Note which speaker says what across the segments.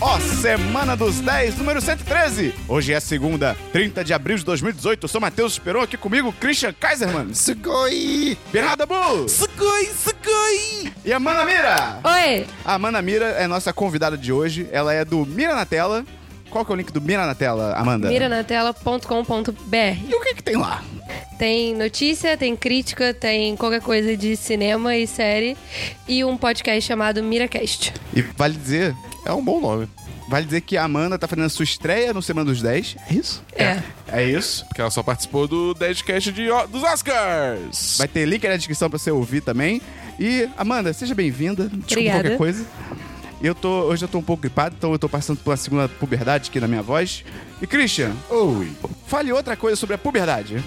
Speaker 1: Ó, Semana dos 10, número 113. Hoje é segunda, 30 de abril de 2018. Eu sou Matheus Esperon, aqui comigo, Christian Kaiserman,
Speaker 2: Sugoi!
Speaker 1: Bernardo Bull
Speaker 2: Sugoi, sugoi!
Speaker 1: e a Mana Mira.
Speaker 3: Oi!
Speaker 1: A Amanda Mira é nossa convidada de hoje. Ela é do Mira na Tela. Qual que é o link do Mira na Tela, Amanda?
Speaker 3: Miranatela.com.br
Speaker 1: E o que que tem lá?
Speaker 3: Tem notícia, tem crítica, tem qualquer coisa de cinema e série e um podcast chamado Miracast.
Speaker 1: E vale dizer,
Speaker 2: É um bom nome.
Speaker 1: vale dizer que a Amanda tá fazendo a sua estreia no Semana dos 10.
Speaker 2: É isso?
Speaker 3: É.
Speaker 1: É isso.
Speaker 2: Porque ela só participou do 10 cast de, O- dos Oscars!
Speaker 1: Vai ter link na descrição pra você ouvir também. E, Amanda, seja bem-vinda. Desculpa
Speaker 3: Obrigada.
Speaker 1: qualquer coisa. Eu tô, hoje eu tô um pouco gripado, então eu tô passando por uma segunda puberdade aqui na minha voz. E, Christian,
Speaker 2: Oi!
Speaker 1: fale outra coisa sobre a puberdade.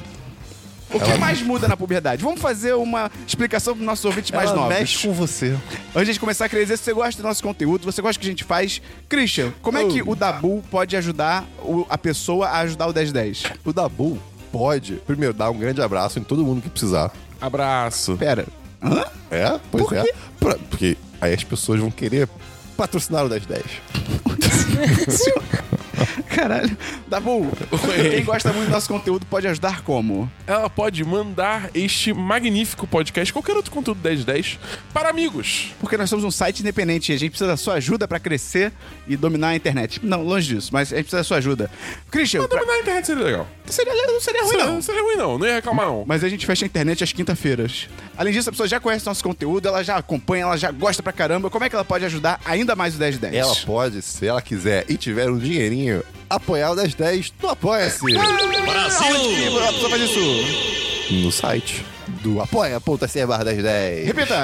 Speaker 1: O que mais muda na puberdade? Vamos fazer uma explicação pro nosso
Speaker 4: É,
Speaker 1: ouvinte mais
Speaker 2: Ela
Speaker 1: novos.
Speaker 2: mexe com você.
Speaker 1: Antes de começar a querer dizer, se você gosta do nosso conteúdo, se você gosta do que a gente faz, Christian, como é que
Speaker 2: Oi.
Speaker 1: o Dabu pode ajudar o- a pessoa a ajudar o 1010?
Speaker 4: O Dabu pode, primeiro, dar um grande abraço em todo mundo que precisar.
Speaker 2: Abraço.
Speaker 1: Pera. Hã?
Speaker 4: É? Pois é. Pra- porque aí as pessoas vão querer patrocinar o 1010.
Speaker 1: Caralho. Dabu,
Speaker 2: Oi.
Speaker 1: quem gosta muito do nosso conteúdo pode ajudar como?
Speaker 2: Ela pode mandar este magnífico podcast, qualquer outro conteúdo 1010, para amigos.
Speaker 1: Porque nós somos um site independente e a gente precisa da sua ajuda pra crescer e dominar a internet. Não, longe disso, mas a gente precisa da sua ajuda. Christian, pra-
Speaker 2: Dominar a internet seria legal.
Speaker 1: seria, não seria ruim
Speaker 2: Seria-
Speaker 1: não.
Speaker 2: Seria ruim não, não ia reclamar não.
Speaker 1: Mas a gente fecha a internet às quinta-feiras. Além disso, a pessoa já conhece nosso conteúdo, ela já acompanha, ela já gosta pra caramba. Como é que ela pode ajudar ainda mais o 1010?
Speaker 4: Ela pode, se ela quiser e tiver um dinheirinho, apoiar o 1010 no Apoia-se.
Speaker 1: Ela precisa fazer isso.
Speaker 4: No site do apoia.se barra 1010.
Speaker 1: Repita.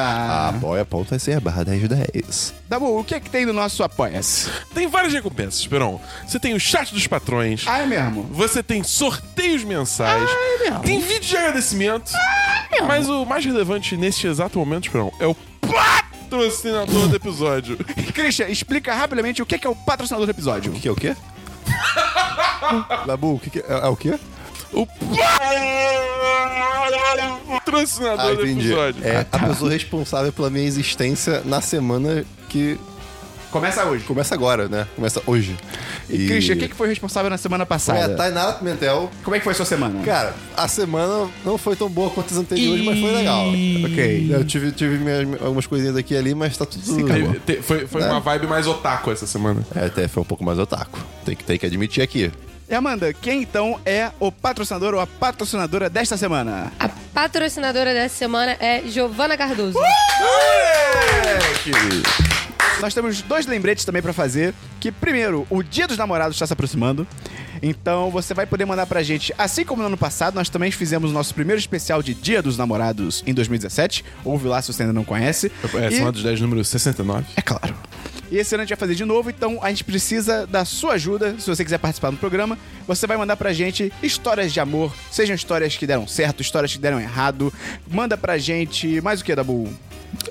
Speaker 4: Apoia.se barra 1010.
Speaker 1: Dabu, o que é que tem no nosso Apoia-se?
Speaker 2: Tem várias recompensas, Esperão. Você tem o chat dos patrões.
Speaker 1: Ah, é mesmo?
Speaker 2: Você tem sorteios mensais.
Speaker 1: é mesmo?
Speaker 2: tem vídeo de agradecimento.
Speaker 1: Ah,
Speaker 2: mas o mais relevante neste exato momento, Esperão, é o patrocinador do episódio.
Speaker 1: Christian, explica rapidamente o que é, que é o patrocinador do episódio.
Speaker 4: O que é o quê? Dabu, o que, que é, é o quê?
Speaker 2: O patrocinador
Speaker 4: Ah,
Speaker 2: do
Speaker 4: entendi.
Speaker 2: episódio.
Speaker 4: É a pessoa responsável pela minha existência na semana que
Speaker 1: Começa hoje.
Speaker 4: Começa agora, né? Começa hoje.
Speaker 1: E, Christian, o que que foi responsável na semana
Speaker 4: foi
Speaker 1: passada?
Speaker 4: a Tainara Pimentel.
Speaker 1: Como é que foi a sua semana?
Speaker 4: Cara, a semana não foi tão boa quanto as anteriores, mas foi legal.
Speaker 1: ok.
Speaker 4: Eu tive, tive minhas- algumas coisinhas aqui e ali, mas tá tudo...
Speaker 2: Teve- te- foi
Speaker 1: É.
Speaker 2: foi uma vibe mais otaku essa semana.
Speaker 4: É, até foi um pouco mais otaku. Tem que, tem que admitir aqui.
Speaker 1: E Amanda, quem então é o patrocinador ou a patrocinadora desta semana?
Speaker 3: A patrocinadora dessa semana é Giovana Cardoso.
Speaker 1: Nós temos dois lembretes também pra fazer, que primeiro, o Dia dos Namorados está se aproximando. Então você vai poder mandar pra gente, assim como no ano passado, nós também fizemos o nosso primeiro especial de Dia dos Namorados em 2017. Ouve lá se você ainda não conhece.
Speaker 2: É,
Speaker 1: E-
Speaker 2: semana dos 10, número 69.
Speaker 1: É claro. E esse ano a gente vai fazer de novo, então a gente precisa da sua ajuda. Se você quiser participar do programa, você vai mandar pra gente histórias de amor, sejam histórias que deram certo, histórias que deram errado. Manda pra gente mais o que, Dabu?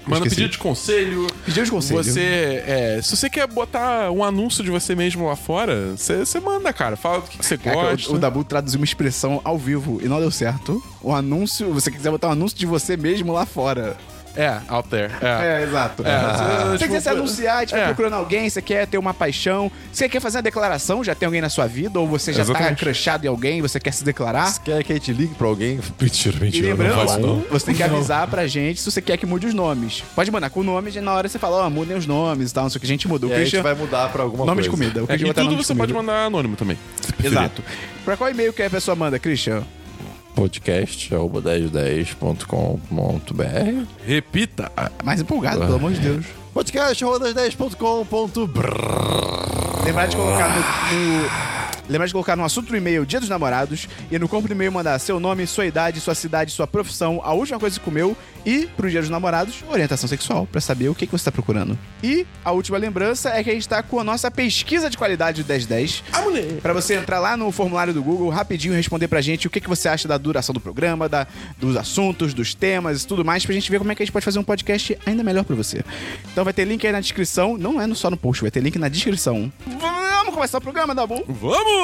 Speaker 2: Manda
Speaker 1: Esqueci.
Speaker 2: pedido de conselho.
Speaker 1: Pedido de conselho.
Speaker 2: Você, é, se você quer botar um anúncio de você mesmo lá fora, você você manda, cara. Fala do que que você
Speaker 1: Caraca,
Speaker 2: gosta.
Speaker 1: É o, o Dabu traduziu uma expressão ao vivo e não deu certo. O anúncio, você quiser botar um anúncio de você mesmo lá fora.
Speaker 2: É, out there. É.
Speaker 1: É, exato.
Speaker 2: É, você-
Speaker 1: você
Speaker 2: tipo,
Speaker 1: quiser se anunciar, estiver
Speaker 2: é.
Speaker 1: procurando alguém, você quer ter uma paixão, você quer fazer uma declaração, já tem alguém na sua vida, ou você já tá
Speaker 2: Exatamente.
Speaker 1: crushado em alguém, você quer se declarar.
Speaker 4: Se quer que a gente ligue pra alguém... Mentira,
Speaker 1: E
Speaker 4: mentira.
Speaker 1: lembrando,
Speaker 2: faço, não.
Speaker 1: você tem que avisar pra gente se você quer que mude os nomes. Pode mandar com o nome, e na hora você fala, ó, mudem os nomes e tal, não sei o que. A gente mudou.
Speaker 4: E
Speaker 1: O
Speaker 4: aí a
Speaker 1: Christian,
Speaker 4: gente vai mudar pra alguma
Speaker 1: nome de
Speaker 4: coisa.
Speaker 1: comida. O
Speaker 2: É,
Speaker 1: Christian vai
Speaker 2: e
Speaker 1: botar
Speaker 2: tudo
Speaker 1: nome de
Speaker 2: você pode
Speaker 1: comida.
Speaker 2: mandar anônimo também. se preferir.
Speaker 1: Exato. Pra qual e-mail que a pessoa manda, Christian?
Speaker 4: Podcast, arroba 1010.com.br
Speaker 2: Repita.
Speaker 1: Mais empolgado, pelo amor de
Speaker 4: Ah.
Speaker 1: Deus.
Speaker 4: Podcast, arroba 1010.com.br
Speaker 1: Lembrar de colocar no. no- Lembrar de colocar no assunto do e-mail Dia dos Namorados e no corpo do e-mail mandar seu nome, sua idade, sua cidade, sua profissão, a última coisa que comeu e, pro Dia dos Namorados, orientação sexual, pra saber o que, que você tá procurando. E a última lembrança é que a gente tá com a nossa pesquisa de qualidade do 1010.
Speaker 2: A mulher.
Speaker 1: Pra você entrar lá no formulário do Google rapidinho e responder pra gente o que, que você acha da duração do programa, da, dos assuntos, dos temas e tudo mais, pra gente ver como é que a gente pode fazer um podcast ainda melhor pra você. Então vai ter link aí na descrição, não é no- só no post, vai ter link na descrição. Vamos começar o programa, Dabu?
Speaker 2: Vamos!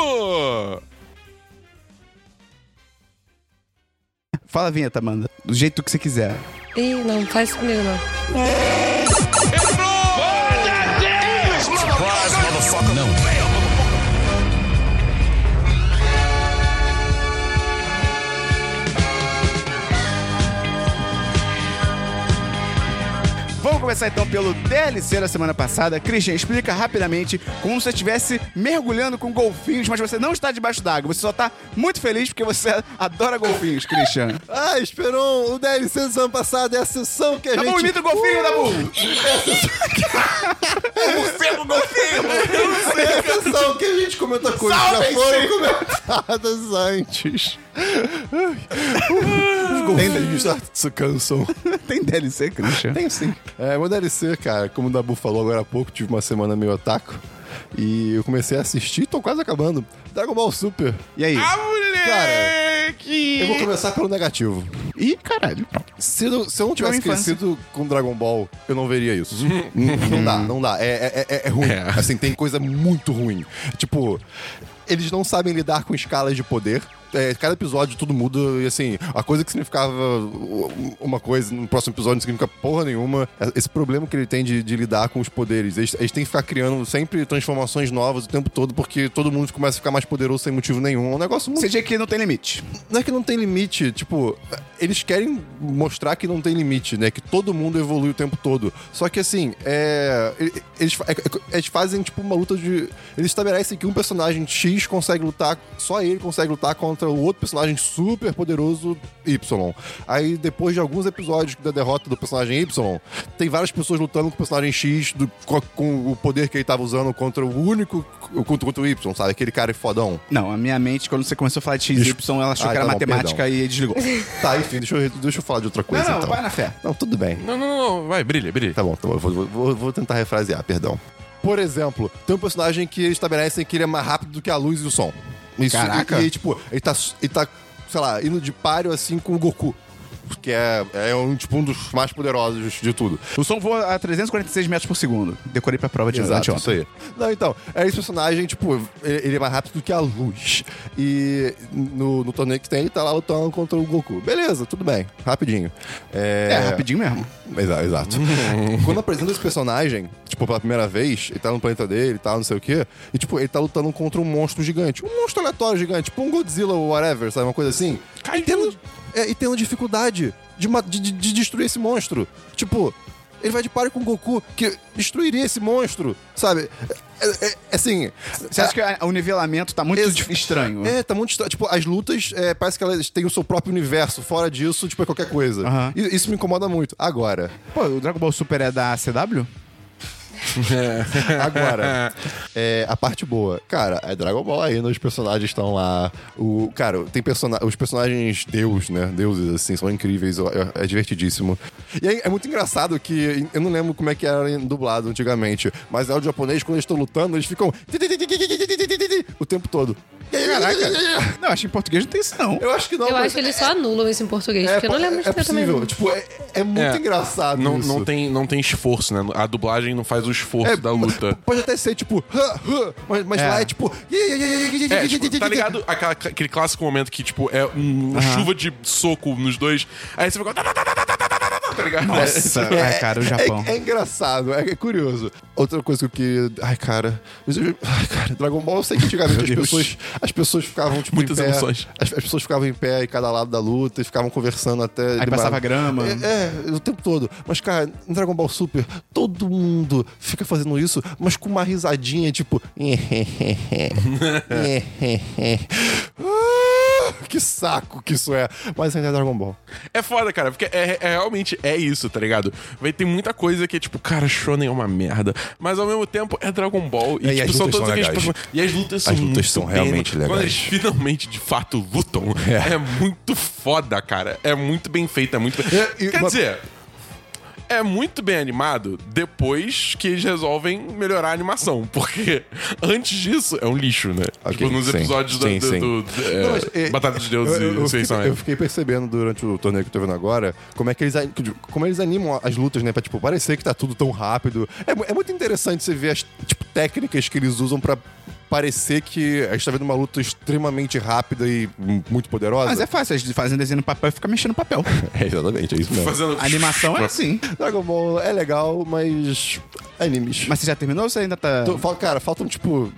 Speaker 1: Fala a vinheta, Amanda, do jeito que você quiser.
Speaker 3: Ih, não, faz isso comigo não.
Speaker 5: Foda-se!
Speaker 2: Soca
Speaker 5: Não.
Speaker 1: Vamos começar então pelo DLC da semana passada. Christian, explica rapidamente como se você estivesse mergulhando com golfinhos, mas você não está debaixo d'água. Você só está muito feliz porque você adora golfinhos, Christian.
Speaker 4: Ah, esperou o DLC do ano passado, é a sessão que a
Speaker 1: Tá
Speaker 4: gente...
Speaker 1: bom, imita o golfinho, Dabu!
Speaker 4: É a sessão que a gente comenta coisas que já foram comentadas antes. Os golfinhos da Tsukanson.
Speaker 1: Tem DLC, Christian?
Speaker 4: Tem sim. É, meu DLC, cara, como o Dabu falou agora há pouco, tive uma semana meio otaku. E eu comecei a assistir, tô quase acabando. Dragon Ball Super.
Speaker 1: E aí?
Speaker 2: Ah, moleque!
Speaker 4: Eu vou começar pelo negativo.
Speaker 1: Ih, caralho.
Speaker 4: Se eu, se eu não
Speaker 1: Tive uma
Speaker 4: tivesse
Speaker 1: infância. Uhum.
Speaker 4: crescido com Dragon Ball, eu não veria isso. N- não dá, não dá. É, é- é- é ruim.
Speaker 2: É.
Speaker 4: Assim, tem coisa muito ruim. Tipo, eles não sabem lidar com escalas de poder. É, cada episódio tudo muda e assim, a coisa que significava u- uma coisa no próximo episódio não significa porra nenhuma. É- Esse problema que ele tem de, de lidar com os poderes. Eles, eles têm que ficar criando sempre transformações novas o tempo todo, porque todo mundo começa a ficar mais poderoso sem motivo nenhum. É um negócio muito
Speaker 1: CG que não tem limite.
Speaker 4: não é que não tem limite, tipo, eles querem mostrar que não tem limite, né? Que todo mundo evolui o tempo todo. Só que assim, é. e- Eles, fa- é- é- eles fazem, tipo, uma luta de. Eles estabelecem que um personagem X consegue lutar, só ele consegue lutar contra o outro personagem super poderoso Y. Aí depois de alguns episódios da derrota do personagem Y, tem várias pessoas lutando com o personagem X do- com, com o poder que ele tava usando contra o único. Contra, contra o Y, sabe? Aquele cara é fodão.
Speaker 1: Não, a minha mente, quando você começou a falar de XY, ela achou
Speaker 4: Ah,
Speaker 1: que era
Speaker 4: tá bom,
Speaker 1: matemática e desligou.
Speaker 4: Tá, enfim, deixa eu, deixa eu falar de outra coisa
Speaker 1: não, não,
Speaker 4: então.
Speaker 1: vai na fé.
Speaker 4: Não, tudo bem.
Speaker 2: Não, não, não, não, vai, brilha, brilha.
Speaker 4: Tá bom, tá bom. Eu Vou, vou, vou tentar refrasear, perdão. Por exemplo, tem um personagem que eles estabelecem que ele é mais rápido do que a luz e o som. Isso,
Speaker 1: Caraca.
Speaker 4: E, e, tipo, ele tá, ele tá, sei lá, indo de páreo assim com o Goku. Que é, é um, tipo, um dos mais poderosos de tudo.
Speaker 1: O som voa a 346 metros por segundo. Decorei pra prova de
Speaker 4: Exato,
Speaker 1: anteontem.
Speaker 4: isso aí. Não, então, é esse personagem, tipo, ele, ele é mais rápido que a luz. E no, no torneio que tem, ele tá lá lutando contra o Goku. Beleza, tudo bem, rapidinho.
Speaker 1: É, rapidinho mesmo.
Speaker 4: Exa- Exato. Quando apresenta esse personagem, tipo, pela primeira vez, ele tá no planeta dele, tá não sei o quê, e tipo, ele tá lutando contra um monstro gigante. Um monstro aleatório gigante, tipo um Godzilla ou whatever, sabe? Uma coisa assim.
Speaker 2: Caiu.
Speaker 4: E tendo, é, e tendo dificuldade de, ma- de- de- de destruir esse monstro. Tipo, ele vai de páreo com o Goku, que destruiria esse monstro, sabe? É, é- é assim.
Speaker 1: Você acha que a- o nivelamento tá muito
Speaker 4: Ex-
Speaker 1: dif- estranho?
Speaker 4: É, tá muito estranho. Tipo, as lutas, é, parece que elas têm o seu próprio universo. Fora disso, tipo, é qualquer coisa.
Speaker 1: Aham.
Speaker 4: E Isso me incomoda muito. Agora,
Speaker 1: Pô, o Dragon Ball Super é da CW?
Speaker 4: Agora, é, a parte boa. Cara, é Dragon Ball ainda, os personagens estão lá. O, cara, tem persona os personagens deus, né? Deuses, assim, são incríveis. eu- eu- É divertidíssimo. E é, é muito engraçado que eu não lembro como é que era em dublado antigamente, mas é o japonês, quando eles estão lutando, eles ficam o tempo todo. Caraca!
Speaker 1: Não, acho que em português não tem isso, não.
Speaker 4: Eu acho que não.
Speaker 3: Eu
Speaker 4: mas-
Speaker 3: acho que eles só anulam isso em português,
Speaker 4: é,
Speaker 3: porque eu não lembro de
Speaker 4: é
Speaker 3: ter também.
Speaker 4: possível. Tipo, é, é muito
Speaker 2: É.
Speaker 4: engraçado
Speaker 2: Não,
Speaker 4: isso.
Speaker 2: não, tem, não tem esforço, né? A dublagem não faz o esforço É, da luta.
Speaker 4: Pode até ser tipo, "Hã, hã", mas, mas
Speaker 1: É.
Speaker 4: lá é tipo.
Speaker 2: É, tipo, tá ligado? Aquela- aquele clássico momento que, tipo, é um- uma chuva de soco nos dois. Aí você fica. Tá, tá, tá, tá, tá, tá, tá, tá, tá, tá ligado?
Speaker 1: Nossa, é, cara, o Japão.
Speaker 4: É, é engraçado, é, é curioso. Outra coisa que eu queria. Ai, cara. mas eu- Ai, cara, Dragon Ball, eu sei que antigamente as
Speaker 1: Deus.
Speaker 4: pessoas, as pessoas ficavam, tipo,
Speaker 2: Muitas
Speaker 4: em pé.
Speaker 2: emoções.
Speaker 4: As, as pessoas ficavam em pé em cada lado da luta e ficavam conversando até.
Speaker 1: Aí passava grama.
Speaker 4: É, é, o tempo todo. Mas, cara, em Dragon Ball Super, todo mundo fica fazendo isso, mas com uma risadinha, tipo. Ah, que saco que isso é. Mas ainda é Dragon Ball.
Speaker 2: É foda, cara, porque é, é- realmente é isso, tá ligado? Vai ter muita coisa que é tipo, cara, Shonen é uma merda. Mas ao mesmo tempo é Dragon Ball.
Speaker 4: É, e
Speaker 2: tipo,
Speaker 4: as lutas são
Speaker 2: aqueles
Speaker 4: legais.
Speaker 2: personagens- E as lutas são
Speaker 4: As lutas
Speaker 2: muito
Speaker 4: são
Speaker 2: bem-
Speaker 4: realmente
Speaker 2: Quando
Speaker 4: legais.
Speaker 2: eles finalmente, de fato, lutam, é,
Speaker 4: É.
Speaker 2: muito foda, cara. É muito bem feito, é muito bem.
Speaker 4: É, e
Speaker 2: Quer
Speaker 4: uma-
Speaker 2: dizer. É muito bem animado depois que eles resolvem melhorar a animação. Porque antes disso é um lixo, né?
Speaker 4: Ok,
Speaker 2: tipo, nos
Speaker 4: sim.
Speaker 2: episódios do,
Speaker 4: Sim,
Speaker 2: do,
Speaker 4: sim.
Speaker 2: do- é,
Speaker 4: Não, mas, é,
Speaker 2: Batalha dos Deuses
Speaker 4: eu, eu
Speaker 2: e
Speaker 4: fiquei,
Speaker 2: Seisão.
Speaker 4: eu fiquei percebendo durante o torneio que eu tô vendo agora como é que eles, an- como eles animam as lutas, né? Pra, tipo, parecer que tá tudo tão rápido. É, mu- é muito interessante você ver as tipo, técnicas que eles usam pra parecer que a gente tá vendo uma luta extremamente rápida e hum, muito poderosa.
Speaker 1: Mas é fácil, eles fazem desenho no papel e ficam mexendo no papel.
Speaker 4: É, exatamente, é isso mesmo.
Speaker 2: Fazendo
Speaker 1: A animação é assim.
Speaker 4: Dragon Ball é legal, mas animes.
Speaker 1: Mas você já terminou ou você ainda tá.
Speaker 4: Tô- fal- cara, faltam tipo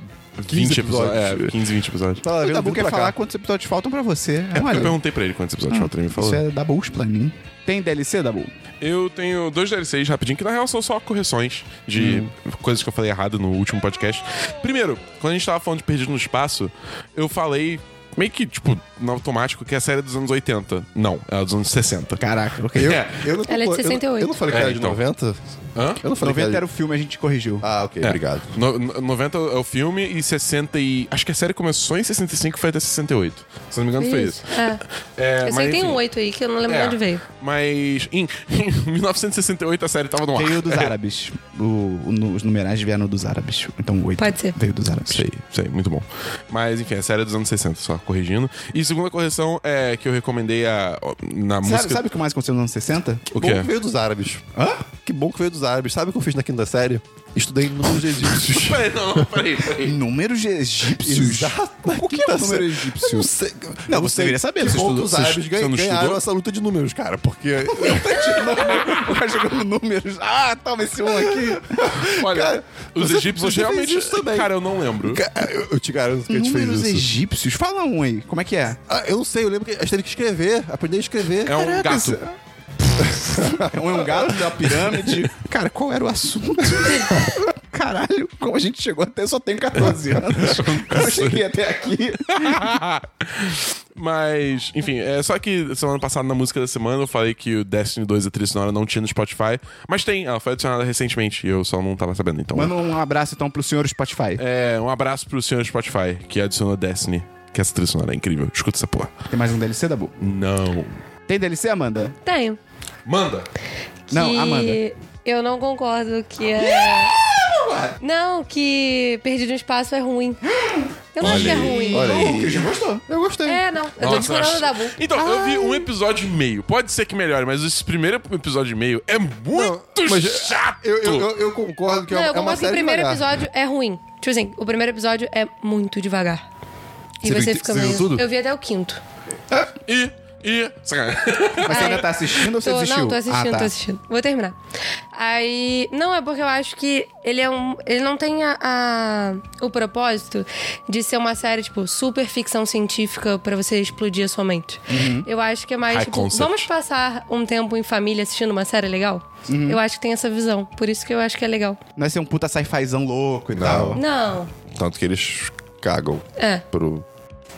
Speaker 4: 15
Speaker 2: 20
Speaker 4: episódios.
Speaker 2: episódios. É, 15, 20 episódios.
Speaker 4: Tá
Speaker 1: O
Speaker 4: vendo
Speaker 1: Dabu
Speaker 4: tudo
Speaker 1: quer
Speaker 4: pra cá.
Speaker 1: falar quantos episódios faltam pra você. É,
Speaker 2: Eu perguntei pra ele quantos episódios faltam, ele me falou.
Speaker 1: Isso é Dabu's planning. Tem DLC, Dabu?
Speaker 2: Eu tenho dois DLCs rapidinho, que na real são só correções de coisas que eu falei errado no último podcast. Primeiro, quando a gente tava falando de Perdido no Espaço, eu falei meio que, tipo, no automático, que é a série dos anos 80. Não, é a dos anos 60.
Speaker 1: Caraca, ok.
Speaker 4: Eu,
Speaker 2: É.
Speaker 4: eu não,
Speaker 3: Ela é de
Speaker 4: eu não-
Speaker 3: 68.
Speaker 4: Eu não falei que
Speaker 2: É,
Speaker 4: era de
Speaker 2: então.
Speaker 4: 90?
Speaker 2: Hã?
Speaker 4: Eu não
Speaker 1: 90
Speaker 4: falei que
Speaker 1: era
Speaker 4: era
Speaker 1: o filme, a gente corrigiu.
Speaker 4: Ah, ok,
Speaker 2: É.
Speaker 4: obrigado.
Speaker 2: No, no- 90 é o filme e 60 e... Acho que a série começou em 65 e foi até 68. Se não me engano, foi isso.
Speaker 3: É.
Speaker 2: É,
Speaker 3: Eu
Speaker 2: mas
Speaker 3: sei que tem
Speaker 2: enfim.
Speaker 3: um 8 aí que eu não lembro
Speaker 2: É,
Speaker 3: de onde veio.
Speaker 2: Mas em, em 1968 a série tava no ar.
Speaker 1: Veio
Speaker 4: É.
Speaker 1: dos árabes. O- o nu- os numerais vieram dos árabes. Então, oito.
Speaker 3: Pode ser.
Speaker 1: Veio dos árabes.
Speaker 2: Sei, sei, muito bom. Mas enfim, a série é dos anos 60, só corrigindo. E segunda correção é que eu recomendei a, na música.
Speaker 1: Sabe, sabe o que mais aconteceu nos anos 60?
Speaker 2: O
Speaker 4: bom
Speaker 2: quê?
Speaker 4: que veio dos árabes. Que bom que veio dos árabes. Sabe o que eu fiz na quinta série? Estudei números egípcios.
Speaker 2: Peraí, não, não, peraí, peraí.
Speaker 1: Números egípcios.
Speaker 4: Exato.
Speaker 1: O que é
Speaker 4: Quinta
Speaker 1: um número
Speaker 4: série. Eu
Speaker 1: egípcio?
Speaker 4: não sei.
Speaker 1: Não,
Speaker 4: eu
Speaker 1: você deveria saber,
Speaker 4: Que
Speaker 1: você
Speaker 4: bom
Speaker 1: estudou-
Speaker 4: que os
Speaker 1: você
Speaker 4: árabes
Speaker 2: estu-
Speaker 4: ganha-
Speaker 2: você não
Speaker 4: ganharam
Speaker 2: estudou?
Speaker 4: essa luta de números, cara. Porque...
Speaker 1: O cara tá jogando números. Ah, toma esse um aqui.
Speaker 2: Olha,
Speaker 4: Cara,
Speaker 2: os
Speaker 4: você-
Speaker 2: egípcios
Speaker 4: você fez
Speaker 2: realmente.
Speaker 4: isso também.
Speaker 2: Cara, eu não lembro.
Speaker 4: eu, eu te garanto que a gente fez
Speaker 1: Números
Speaker 4: isso.
Speaker 1: egípcios? Fala um aí. Como é que é?
Speaker 4: Ah, eu não sei, eu lembro que a gente teve que escrever, aprender a escrever.
Speaker 2: É um gato.
Speaker 1: isso- Um é um gato da pirâmide. Cara, qual era o assunto? Caralho, como a gente chegou até, eu só tenho 14 anos. Como eu cheguei até aqui.
Speaker 2: Mas, enfim, é só que semana passada na música da semana eu falei que o Destiny 2 a trilha sonora não tinha no Spotify. Mas tem, ela foi adicionada recentemente e eu só não tava sabendo, então.
Speaker 1: Manda um abraço então pro senhor Spotify.
Speaker 2: É, um abraço pro senhor Spotify que adicionou Destiny. Que essa trilha sonora é incrível. Escuta essa porra.
Speaker 1: Tem mais um DLC, Dabu?
Speaker 2: Não.
Speaker 1: Tem DLC, Amanda?
Speaker 3: Tenho.
Speaker 2: Manda!
Speaker 1: Não,
Speaker 3: que
Speaker 1: Amanda.
Speaker 3: Eu não concordo que é. Não, que Perdido no Espaço é ruim. Eu não acho que é ruim.
Speaker 4: Olha aí.
Speaker 1: já gostou.
Speaker 4: Eu gostei.
Speaker 3: É, não. Eu tô
Speaker 2: Nossa,
Speaker 3: discordando
Speaker 2: acho-
Speaker 3: da Bu.
Speaker 4: É
Speaker 2: Então, eu vi um episódio e meio. Pode ser que melhore, mas esse primeiro episódio e meio é muito
Speaker 4: mas
Speaker 2: chato.
Speaker 4: Eu, eu, eu- eu concordo que
Speaker 3: Não,
Speaker 4: é,
Speaker 3: eu
Speaker 4: uma- é
Speaker 3: concordo que
Speaker 4: uma
Speaker 3: o
Speaker 4: série
Speaker 3: primeiro
Speaker 4: devagar.
Speaker 3: episódio é ruim. Tipo assim, o primeiro episódio é muito devagar. E
Speaker 4: Você
Speaker 3: você,
Speaker 4: viu-
Speaker 3: fica
Speaker 4: você viu
Speaker 3: meio.
Speaker 4: tudo?
Speaker 3: Eu vi até o quinto.
Speaker 2: E. E. sacanagem.
Speaker 1: Mas você
Speaker 3: Ai.
Speaker 1: ainda tá assistindo ou você
Speaker 3: Tô-
Speaker 1: desistiu?
Speaker 3: Não, tô assistindo,
Speaker 1: Ah, tá.
Speaker 3: tô assistindo. Vou terminar. Aí. Não, é porque eu acho que ele é um. Ele não tem a, a- o propósito de ser uma série, tipo, super ficção científica pra você explodir a sua mente.
Speaker 1: Uhum.
Speaker 3: Eu acho que é mais,
Speaker 2: High
Speaker 3: tipo,
Speaker 2: concept.
Speaker 3: vamos passar um tempo em família assistindo uma série legal?
Speaker 1: Uhum.
Speaker 3: Eu acho que tem essa visão. Por isso que eu acho que é legal.
Speaker 1: Não é ser um puta sci-fizão louco e
Speaker 4: Não.
Speaker 1: tal.
Speaker 3: Não.
Speaker 4: Tanto que eles cagam
Speaker 3: É.
Speaker 4: pro...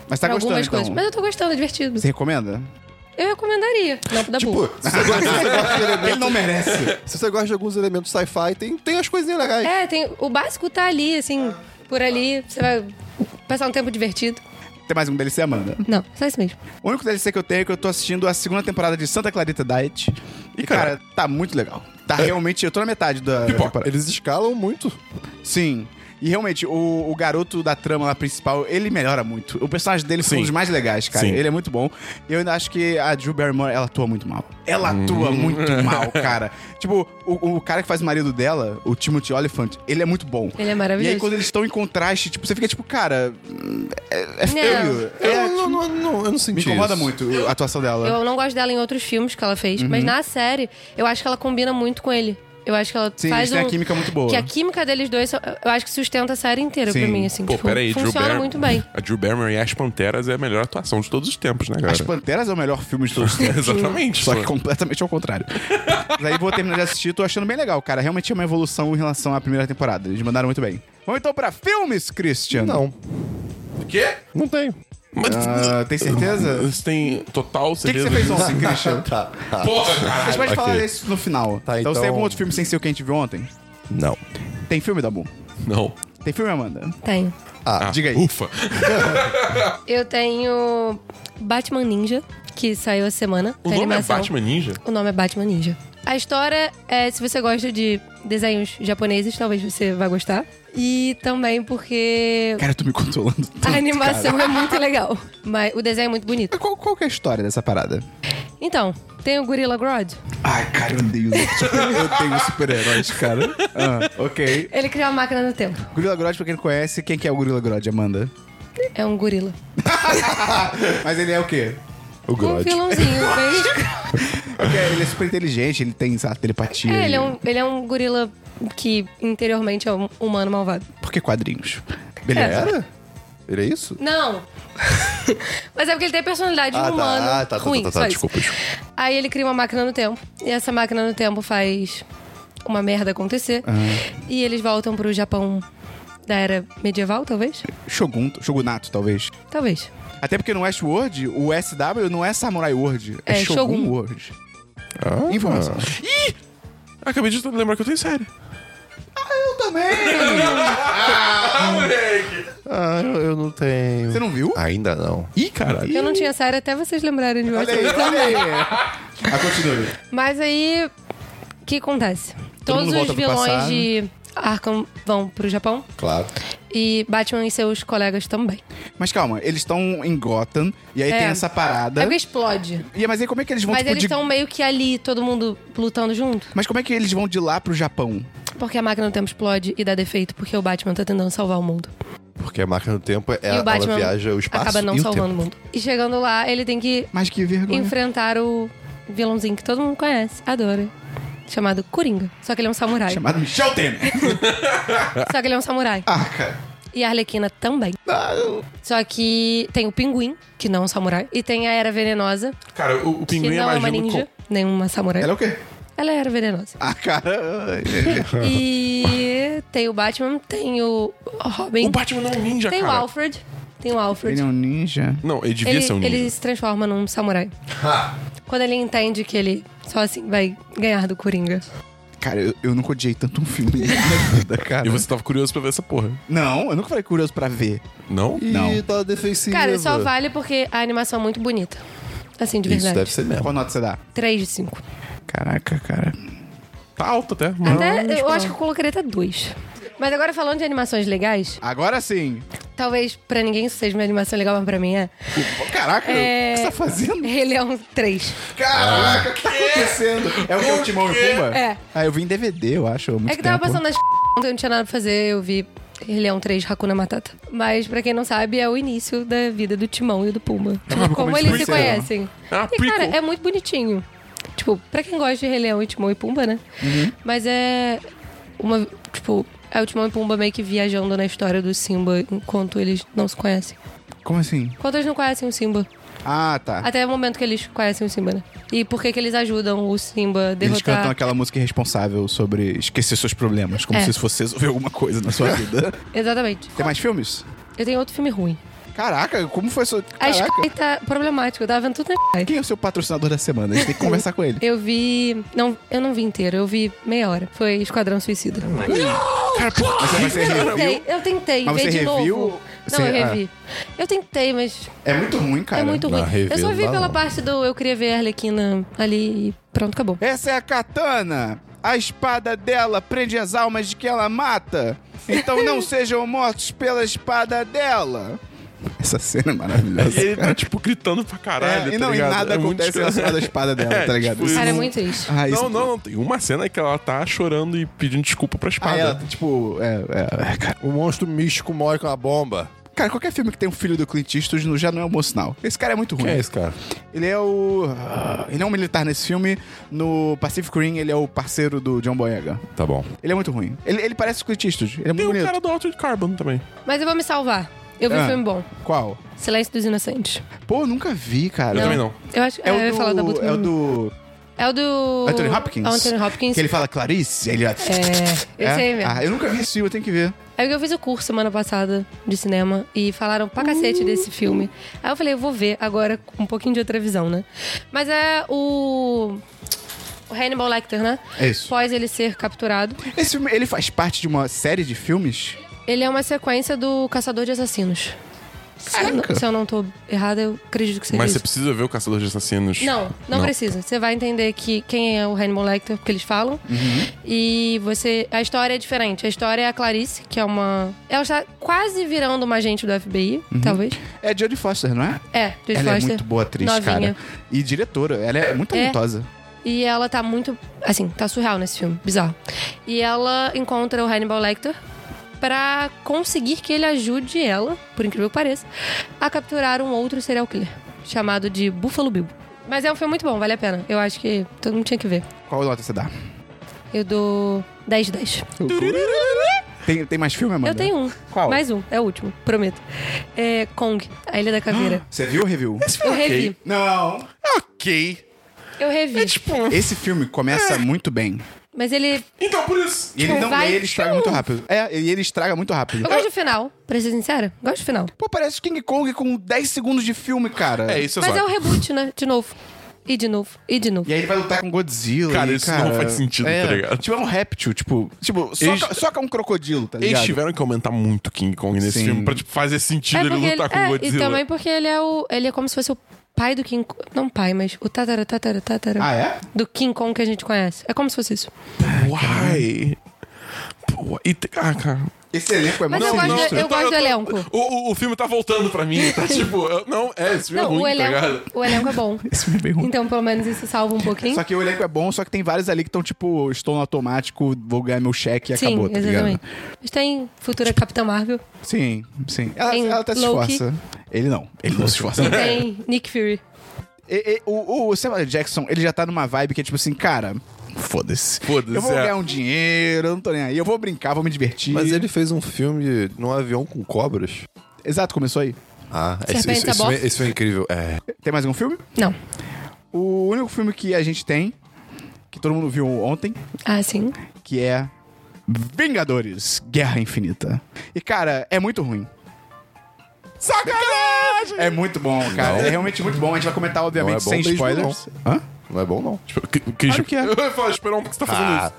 Speaker 1: Mas tá
Speaker 3: pra
Speaker 1: gostando,
Speaker 3: algumas
Speaker 1: então.
Speaker 3: coisas. Mas eu tô gostando, é divertido.
Speaker 1: Você recomenda?
Speaker 3: Eu recomendaria. Não,
Speaker 1: Tipo,
Speaker 3: da
Speaker 4: Pô,
Speaker 3: boa.
Speaker 4: Tipo, se você gosta, se você gosta de,
Speaker 1: Ele
Speaker 4: elementos,
Speaker 1: não merece.
Speaker 4: se você gosta de alguns elementos sci-fi, tem, tem as coisinhas legais.
Speaker 3: É, tem, o básico tá ali, assim, por ali. Você vai passar um tempo divertido.
Speaker 1: Tem mais um DLC, Amanda?
Speaker 3: Não, só isso mesmo.
Speaker 1: O único DLC que eu tenho é que eu tô assistindo a segunda temporada de Santa Clarita Diet. E, cara, tá muito legal. Tá realmente... Eu tô na metade da temporada.
Speaker 4: Eles escalam muito.
Speaker 1: Sim. E realmente, o, o garoto da trama lá principal, ele melhora muito. O personagem dele foi
Speaker 2: Sim.
Speaker 1: um dos mais legais, cara.
Speaker 2: Sim.
Speaker 1: Ele é muito bom. E eu ainda acho que a Drew Barrymore, ela atua muito mal. Ela
Speaker 2: Hum.
Speaker 1: atua muito mal, cara. Tipo, o, o cara que faz o marido dela, o Timothy Oliphant, ele é muito bom.
Speaker 3: Ele é
Speaker 1: E
Speaker 3: maravilhoso.
Speaker 1: aí, quando eles estão em contraste, tipo, você fica tipo, cara, é, é
Speaker 3: Não.
Speaker 1: feio.
Speaker 4: Eu,
Speaker 1: É,
Speaker 4: não, não, não- eu não senti
Speaker 1: me incomoda
Speaker 4: isso.
Speaker 1: muito a atuação dela.
Speaker 3: Eu não gosto dela em outros filmes que ela fez,
Speaker 1: Uhum.
Speaker 3: mas na série, eu acho que ela combina muito com ele. Eu acho que ela
Speaker 1: Sim,
Speaker 3: faz
Speaker 1: eles têm
Speaker 3: um...
Speaker 1: a química muito boa.
Speaker 3: Que a química deles dois, eu acho que sustenta a série inteira
Speaker 1: Sim.
Speaker 3: pra mim, assim.
Speaker 2: Pô,
Speaker 3: tipo,
Speaker 2: peraí, Drew
Speaker 3: funciona
Speaker 2: Barrymore.
Speaker 3: muito bem.
Speaker 2: A Drew Barrymore e as Panteras é a melhor atuação de todos os tempos, né,
Speaker 1: As
Speaker 2: cara?
Speaker 1: Panteras é o melhor filme de todos os tempos.
Speaker 2: Exatamente.
Speaker 1: Só que
Speaker 2: pô.
Speaker 1: completamente ao contrário. Mas aí vou terminar de assistir, tô achando bem legal, cara. Realmente é uma evolução em relação à primeira temporada. Eles mandaram muito bem. Vamos então pra filmes, Christian.
Speaker 4: Não,
Speaker 2: Quê?
Speaker 4: não tem.
Speaker 2: Mas.
Speaker 1: Ah, tem certeza? O
Speaker 2: Você tem total
Speaker 1: que, que
Speaker 2: certeza.
Speaker 1: você fez ontem, Christian?
Speaker 4: tá, tá.
Speaker 2: Porra,
Speaker 1: A gente
Speaker 2: cara.
Speaker 1: pode
Speaker 4: Ok.
Speaker 1: falar isso no final.
Speaker 4: Tá,
Speaker 1: então, se
Speaker 4: então-
Speaker 1: tem algum outro filme sem ser o que a gente viu ontem?
Speaker 4: Não.
Speaker 1: Tem filme, Dabu?
Speaker 2: Não.
Speaker 1: Tem filme, Amanda?
Speaker 3: Tenho.
Speaker 4: Ah,
Speaker 2: Ah,
Speaker 1: Diga aí.
Speaker 2: Ufa.
Speaker 3: Eu tenho Batman Ninja, que saiu essa semana.
Speaker 2: O
Speaker 3: da
Speaker 2: nome é
Speaker 3: animação.
Speaker 2: Batman Ninja?
Speaker 3: O nome é Batman Ninja. A história é, se você gosta de desenhos japoneses, talvez você vá gostar. E também porque
Speaker 1: Cara, eu tô me controlando. tanto,
Speaker 3: a animação
Speaker 1: cara.
Speaker 3: é muito legal. Mas o desenho é muito bonito.
Speaker 1: Mas Qual, qual que é a história dessa parada?
Speaker 3: Então, tem o Gorilla Grodd.
Speaker 1: Ai, cara, eu odeio, eu odeio super-heróis, cara. Ah, ok.
Speaker 3: Ele criou a máquina do tempo.
Speaker 1: Gorila Grodd, pra quem não conhece, quem que é o Gorila Grodd, Amanda?
Speaker 3: É um gorila.
Speaker 1: Mas ele é o quê?
Speaker 4: o
Speaker 3: Um
Speaker 4: Grod.
Speaker 3: vilãozinho bem...
Speaker 1: porque ele é super inteligente, ele tem, sei lá, telepatia.
Speaker 3: É, ele é, um, ele é um gorila que interiormente é um humano malvado.
Speaker 1: Por que quadrinhos? Beleza.
Speaker 4: Era? Ele é isso?
Speaker 3: Não! Mas é porque ele tem a personalidade
Speaker 4: Ah, tá.
Speaker 3: humana.
Speaker 4: Ah, tá, tá,
Speaker 3: ruim,
Speaker 4: tá, tá,
Speaker 3: só
Speaker 4: tá.
Speaker 3: isso.
Speaker 4: Desculpa, desculpa.
Speaker 3: Aí ele cria uma máquina no tempo. E essa máquina no tempo faz uma merda acontecer. E eles voltam pro Japão da era medieval, talvez?
Speaker 1: Shogun, Shogunato, talvez.
Speaker 3: Talvez.
Speaker 1: Até porque no Westworld, o SW não é Samurai World, é,
Speaker 3: É,
Speaker 1: Shogun,
Speaker 3: Shogun.
Speaker 1: World.
Speaker 2: Ah.
Speaker 1: Informação.
Speaker 2: Acabei de lembrar que eu tenho série.
Speaker 1: Eu também!
Speaker 4: Ah, eu, eu não tenho.
Speaker 1: Você não viu?
Speaker 4: Ainda não.
Speaker 2: Ih, caralho.
Speaker 3: Eu não tinha série até vocês lembrarem de
Speaker 1: Olha aí,
Speaker 3: Westworld.
Speaker 1: olha aí. Ah, continue.
Speaker 3: Mas aí, o que acontece? Todos
Speaker 1: mundo volta
Speaker 3: os
Speaker 1: pro
Speaker 3: vilões
Speaker 1: passado.
Speaker 3: de Arkham vão pro Japão.
Speaker 4: Claro.
Speaker 3: E Batman e seus colegas também.
Speaker 1: Mas calma, eles estão em Gotham, e aí
Speaker 3: É.
Speaker 1: tem essa
Speaker 3: É
Speaker 1: parada.
Speaker 3: porque explode.
Speaker 1: E, mas aí como é que eles vão,
Speaker 3: Mas
Speaker 1: tipo,
Speaker 3: eles
Speaker 1: de...
Speaker 3: estão meio que ali, todo mundo lutando junto.
Speaker 1: Mas como é que eles vão de lá pro Japão?
Speaker 3: Porque a máquina do tempo explode e dá defeito, porque o Batman tá tentando salvar o mundo.
Speaker 4: Porque a máquina do tempo, é,
Speaker 3: e
Speaker 4: ela
Speaker 3: o Batman
Speaker 4: viaja o espaço
Speaker 3: acaba não
Speaker 4: e o
Speaker 3: salvando
Speaker 4: tempo. Uhum.
Speaker 3: o mundo. E chegando lá, ele tem que
Speaker 1: Mas que vergonha.
Speaker 3: enfrentar o vilãozinho que todo mundo conhece, adora. Chamado Coringa. Só que ele é um samurai.
Speaker 1: Chamado Michel Temer.
Speaker 3: Só que ele é um samurai.
Speaker 1: ah, cara.
Speaker 3: E a Arlequina também. Só que tem o Pinguim, que não é um samurai. E tem a Era Venenosa,
Speaker 2: Cara, o, o
Speaker 3: que
Speaker 2: pinguim é
Speaker 3: não é
Speaker 2: mais
Speaker 3: uma
Speaker 2: lindo
Speaker 3: ninja,
Speaker 2: com-
Speaker 3: nem uma samurai.
Speaker 1: Ela é
Speaker 3: Ela,
Speaker 1: o quê?
Speaker 3: é a Era Venenosa.
Speaker 1: Ah, cara.
Speaker 3: E tem o Batman, tem o Robin.
Speaker 2: O Batman não é um ninja,
Speaker 3: tem o
Speaker 2: cara.
Speaker 3: Alfred. Tem o Alfred.
Speaker 1: Ele é um ninja.
Speaker 2: Não, ele devia
Speaker 3: Ele,
Speaker 2: ser um ninja.
Speaker 3: ele se transforma num samurai. Quando ele entende que ele só assim vai ganhar do Coringa.
Speaker 1: Cara, eu, eu nunca odiei tanto um filme na minha vida, cara.
Speaker 2: E você tava curioso pra ver essa porra.
Speaker 1: Não, eu nunca falei curioso pra ver.
Speaker 2: Não?
Speaker 4: E
Speaker 1: Não.
Speaker 4: tá defensiva.
Speaker 3: Cara, só vale porque a animação é muito bonita. Assim, de
Speaker 4: Isso deve
Speaker 3: verdade.
Speaker 4: ser mesmo.
Speaker 1: Qual nota você dá?
Speaker 3: 3 de 5.
Speaker 1: Caraca, cara.
Speaker 2: Tá alto até. mas-
Speaker 3: Até, eu acho que eu colocaria até 2. Mas agora falando de animações legais,
Speaker 1: Agora sim.
Speaker 3: talvez pra ninguém isso seja uma animação legal, mas pra mim é.
Speaker 1: Caraca,
Speaker 3: É.
Speaker 1: o que você tá fazendo?
Speaker 3: Ele é um 3.
Speaker 1: Caraca, o que tá acontecendo? É o que é o Timão e Pumba?
Speaker 3: É.
Speaker 1: Ah, eu vi em DVD, eu acho. há Muito
Speaker 3: É que tava
Speaker 1: tempo.
Speaker 3: passando nas p... ontem, eu não tinha nada pra fazer, eu vi Ele é um 3 Hakuna Matata. Mas pra quem não sabe, é o início da vida do Timão e do Pumba. Tipo,
Speaker 1: como
Speaker 3: como
Speaker 1: eles
Speaker 3: eles se
Speaker 1: conheceram.
Speaker 3: conhecem.
Speaker 2: É uma
Speaker 3: e cara,
Speaker 2: prequel.
Speaker 3: é muito bonitinho. Tipo, pra quem gosta de Rei Leão e Timão e Pumba, né?
Speaker 1: Uhum.
Speaker 3: Mas é uma, tipo, é o Timão e Pumba meio que viajando na história do Simba enquanto eles não se conhecem.
Speaker 1: Como assim?
Speaker 3: Enquanto eles não conhecem o Simba.
Speaker 1: Ah, tá.
Speaker 3: Até o momento que eles conhecem o Simba, né? E por que que eles ajudam o Simba a
Speaker 1: Eles
Speaker 3: derrotar...
Speaker 1: cantam aquela música irresponsável sobre esquecer seus problemas, como
Speaker 3: É.
Speaker 1: se isso fosse resolver alguma coisa na sua vida.
Speaker 3: Exatamente.
Speaker 1: Tem mais filmes?
Speaker 3: Eu tenho outro filme ruim.
Speaker 1: Caraca, como foi sua.
Speaker 3: A
Speaker 1: Caraca.
Speaker 3: Sky tá problemática, eu tava vendo tudo na Sky.
Speaker 1: Quem é o seu patrocinador da semana? A gente tem que conversar com ele.
Speaker 3: Eu vi. Não, eu não vi inteiro, eu vi meia hora. Foi Esquadrão Suicida.
Speaker 1: Cara, por quê? Mas é, você
Speaker 3: Eu
Speaker 1: review?
Speaker 3: tentei, eu tentei
Speaker 1: Mas
Speaker 3: ver
Speaker 1: você
Speaker 3: de
Speaker 1: reviu?
Speaker 3: novo.
Speaker 1: Você-
Speaker 3: Não, eu revi. Eu tentei, mas
Speaker 1: É muito ruim, cara.
Speaker 3: é muito ruim.
Speaker 4: não, review
Speaker 3: eu só
Speaker 4: não
Speaker 3: vi
Speaker 4: dá,
Speaker 3: pela
Speaker 4: não.
Speaker 3: parte do eu queria ver a Arlequina ali e pronto, acabou.
Speaker 1: Essa é a katana. A espada dela prende as almas de que ela mata. Então não sejam mortos pela espada dela. Essa cena é
Speaker 2: E
Speaker 1: maravilhosa.
Speaker 2: ele tá, tipo, gritando pra caralho,
Speaker 1: É, e
Speaker 2: tá
Speaker 1: não, e
Speaker 2: ligado?
Speaker 1: nada
Speaker 2: É muito
Speaker 1: acontece
Speaker 2: escra-
Speaker 1: relacionado à espada dela,
Speaker 2: É,
Speaker 1: tá ligado?
Speaker 2: tipo,
Speaker 3: Cara, é
Speaker 2: não-
Speaker 3: muito triste.
Speaker 1: Ah, isso-
Speaker 2: Não, não, não. Tem uma cena que ela tá chorando e pedindo desculpa
Speaker 1: Ah,
Speaker 2: pra espada.
Speaker 1: ela, tipo, é, é, é, cara.
Speaker 4: O monstro místico morre com uma bomba.
Speaker 1: Cara, qualquer filme que tem um filho do Clint Eastwood no- já não é um bom sinal. Esse cara é muito ruim.
Speaker 4: Quem é esse cara?
Speaker 1: Ele é o. ah, Ele é um militar nesse filme. No Pacific Rim, ele é o parceiro do John Boyega.
Speaker 4: Tá bom.
Speaker 1: Ele é muito ruim. Ele, ele parece o Clint Eastwood. Ele é
Speaker 2: Tem um
Speaker 1: muito
Speaker 2: o
Speaker 1: bonito.
Speaker 2: cara do Altered Carbon também.
Speaker 3: Mas eu vou me salvar. Eu vi
Speaker 1: Ah.
Speaker 3: um filme bom.
Speaker 1: Qual?
Speaker 3: Silêncio dos Inocentes.
Speaker 1: Pô, eu nunca vi, cara.
Speaker 2: Eu também não.
Speaker 3: Eu acho que
Speaker 1: É,
Speaker 3: é, eu ia
Speaker 1: o
Speaker 3: falar da
Speaker 1: do,
Speaker 3: Buta
Speaker 1: é o
Speaker 3: Menino.
Speaker 1: do
Speaker 3: É o do.
Speaker 1: Anthony Hopkins?
Speaker 3: Anthony Hopkins.
Speaker 1: Que ele fala Clarice, ele... É,
Speaker 3: É, esse aí mesmo.
Speaker 1: Ah, eu nunca vi esse filme, eu tenho que ver.
Speaker 3: Aí eu fiz o curso semana passada de cinema e falaram pra cacete
Speaker 1: Uh.
Speaker 3: desse filme. Aí eu falei, eu vou ver agora com um pouquinho de outra visão, né? Mas é o. O Hannibal Lecter, né?
Speaker 1: É isso.
Speaker 3: Após ele ser capturado.
Speaker 1: Esse filme, ele faz parte de uma série de filmes?
Speaker 3: Ele é uma sequência do Caçador de Assassinos. Se eu, não-
Speaker 1: Caraca.
Speaker 3: se eu não tô errada, eu acredito que seja
Speaker 2: Mas você
Speaker 3: isso.
Speaker 2: precisa ver o Caçador de Assassinos.
Speaker 3: Não, não, precisa. Você vai entender que quem é o Hannibal Lecter, porque eles falam.
Speaker 1: Uhum.
Speaker 3: E você. A história é diferente. A história é a Clarice, que é uma. Ela está quase virando uma agente do FBI, talvez.
Speaker 1: É Jodie Foster, não é?
Speaker 3: É, Jodie
Speaker 1: ela
Speaker 3: Foster.
Speaker 1: é muito boa atriz,
Speaker 3: novinha.
Speaker 1: cara. E diretora, ela é muito
Speaker 3: É.
Speaker 1: talentosa.
Speaker 3: E ela tá muito. Assim, tá surreal nesse filme, bizarro. E ela encontra o Hannibal Lecter pra conseguir que ele ajude ela, por incrível que pareça, a capturar um outro serial killer, chamado de Buffalo Bill. Mas é um filme muito bom, vale a pena. Eu acho que todo mundo tinha que ver.
Speaker 1: Qual nota você dá?
Speaker 3: Eu dou 10 de 10.
Speaker 1: Tem, tem mais filme, Amanda?
Speaker 3: Eu tenho um.
Speaker 1: Qual?
Speaker 3: Mais um, é o último, prometo. É Kong, A Ilha da Caveira.
Speaker 1: Você viu ou review?
Speaker 3: Eu revi.
Speaker 1: Não.
Speaker 2: Ok.
Speaker 3: Eu revi.
Speaker 2: É tipo.
Speaker 1: Esse filme começa muito bem.
Speaker 3: Mas ele.
Speaker 2: Então por isso.
Speaker 1: E ele, não,
Speaker 3: Tipo, Vai
Speaker 1: e ele estraga
Speaker 3: ser
Speaker 1: muito
Speaker 3: um.
Speaker 1: rápido. É, e ele estraga muito rápido.
Speaker 3: Eu gosto do final, pra ser sincera. Gosto do final.
Speaker 1: Pô, parece King Kong com 10 segundos de filme, cara.
Speaker 2: É isso,
Speaker 3: Mas é
Speaker 2: exato.
Speaker 3: o reboot, né? De novo. E de novo. E de novo.
Speaker 1: E aí ele vai lutar com Godzilla.
Speaker 2: Cara,
Speaker 1: e,
Speaker 2: isso não faz sentido, tá ligado?
Speaker 1: Tipo, é um réptil, tipo. Tipo, soca,
Speaker 2: Eles-
Speaker 1: soca um crocodilo, tá
Speaker 2: Eles
Speaker 1: ligado?
Speaker 2: tiveram que aumentar muito King Kong nesse
Speaker 1: Sim.
Speaker 2: filme pra tipo, fazer sentido ele
Speaker 3: porque
Speaker 2: lutar com o
Speaker 3: é,
Speaker 2: Godzilla.
Speaker 3: E também porque ele é o. Ele é como se fosse o pai do King Kong. Não pai, mas o tatara, tatara, tatara.
Speaker 1: Ah, é?
Speaker 3: Do King Kong que a gente conhece. É como se fosse isso.
Speaker 2: Uai. Pô, e te- ah, cara.
Speaker 1: Esse elenco é
Speaker 3: Mas
Speaker 1: muito
Speaker 3: eu gosto
Speaker 1: sinistro.
Speaker 3: de- eu- gosto do elenco.
Speaker 2: O, o, o filme tá voltando pra mim. Tá tipo. eu- não, é, esse filme é
Speaker 3: Não,
Speaker 2: ruim,
Speaker 3: o,
Speaker 2: tá
Speaker 3: elenco,
Speaker 2: ligado?
Speaker 3: o elenco é bom.
Speaker 1: Esse filme é bem ruim.
Speaker 3: Então, pelo menos isso salva um pouquinho.
Speaker 1: Só que o elenco é bom, só que tem vários ali que estão, tipo, estou no automático, vou ganhar meu cheque e
Speaker 3: Sim,
Speaker 1: acabou, tá
Speaker 3: exatamente.
Speaker 1: ligado?
Speaker 3: Mas tem futura Capitã Marvel,
Speaker 1: Sim, sim. Ela,
Speaker 3: Tem
Speaker 1: ela até se
Speaker 3: Loki.
Speaker 1: esforça. Ele não. Ele não se esforça.
Speaker 3: tem Nick Fury.
Speaker 1: E- e- o, o Samuel L. Jackson, ele já tá numa vibe que é tipo assim, cara, foda-se.
Speaker 2: Foda-se,
Speaker 1: Eu vou
Speaker 2: é.
Speaker 1: ganhar um dinheiro, eu não tô nem aí. Eu vou brincar, vou me divertir.
Speaker 4: Mas ele fez um filme num avião com cobras.
Speaker 1: Exato, começou aí.
Speaker 4: Ah, esse,
Speaker 3: Serpentes
Speaker 4: esse, esse,
Speaker 3: a
Speaker 4: foi,
Speaker 3: bofe?
Speaker 4: esse foi incrível. É.
Speaker 1: Tem mais algum filme?
Speaker 3: Não.
Speaker 1: O único filme que a gente tem, que todo mundo viu ontem,
Speaker 3: Ah, sim.
Speaker 1: que é Vingadores, Guerra Infinita. E, cara, é muito ruim.
Speaker 2: Sacanagem!
Speaker 1: É muito bom, cara.
Speaker 4: Não.
Speaker 1: É realmente muito bom. A gente vai comentar, obviamente,
Speaker 4: Não é bom
Speaker 1: sem
Speaker 4: mesmo,
Speaker 1: spoilers. Hã?
Speaker 4: Não é bom, não.
Speaker 2: Tipo, que, que,
Speaker 1: Claro que é.
Speaker 2: Eu ia falar, esperar um pouco que você tá fazendo
Speaker 4: Ah,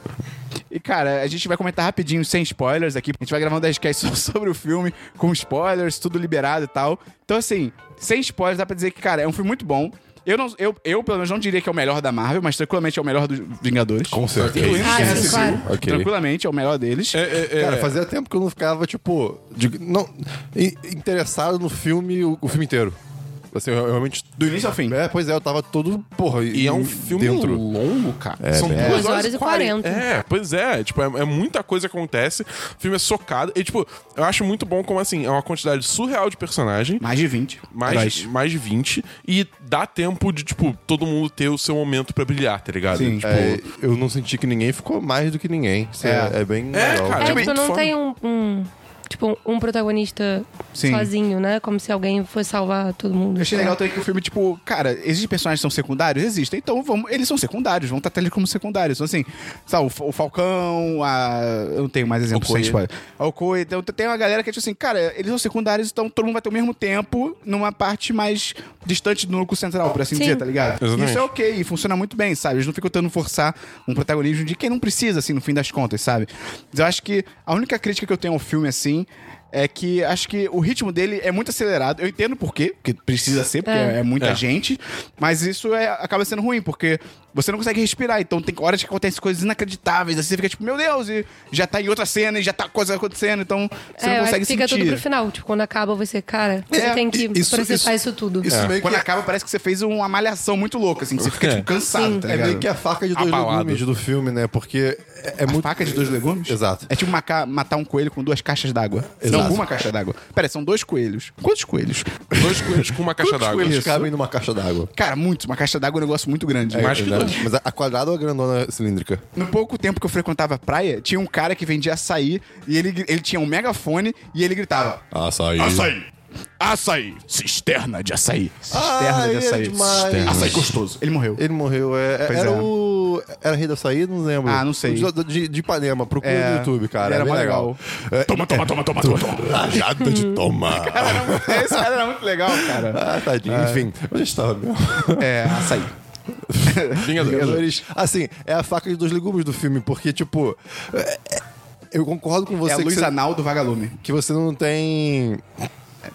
Speaker 2: isso.
Speaker 1: E, cara, a gente vai comentar rapidinho, sem spoilers aqui. A gente vai gravar um 10 só sobre o filme, com spoilers, tudo liberado e tal. Então, assim, sem spoilers, dá pra dizer que, cara, é um filme muito bom. Eu, não, eu, eu, pelo menos, não diria que é o melhor da Marvel, mas tranquilamente é o melhor dos Vingadores.
Speaker 4: com certeza.
Speaker 2: Ok.
Speaker 3: Ah, sim, claro.
Speaker 4: Ok.
Speaker 1: Tranquilamente é o melhor deles.
Speaker 2: É, é, é.
Speaker 4: Cara, fazia tempo que eu não ficava, tipo, de- não, in- interessado no filme, o, o filme inteiro. Assim, eu, eu realmente.
Speaker 1: Do início ao fim.
Speaker 4: É, pois é, eu tava todo, porra,
Speaker 2: E é um filme
Speaker 4: dentro.
Speaker 2: longo, cara.
Speaker 4: É,
Speaker 2: São
Speaker 4: bem.
Speaker 2: duas
Speaker 3: Duas horas e quarenta.
Speaker 2: É, pois é. Tipo, é, é muita coisa que acontece. O filme é socado. E, tipo, eu acho muito bom como, assim, é uma quantidade surreal de personagem.
Speaker 1: Mais de 20.
Speaker 2: Mais,
Speaker 1: Heróis.
Speaker 2: mais de 20. E dá tempo de, tipo, todo mundo ter o seu momento pra brilhar, tá ligado?
Speaker 1: Sim.
Speaker 2: Tipo,
Speaker 4: É, eu não senti que ninguém ficou mais do que ninguém. Isso
Speaker 1: É.
Speaker 4: é, é bem
Speaker 2: É,
Speaker 4: legal.
Speaker 2: cara.
Speaker 3: É,
Speaker 2: Tipo,
Speaker 3: tipo, não
Speaker 2: fome.
Speaker 3: tem um, um- Tipo, um protagonista
Speaker 1: Sim.
Speaker 3: sozinho, né? Como se alguém fosse salvar todo mundo. É.
Speaker 1: Eu achei legal também que o filme, tipo, cara, existem personagens que são secundários? Existem. Então, vamos, eles são secundários, vão tratar eles como secundários. Então, assim, sabe, o, Fa- o Falcão, a. Eu não tenho mais exemplos sem
Speaker 2: Okoye.
Speaker 1: spoiler. A Okoye. Então, tem uma galera que é tipo assim, cara, eles são secundários, então todo mundo vai ter o mesmo tempo numa parte mais distante do núcleo central, por assim
Speaker 3: Sim.
Speaker 1: dizer, tá ligado?
Speaker 2: Exatamente.
Speaker 1: Isso é ok, e funciona muito bem, sabe? Eles não ficam tentando forçar um protagonismo de quem não precisa, assim, no fim das contas, sabe? Mas eu acho que a única crítica que eu tenho ao filme, assim. É que acho que o ritmo dele é muito acelerado. Eu entendo por quê, porque precisa ser, porque
Speaker 3: É.
Speaker 1: é, é muita
Speaker 2: É.
Speaker 1: gente, mas isso é, acaba sendo ruim, porque você não consegue respirar, então tem horas que acontecem coisas inacreditáveis, assim você fica tipo, meu Deus, e já tá em outra cena e já tá coisa acontecendo, então você
Speaker 3: é,
Speaker 1: não consegue
Speaker 3: eu acho que fica
Speaker 1: sentir.
Speaker 3: tudo pro final. Tipo, quando acaba você, cara, você
Speaker 1: É,
Speaker 3: tem que
Speaker 4: isso-
Speaker 3: processar
Speaker 4: isso-
Speaker 3: isso, tudo. É.
Speaker 4: Isso meio que é
Speaker 1: Quando acaba, parece que você fez uma malhação muito louca, assim, que você fica, tipo, cansado, tá
Speaker 4: É
Speaker 1: ligado?
Speaker 4: meio que a faca de dois
Speaker 2: Abalado.
Speaker 4: legumes do filme, né? Porque é, é
Speaker 1: A
Speaker 4: muito.
Speaker 1: faca de dois legumes?
Speaker 4: Exato.
Speaker 1: É tipo maca- matar um coelho com duas caixas d'água. Não,
Speaker 4: Exato.
Speaker 1: uma caixa d'água. Pera, são dois coelhos. Quantos coelhos?
Speaker 2: Tipo, dois coelhos com uma caixa
Speaker 4: Quantos
Speaker 2: d'água.
Speaker 4: coelhos cabem numa caixa d'água?
Speaker 1: Cara, muitos. Uma caixa d'água é um negócio muito grande.
Speaker 2: Mais que
Speaker 4: né?
Speaker 2: dois.
Speaker 4: Mas a- a quadrada ou a grandona cilíndrica?
Speaker 1: No pouco tempo que eu frequentava a praia, tinha um cara que vendia açaí e ele, gri- ele tinha um megafone e ele gritava:
Speaker 4: Açaí.
Speaker 1: Açaí! Açaí! Cisterna de açaí! Cisterna
Speaker 4: Ah,
Speaker 1: de
Speaker 4: ele é
Speaker 1: açaí!
Speaker 4: demais.
Speaker 1: Cisterna. Açaí gostoso. Ele morreu.
Speaker 4: Ele morreu, é,
Speaker 1: Pois
Speaker 4: era
Speaker 1: é.
Speaker 4: o. Era rei da saída? Não lembro.
Speaker 1: Ah, não sei.
Speaker 4: De, de, de Ipanema, procura
Speaker 1: É,
Speaker 4: no YouTube, cara.
Speaker 1: ele era
Speaker 4: é bem
Speaker 1: mó
Speaker 4: legal.
Speaker 1: Toma, toma, toma, toma, toma, toma.
Speaker 4: Rajada de toma.
Speaker 1: Esse cara era muito legal, cara.
Speaker 4: ah, tadinho. Enfim, onde estava mesmo?
Speaker 1: É, açaí.
Speaker 2: Vingadores.
Speaker 4: Vingadores, assim, é a faca de dois legumes do filme, porque, tipo. é- é- Eu concordo com
Speaker 1: É
Speaker 4: você,
Speaker 1: a
Speaker 4: que,
Speaker 1: Luiz
Speaker 4: você
Speaker 1: Anal do Vagalume.
Speaker 4: que você não tem.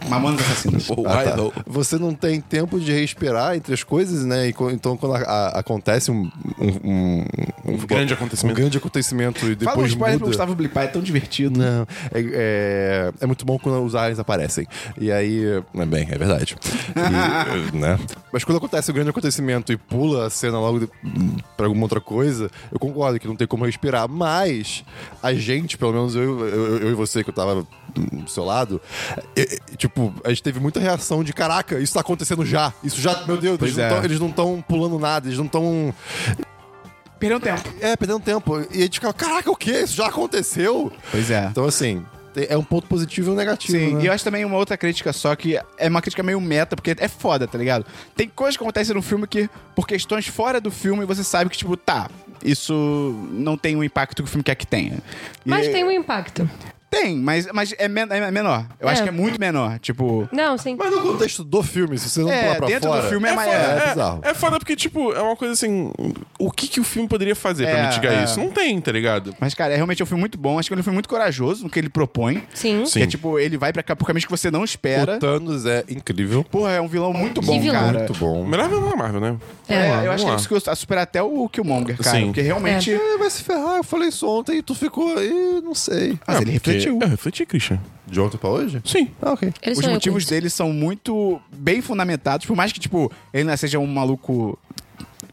Speaker 1: Mamonas Assassinas.
Speaker 4: Ah, tá.
Speaker 2: É
Speaker 4: Você não tem tempo de respirar entre as coisas, né? E co- então, quando a- a- acontece um, um- um- um-
Speaker 2: grande acontecimento.
Speaker 4: um grande acontecimento e
Speaker 1: Fala um
Speaker 4: depois
Speaker 1: spoiler pro
Speaker 4: muda.
Speaker 1: Gustavo Blipar, é tão divertido.
Speaker 4: Não, é, é, é muito bom quando os aliens aparecem. E aí. é Bem, é verdade. E, né? Mas quando acontece o grande acontecimento e pula a cena logo de, pra alguma outra coisa, eu concordo que não tem como respirar. Mas a gente, pelo menos eu, eu, eu e você que eu tava hum, do seu lado, é, é, Tipo, a gente teve muita reação de caraca, isso tá acontecendo já. Isso já, meu Deus,
Speaker 1: Pois
Speaker 4: eles, não
Speaker 1: é.
Speaker 4: tão- eles não estão pulando nada, eles não estão
Speaker 1: Perdeu tempo.
Speaker 4: é, perdendo tempo. E a gente ficava, caraca, o quê? Isso já aconteceu?
Speaker 1: Pois é.
Speaker 4: Então, assim, te- é um ponto positivo e um negativo,
Speaker 1: Sim,
Speaker 4: né?
Speaker 1: e eu acho também uma outra crítica só que é uma crítica meio meta, porque é foda, tá ligado? Tem coisas que acontecem no filme que, por questões fora do filme, você sabe que, tipo, tá, isso não tem o impacto que o filme quer que tenha. E- é
Speaker 3: Mas tem um impacto.
Speaker 1: Tem, mas, mas é, men- é menor. Eu
Speaker 3: É.
Speaker 1: acho que é muito menor. Tipo.
Speaker 3: Não, sim.
Speaker 4: Mas no contexto do filme, se você não
Speaker 1: É,
Speaker 4: pular pra
Speaker 1: dentro
Speaker 4: fora...
Speaker 1: do filme é, maior.
Speaker 4: foda,
Speaker 1: É.
Speaker 4: é bizarro.
Speaker 2: É foda porque, tipo, é uma coisa assim. O que, que o filme poderia fazer
Speaker 1: É,
Speaker 2: pra mitigar
Speaker 1: é.
Speaker 2: isso? Não tem, tá ligado?
Speaker 1: Mas, cara, é realmente um filme muito bom. Acho que ele é um filme muito corajoso no que ele propõe.
Speaker 3: Sim.
Speaker 1: Que é tipo, ele vai pra cá por caminhos que você não espera.
Speaker 4: O Thanos é incrível.
Speaker 1: Porra, é um vilão muito bom,
Speaker 3: vilão.
Speaker 1: cara.
Speaker 4: Muito bom.
Speaker 2: Melhor mesmo na Marvel, né?
Speaker 1: É,
Speaker 2: Vamos
Speaker 1: eu acho que
Speaker 2: lá.
Speaker 1: ele conseguiu superar até o Killmonger, cara.
Speaker 2: Sim.
Speaker 1: Porque realmente.
Speaker 4: É, vai se ferrar, eu falei isso ontem e tu ficou... Ih, não sei.
Speaker 1: Mas ele
Speaker 2: É, porque-
Speaker 1: refletiu.
Speaker 2: Eu refleti, Christian.
Speaker 4: Ah, De ontem pra hoje?
Speaker 2: Sim.
Speaker 4: Ah, ok.
Speaker 3: Eles
Speaker 1: Os
Speaker 3: são
Speaker 1: motivos
Speaker 3: Yakult.
Speaker 1: dele são muito bem fundamentados, por mais que, tipo, ele não seja um maluco.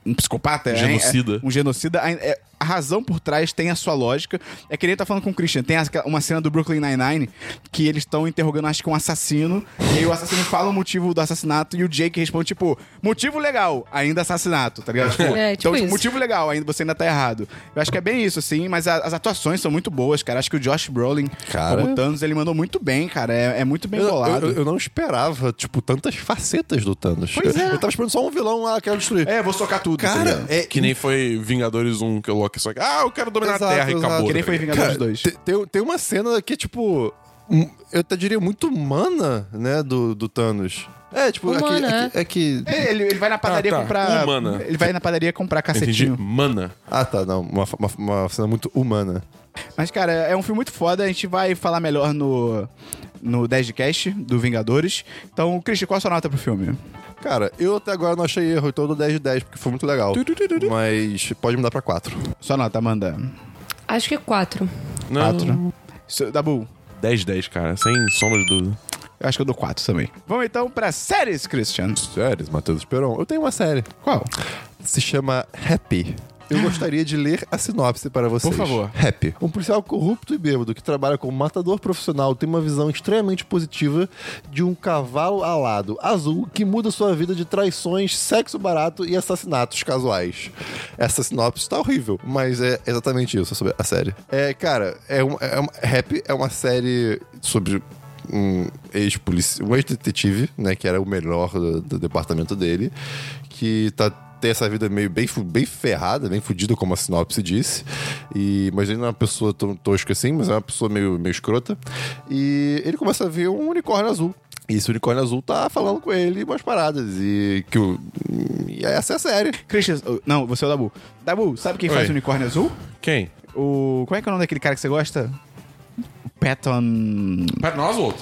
Speaker 1: Um psicopata, é,
Speaker 2: Genocida.
Speaker 1: é, um genocida. A, é, a razão por trás tem a sua lógica. É que ele tá falando com o Christian. Tem as- uma cena do Brooklyn Nine-Nine que eles estão interrogando, acho que um assassino. E aí o assassino fala o motivo do assassinato e o Jake responde, tipo, motivo legal, ainda assassinato, tá ligado? Tipo,
Speaker 3: É, tipo
Speaker 1: então, tipo,
Speaker 3: isso.
Speaker 1: motivo legal, ainda você ainda tá errado. Eu acho que é bem isso, assim, mas a- as atuações são muito boas, cara. Acho que o Josh Brolin,
Speaker 4: Cara.
Speaker 1: como Thanos, ele mandou muito bem, cara. É, é muito bem
Speaker 4: Eu,
Speaker 1: bolado.
Speaker 4: eu- eu não esperava, tipo, tantas facetas do Thanos.
Speaker 1: Pois é.
Speaker 4: Eu, eu tava esperando só um vilão lá, quero destruir.
Speaker 1: É, vou socar tudo.
Speaker 4: Cara, é
Speaker 2: Que nem foi Vingadores 1 que o Loki só. Ah, eu quero dominar
Speaker 4: Exato,
Speaker 2: a Terra e
Speaker 4: exato.
Speaker 2: acabou.
Speaker 1: que nem
Speaker 2: tá
Speaker 1: foi
Speaker 2: ligado?
Speaker 1: Vingadores 2.
Speaker 4: Te- Tem, tem uma cena que é, tipo. hum, Eu até diria muito humana, né? Do, do Thanos. É, tipo, é que-
Speaker 3: Humana,
Speaker 4: é que, é que-
Speaker 1: É, Ele, ele vai na padaria
Speaker 2: tá.
Speaker 1: comprar.
Speaker 2: Humana.
Speaker 1: Ele vai na padaria comprar
Speaker 2: Entendi.
Speaker 1: cacetinho.
Speaker 2: Mana.
Speaker 4: Ah, tá, não. Uma, uma, uma cena muito humana.
Speaker 1: Mas, cara, é um filme muito foda. A gente vai falar melhor no, no 10 de cast do Vingadores. Então, Christian, qual a sua nota pro filme?
Speaker 4: Cara, eu até agora não achei erro, então eu dou 10 de 10, porque foi muito legal.
Speaker 2: Tu, tu, tu, tu, tu.
Speaker 4: Mas pode mudar pra 4.
Speaker 1: Sua nota, Amanda.
Speaker 3: Acho que é quatro.
Speaker 2: Não.
Speaker 1: 4. Isso, Dabu,
Speaker 2: 10-10, cara. Sem sombra de dúvida.
Speaker 1: eu acho que eu dou 4 também. Vamos então pra séries, Christian.
Speaker 4: Séries, Matheus Esperon. Eu tenho uma série.
Speaker 1: Qual?
Speaker 4: se chama Happy. Eu gostaria de ler a sinopse para vocês.
Speaker 1: Por favor.
Speaker 4: Happy. Um policial corrupto e bêbado que trabalha como matador profissional tem uma visão extremamente positiva de um cavalo alado azul que muda sua vida de traições, sexo barato e assassinatos casuais. Essa sinopse tá horrível, mas é exatamente isso sobre a série. É, cara, é um, é um- Happy é uma série sobre um ex-polici- um ex-detetive, né, que era o melhor do, do departamento dele, que tá tem essa vida meio bem, fu- bem ferrada, bem fudida, como a sinopse disse. E, mas ele não é uma pessoa tão tosca assim, mas é uma pessoa meio, meio escrota. E ele começa a ver um unicórnio azul. E esse unicórnio azul tá falando com ele umas paradas. E que o. E essa é a série.
Speaker 1: Christian, oh, não, você é o Dabu. Dabu, sabe quem faz
Speaker 2: Oi.
Speaker 1: o unicórnio azul?
Speaker 2: Quem?
Speaker 1: O. Como é que é o nome daquele cara que você gosta? Patton.
Speaker 2: Pat Oswalt.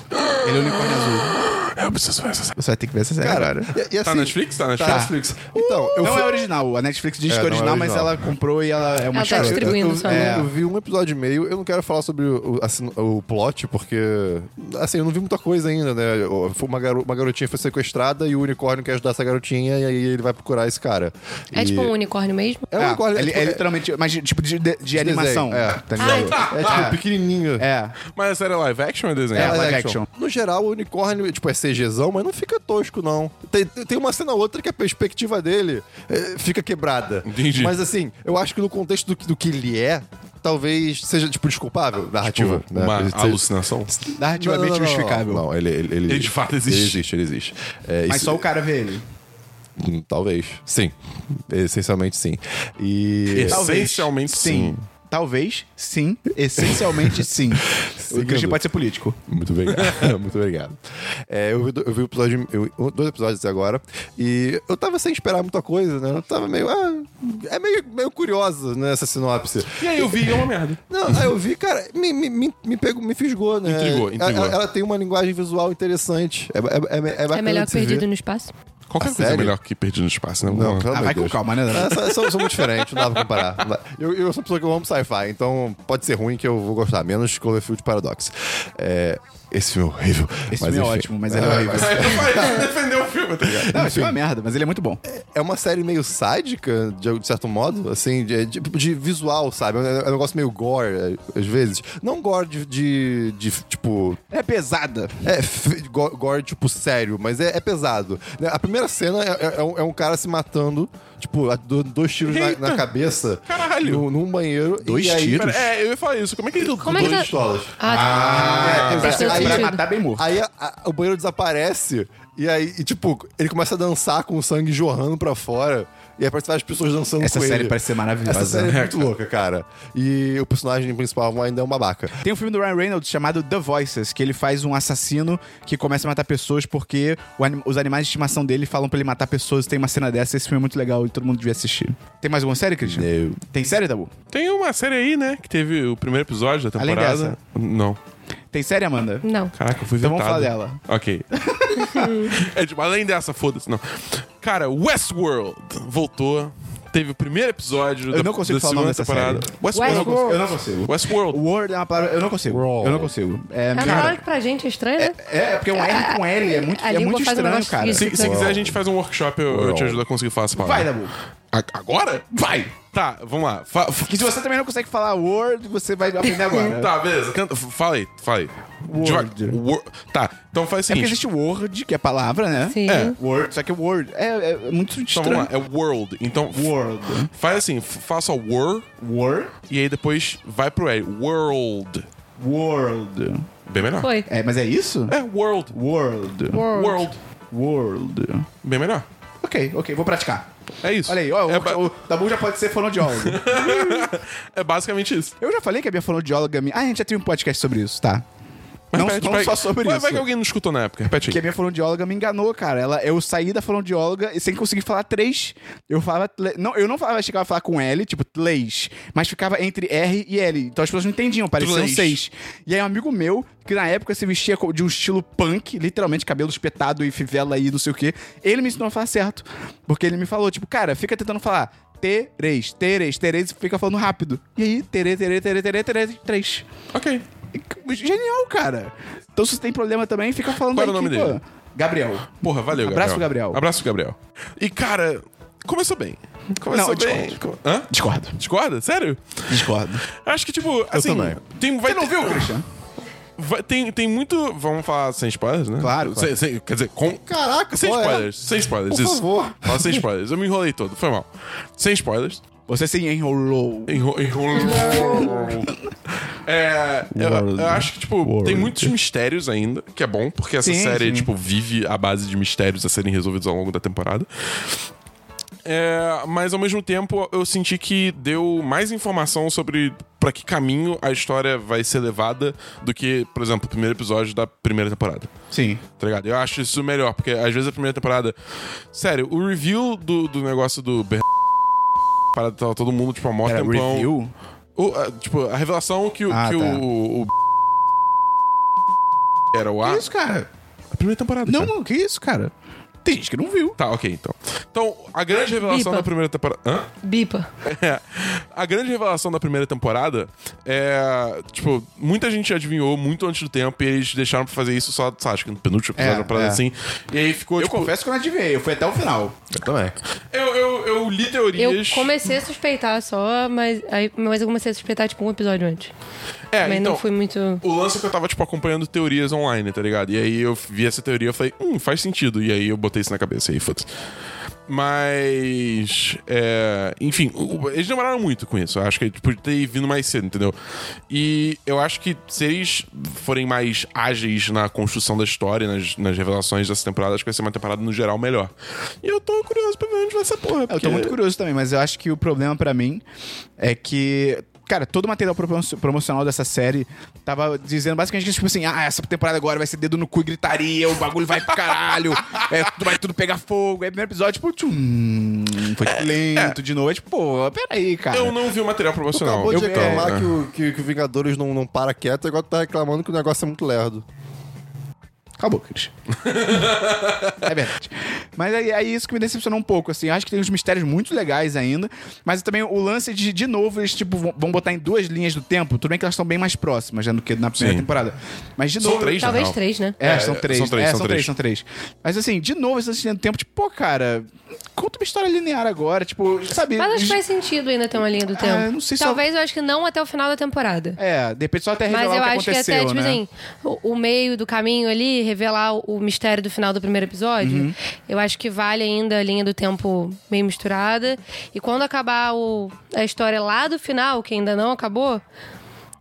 Speaker 1: Ele é o unicórnio azul.
Speaker 2: Eu preciso ver essa série.
Speaker 1: Você vai ter que ver essa série.
Speaker 4: Cara, e, e assim,
Speaker 2: Tá na Netflix? Tá na
Speaker 4: Tá.
Speaker 2: Netflix?
Speaker 4: Netflix. Então, eu
Speaker 1: não
Speaker 4: fui-
Speaker 1: é original. A Netflix diz
Speaker 4: É,
Speaker 1: que é
Speaker 4: não é
Speaker 1: original, mas
Speaker 4: original.
Speaker 1: ela comprou e ela é uma
Speaker 3: Ela tá
Speaker 1: escrota.
Speaker 3: distribuindo.
Speaker 4: eu, eu-
Speaker 3: só,
Speaker 4: eu-
Speaker 1: né?
Speaker 4: eu vi um episódio e meio, eu não quero falar sobre o, o- a sin- o plot, porque, assim, eu não vi muita coisa ainda, né? Eu- Foi uma, garo- uma garotinha foi sequestrada e o unicórnio quer ajudar essa garotinha e aí ele vai procurar esse cara.
Speaker 3: É
Speaker 4: E-
Speaker 3: tipo um unicórnio mesmo?
Speaker 4: É um
Speaker 1: Ah,
Speaker 4: unicórnio,
Speaker 1: ele,
Speaker 4: tipo,
Speaker 1: é
Speaker 4: é-
Speaker 1: literalmente, mas de- tipo de, de- de
Speaker 4: desenho,
Speaker 1: animação.
Speaker 4: é.
Speaker 1: Tá ligado?
Speaker 4: É tipo
Speaker 1: Ah.
Speaker 4: pequenininho.
Speaker 1: É.
Speaker 2: Mas a série é live action ou é desenho?
Speaker 1: É, live
Speaker 4: live
Speaker 1: action.
Speaker 4: No geral, o unicórnio, tipo, é CGzão, mas não fica tosco, não. Tem, tem uma cena ou outra que a perspectiva dele é, fica quebrada.
Speaker 2: Entendi.
Speaker 4: Mas assim, eu acho que no contexto do, que- do que ele é, talvez seja, tipo, desculpável, narrativa.
Speaker 1: Tipo,
Speaker 4: né?
Speaker 2: Uma
Speaker 4: Ele-
Speaker 2: alucinação?
Speaker 1: Narrativamente
Speaker 4: Não, não, não,
Speaker 1: justificável.
Speaker 4: Não, não, ele, ele,
Speaker 2: Ele de fato existe.
Speaker 4: Ele existe, ele existe. É,
Speaker 1: Mas
Speaker 4: isso-
Speaker 1: só o cara vê ele.
Speaker 4: Hum, Talvez. Sim. Essencialmente sim. E.
Speaker 2: Esse- Essencialmente, sim.
Speaker 1: Talvez, sim. Essencialmente, sim. o
Speaker 4: Seguindo.
Speaker 1: Christian pode ser político.
Speaker 4: Muito obrigado. Muito obrigado. É, eu vi, do- eu vi o episódio, eu- dois episódios até agora. E eu tava sem esperar muita coisa, né? Eu tava meio. ah, é meio, meio curiosa, né? Essa sinopse.
Speaker 2: E aí eu vi, é uma merda.
Speaker 4: Não, aí eu vi, cara, me, me, me, me, pegou, me fisgou, né?
Speaker 2: Intrigou,
Speaker 4: Ela-
Speaker 2: intrigou.
Speaker 4: Ela, ela tem uma linguagem visual interessante. É, é, é, é, bacana
Speaker 3: É melhor
Speaker 4: de
Speaker 3: que
Speaker 4: se ver.
Speaker 3: perdido no espaço?
Speaker 2: Qualquer
Speaker 4: Ah,
Speaker 2: coisa é
Speaker 4: sério?
Speaker 2: melhor que Perdido no Espaço, né?
Speaker 4: Não,
Speaker 2: Vamos lá.
Speaker 4: pelo
Speaker 1: Ah,
Speaker 4: amor
Speaker 1: vai
Speaker 4: de Deus.
Speaker 1: com calma, né?
Speaker 4: Ah, são, são- são muito diferentes, não dá pra comparar. Não dá. Eu, eu sou uma pessoa que eu amo sci-fi, então pode ser ruim que eu vou gostar, menos Cloverfield Paradox. É, Esse filme é horrível.
Speaker 1: Esse
Speaker 4: mas
Speaker 1: filme é
Speaker 4: enfim.
Speaker 1: ótimo, mas ele é horrível.
Speaker 2: Eu falei, defendeu o filme, tá ligado?
Speaker 1: Não, esse filme é uma merda, mas ele é muito bom.
Speaker 4: É uma série meio sádica, de, de certo modo, assim, de, de, de visual, sabe? É um negócio meio gore, é, às vezes. Não gore de, de- de, tipo,
Speaker 1: É pesada.
Speaker 4: É, f- go- gore, tipo, sério, mas é, é pesado. Né, A primeira cena é, é- é um, é um cara se matando, tipo, a- do- dois tiros na, na cabeça.
Speaker 2: Caralho.
Speaker 4: no- Num, banheiro.
Speaker 1: Dois tiros?
Speaker 2: Pera, é, eu ia falar isso. Como é que ele.
Speaker 3: Como é que
Speaker 4: Duas
Speaker 3: tá-
Speaker 4: pistolas.
Speaker 3: Ah,
Speaker 4: É,
Speaker 3: tá. Faz
Speaker 4: exato.
Speaker 3: todo
Speaker 4: Aí-
Speaker 1: Pra
Speaker 3: sentido.
Speaker 1: matar bem morto.
Speaker 4: Aí a- a- o banheiro desaparece, e aí, e, tipo, ele começa a dançar com o sangue jorrando pra fora. E aí parece várias pessoas dançando
Speaker 1: Essa
Speaker 4: com
Speaker 1: série
Speaker 4: ele.
Speaker 1: parece ser maravilhosa.
Speaker 4: Essa série é
Speaker 1: É,
Speaker 4: muito louca, cara. E o personagem principal ainda é um babaca.
Speaker 1: Tem um filme do Ryan Reynolds chamado The Voices, que ele faz um assassino que começa a matar pessoas porque o anim- os animais de estimação dele falam pra ele matar pessoas. Tem uma cena dessa, esse filme é muito legal e todo mundo devia assistir. Tem mais alguma série, Christian?
Speaker 4: Eu-
Speaker 1: Tem série, Dabu?
Speaker 2: Tem uma série aí, né? Que teve o primeiro episódio da
Speaker 1: Além
Speaker 2: temporada.
Speaker 1: dessa.
Speaker 2: Não.
Speaker 1: Tem série, Amanda?
Speaker 3: Não.
Speaker 2: Caraca, eu fui
Speaker 1: Então
Speaker 2: vetado.
Speaker 1: vamos falar dela.
Speaker 2: Ok. é tipo, além dessa, foda-se, não. Cara, Westworld voltou. Teve o primeiro episódio
Speaker 1: Eu
Speaker 2: da,
Speaker 1: não consigo
Speaker 2: da
Speaker 1: falar o nome
Speaker 2: segunda
Speaker 1: dessa
Speaker 2: temporada.
Speaker 1: série.
Speaker 2: Westworld.
Speaker 3: Westworld.
Speaker 1: Eu não consigo.
Speaker 2: Westworld.
Speaker 1: Word é uma palavra. Eu não consigo. Eu não consigo. É,
Speaker 3: É uma
Speaker 1: cara,
Speaker 3: palavra que pra gente é estranha, né?
Speaker 1: é, é porque um R com L é muito,
Speaker 3: A
Speaker 1: é
Speaker 3: língua
Speaker 1: muito
Speaker 3: faz um
Speaker 1: estranho,
Speaker 3: negócio
Speaker 1: cara.
Speaker 3: esquisito.
Speaker 2: Se, se quiser, a gente faz um workshop, eu, eu te ajudo a conseguir falar essa palavra.
Speaker 1: Vai, Dabu.
Speaker 2: A- Agora? Vai! Tá, vamos lá. Fa- fa-
Speaker 1: Que se você também não consegue falar Word, você vai aprender agora. É
Speaker 2: Tá, beleza. Canta, f- fala aí, fala aí.
Speaker 1: Word.
Speaker 2: Deva- Wor- Tá, então faz o
Speaker 1: É porque
Speaker 2: seguinte.
Speaker 1: existe o Word, que é palavra, né?
Speaker 3: Sim.
Speaker 2: É.
Speaker 1: Word. Só que o Word é, é muito
Speaker 2: Então
Speaker 1: estranho.
Speaker 2: vamos lá, é World. Então f-
Speaker 1: World.
Speaker 2: faz assim, f- faça Wor
Speaker 1: Word.
Speaker 2: e aí depois vai pro L. World.
Speaker 1: World.
Speaker 2: Bem melhor.
Speaker 3: Foi.
Speaker 1: É, mas é isso?
Speaker 2: É, World.
Speaker 1: World.
Speaker 3: World.
Speaker 2: World.
Speaker 1: World.
Speaker 2: Bem melhor.
Speaker 1: Ok, ok, vou praticar.
Speaker 2: É isso.
Speaker 1: Olha aí, ó,
Speaker 2: é, ba-
Speaker 1: o, o Dabu já pode ser fonoaudiólogo.
Speaker 2: é basicamente isso.
Speaker 1: Eu já falei que a minha fonoaudióloga... me- Ah, a gente já tem um podcast sobre isso, tá? Não,
Speaker 2: Repete,
Speaker 1: não
Speaker 2: vai-
Speaker 1: só sobre
Speaker 2: vai,
Speaker 1: isso.
Speaker 2: Vai que alguém não escutou na época. Repete
Speaker 1: Que
Speaker 2: aí.
Speaker 1: a minha fonoaudióloga me enganou, cara. Ela, eu saí da fonoaudióloga e sem conseguir falar três. Eu falava. tle- Não, eu não falava, chegava a falar com L, tipo, três. Mas ficava entre R e L. Então as pessoas não entendiam, pareciam
Speaker 2: Três.
Speaker 1: seis. E aí um amigo meu, que na época se vestia co- de um estilo punk, literalmente cabelo espetado e fivela e não sei o quê, ele me ensinou a falar certo. Porque ele me falou, tipo, cara, fica tentando falar. Terês, terês, terês, e fica falando rápido. E aí, terê, terê, terê, terê, terê, três.
Speaker 2: Ok.
Speaker 1: Genial, cara. Então, se você tem problema também, fica falando
Speaker 2: Qual
Speaker 1: aí
Speaker 2: era o
Speaker 1: que,
Speaker 2: nome
Speaker 1: pô,
Speaker 2: dele?
Speaker 1: Gabriel.
Speaker 2: Porra, valeu,
Speaker 1: Abraço,
Speaker 2: Gabriel.
Speaker 1: Gabriel.
Speaker 2: Abraço, Gabriel. E, cara, começou bem.
Speaker 1: Não,
Speaker 2: Começou
Speaker 1: eu
Speaker 2: bem.
Speaker 1: discordo.
Speaker 2: Hã?
Speaker 1: Discordo.
Speaker 2: Discorda? Sério?
Speaker 1: Discordo.
Speaker 2: Acho que, tipo, assim...
Speaker 4: também.
Speaker 2: Tem, vai
Speaker 1: Você não
Speaker 2: ter-
Speaker 1: viu, Christian?
Speaker 2: Vai- tem, tem muito... Vamos falar sem spoilers, né?
Speaker 1: Claro, claro.
Speaker 2: Sem- sem- quer dizer, com...
Speaker 4: Caraca,
Speaker 2: Sem
Speaker 4: qual é?
Speaker 2: spoilers. Sem spoilers.
Speaker 4: Por
Speaker 2: isso.
Speaker 4: favor.
Speaker 2: Fala sem spoilers. Eu me enrolei todo. Foi mal. Sem spoilers.
Speaker 1: Você se enrolou.
Speaker 2: Enro- Enrolou. É, eu, eu acho que, tipo, tem muitos mistérios ainda, que é bom, porque essa
Speaker 1: Sim,
Speaker 2: série,
Speaker 1: sim.
Speaker 2: tipo, vive a base de mistérios a serem resolvidos ao longo da temporada. É, mas ao mesmo tempo eu senti que deu mais informação sobre pra que caminho a história vai ser levada do que, por exemplo, o primeiro episódio da primeira temporada
Speaker 1: Sim.
Speaker 2: tá ligado? Eu acho isso melhor, porque às vezes a primeira temporada. Sério, o review do, do negócio do. Ber... Parada, tava todo mundo, tipo, a mó
Speaker 1: Era
Speaker 2: tempão.
Speaker 1: review?
Speaker 2: O- a- tipo, a revelação que, o-
Speaker 1: Ah,
Speaker 2: que
Speaker 1: tá.
Speaker 2: o. o era o A.
Speaker 1: Que isso, cara?
Speaker 2: A primeira temporada.
Speaker 1: Não,
Speaker 2: cara.
Speaker 1: não, que isso, cara? Tem gente que não viu.
Speaker 2: Tá, ok, então. Então, a grande revelação
Speaker 3: Bipa.
Speaker 2: da primeira temporada. Hã?
Speaker 3: Bipa.
Speaker 2: É. A grande revelação da primeira temporada é. Tipo, muita gente adivinhou muito antes do tempo e eles deixaram pra fazer isso só, sabe, acho que no penúltimo episódio,
Speaker 1: É,
Speaker 2: uma
Speaker 1: é.
Speaker 2: parada assim. E aí ficou.
Speaker 1: Eu
Speaker 2: tipo,
Speaker 1: confesso que eu não adivinhei, eu fui até o final.
Speaker 4: Eu também.
Speaker 2: Eu, eu, eu li
Speaker 3: Eu
Speaker 2: teorias.
Speaker 3: comecei a suspeitar só, mas, aí, mas eu comecei a suspeitar, tipo, um episódio antes.
Speaker 2: É,
Speaker 3: Também
Speaker 2: então,
Speaker 3: não fui muito...
Speaker 2: O lance é que eu tava, tipo, acompanhando teorias online, tá ligado? E aí eu vi essa teoria e falei, hum, faz sentido. E aí eu botei isso na cabeça e aí, foda-se. Mas. É, enfim, o- eles demoraram muito com isso. Eu acho que tipo, podia ter vindo mais cedo, entendeu? E eu acho que se eles forem mais ágeis na construção da história, nas, nas revelações dessa temporada, acho que vai ser uma temporada no geral melhor. E eu tô curioso pra ver onde vai essa porra.
Speaker 1: É, Eu tô muito curioso também, mas eu acho que o problema pra mim é que. Cara, todo o material promo- promocional dessa série tava dizendo basicamente que, tipo assim, ah, essa temporada agora vai ser dedo no cu e gritaria, o bagulho vai pro caralho, é, tudo- vai tudo pegar fogo. Aí, primeiro episódio, tipo, tchum, foi lento de novo. É, Tipo, pô, peraí, cara.
Speaker 2: Eu não vi o material promocional.
Speaker 4: Acabou de
Speaker 2: então,
Speaker 4: reclamar
Speaker 2: é.
Speaker 4: que, o, que, que o Vingadores não, não para quieto, agora tá reclamando que o negócio é muito lerdo.
Speaker 1: Acabou, Cris. é verdade. Mas aí é, isso que me decepcionou um pouco, assim. Eu acho que tem uns mistérios muito legais ainda. Mas também o lance de, de novo, eles, tipo, vão- vão botar em duas linhas do tempo. Tudo bem que elas estão bem mais próximas, né, do que na primeira
Speaker 2: Sim.
Speaker 1: temporada. Mas de
Speaker 2: São
Speaker 1: novo.
Speaker 2: três, na
Speaker 3: Talvez
Speaker 2: real.
Speaker 3: três, né?
Speaker 1: É,
Speaker 2: É,
Speaker 1: são três.
Speaker 2: são três,
Speaker 1: é,
Speaker 2: são
Speaker 1: são,
Speaker 2: três.
Speaker 1: três. são três. Mas assim, de novo, esse acidente do tempo, tipo, pô, cara, conta uma história linear agora, tipo, sabe?
Speaker 3: Mas acho que
Speaker 1: eles-
Speaker 3: faz sentido ainda ter uma linha do tempo.
Speaker 1: eu É, não sei se
Speaker 3: Talvez eu acho que não até o final da temporada.
Speaker 1: É, de repente só até revelar
Speaker 3: Mas eu
Speaker 1: o que
Speaker 3: acho que
Speaker 1: aconteceu,
Speaker 3: até, tipo
Speaker 1: né?
Speaker 3: assim, o, o meio do caminho ali, revelar o, o mistério do final do primeiro episódio,
Speaker 1: Uhum.
Speaker 3: eu acho que vale ainda a linha do tempo meio misturada. E quando acabar o- a história lá do final, que ainda não acabou,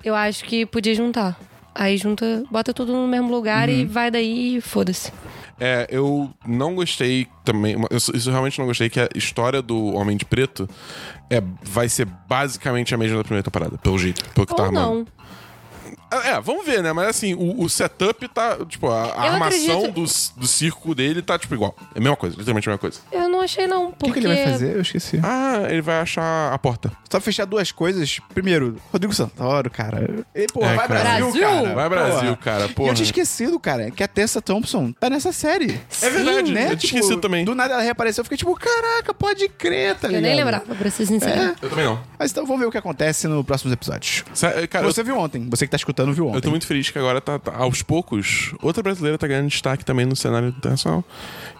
Speaker 3: eu acho que podia juntar. Aí junta, bota tudo no mesmo lugar
Speaker 1: Uhum.
Speaker 3: e vai daí e foda-se.
Speaker 2: É, eu não gostei também. uma- Isso, isso eu realmente não gostei, que a história do Homem de Preto é, vai ser basicamente a mesma da primeira temporada, pelo jeito, pelo que tá
Speaker 3: Ou
Speaker 2: armando.
Speaker 3: não.
Speaker 2: Ah, É, vamos ver, né? Mas assim, o, o setup tá. Tipo, a, a
Speaker 3: Eu
Speaker 2: armação
Speaker 3: acredito-
Speaker 2: do, c- do circo dele tá, tipo, igual. É a mesma coisa, literalmente a mesma coisa.
Speaker 3: Eu não achei, não.
Speaker 1: O que,
Speaker 3: Porque...
Speaker 1: que ele vai fazer? Eu esqueci.
Speaker 2: Ah, ele vai achar a porta.
Speaker 1: Só fechar duas coisas. Primeiro, Rodrigo Santoro, cara. E, porra,
Speaker 2: É,
Speaker 1: vai
Speaker 2: cara.
Speaker 1: Brasil,
Speaker 3: Brasil!
Speaker 1: cara.
Speaker 2: Vai, Brasil, cara,
Speaker 1: E eu
Speaker 2: porra.
Speaker 1: tinha esquecido, cara, que a Tessa Thompson tá nessa série.
Speaker 2: É verdade,
Speaker 1: né?
Speaker 2: eu tinha
Speaker 1: Tipo,
Speaker 2: esquecido também.
Speaker 1: Do nada ela reapareceu, eu fiquei tipo, caraca, pode crer, tá
Speaker 3: Eu nem
Speaker 1: ligado?
Speaker 3: lembrava, pra ser sincera.
Speaker 2: Eu também não.
Speaker 1: Mas então vamos ver o que acontece nos próximos episódios.
Speaker 2: Sa- é, Cara, eu-
Speaker 1: Você viu ontem, você que tá escutando viu
Speaker 2: Eu tô
Speaker 1: ontem.
Speaker 2: muito feliz que agora tá, tá- aos poucos, outra brasileira tá ganhando destaque também no cenário internacional,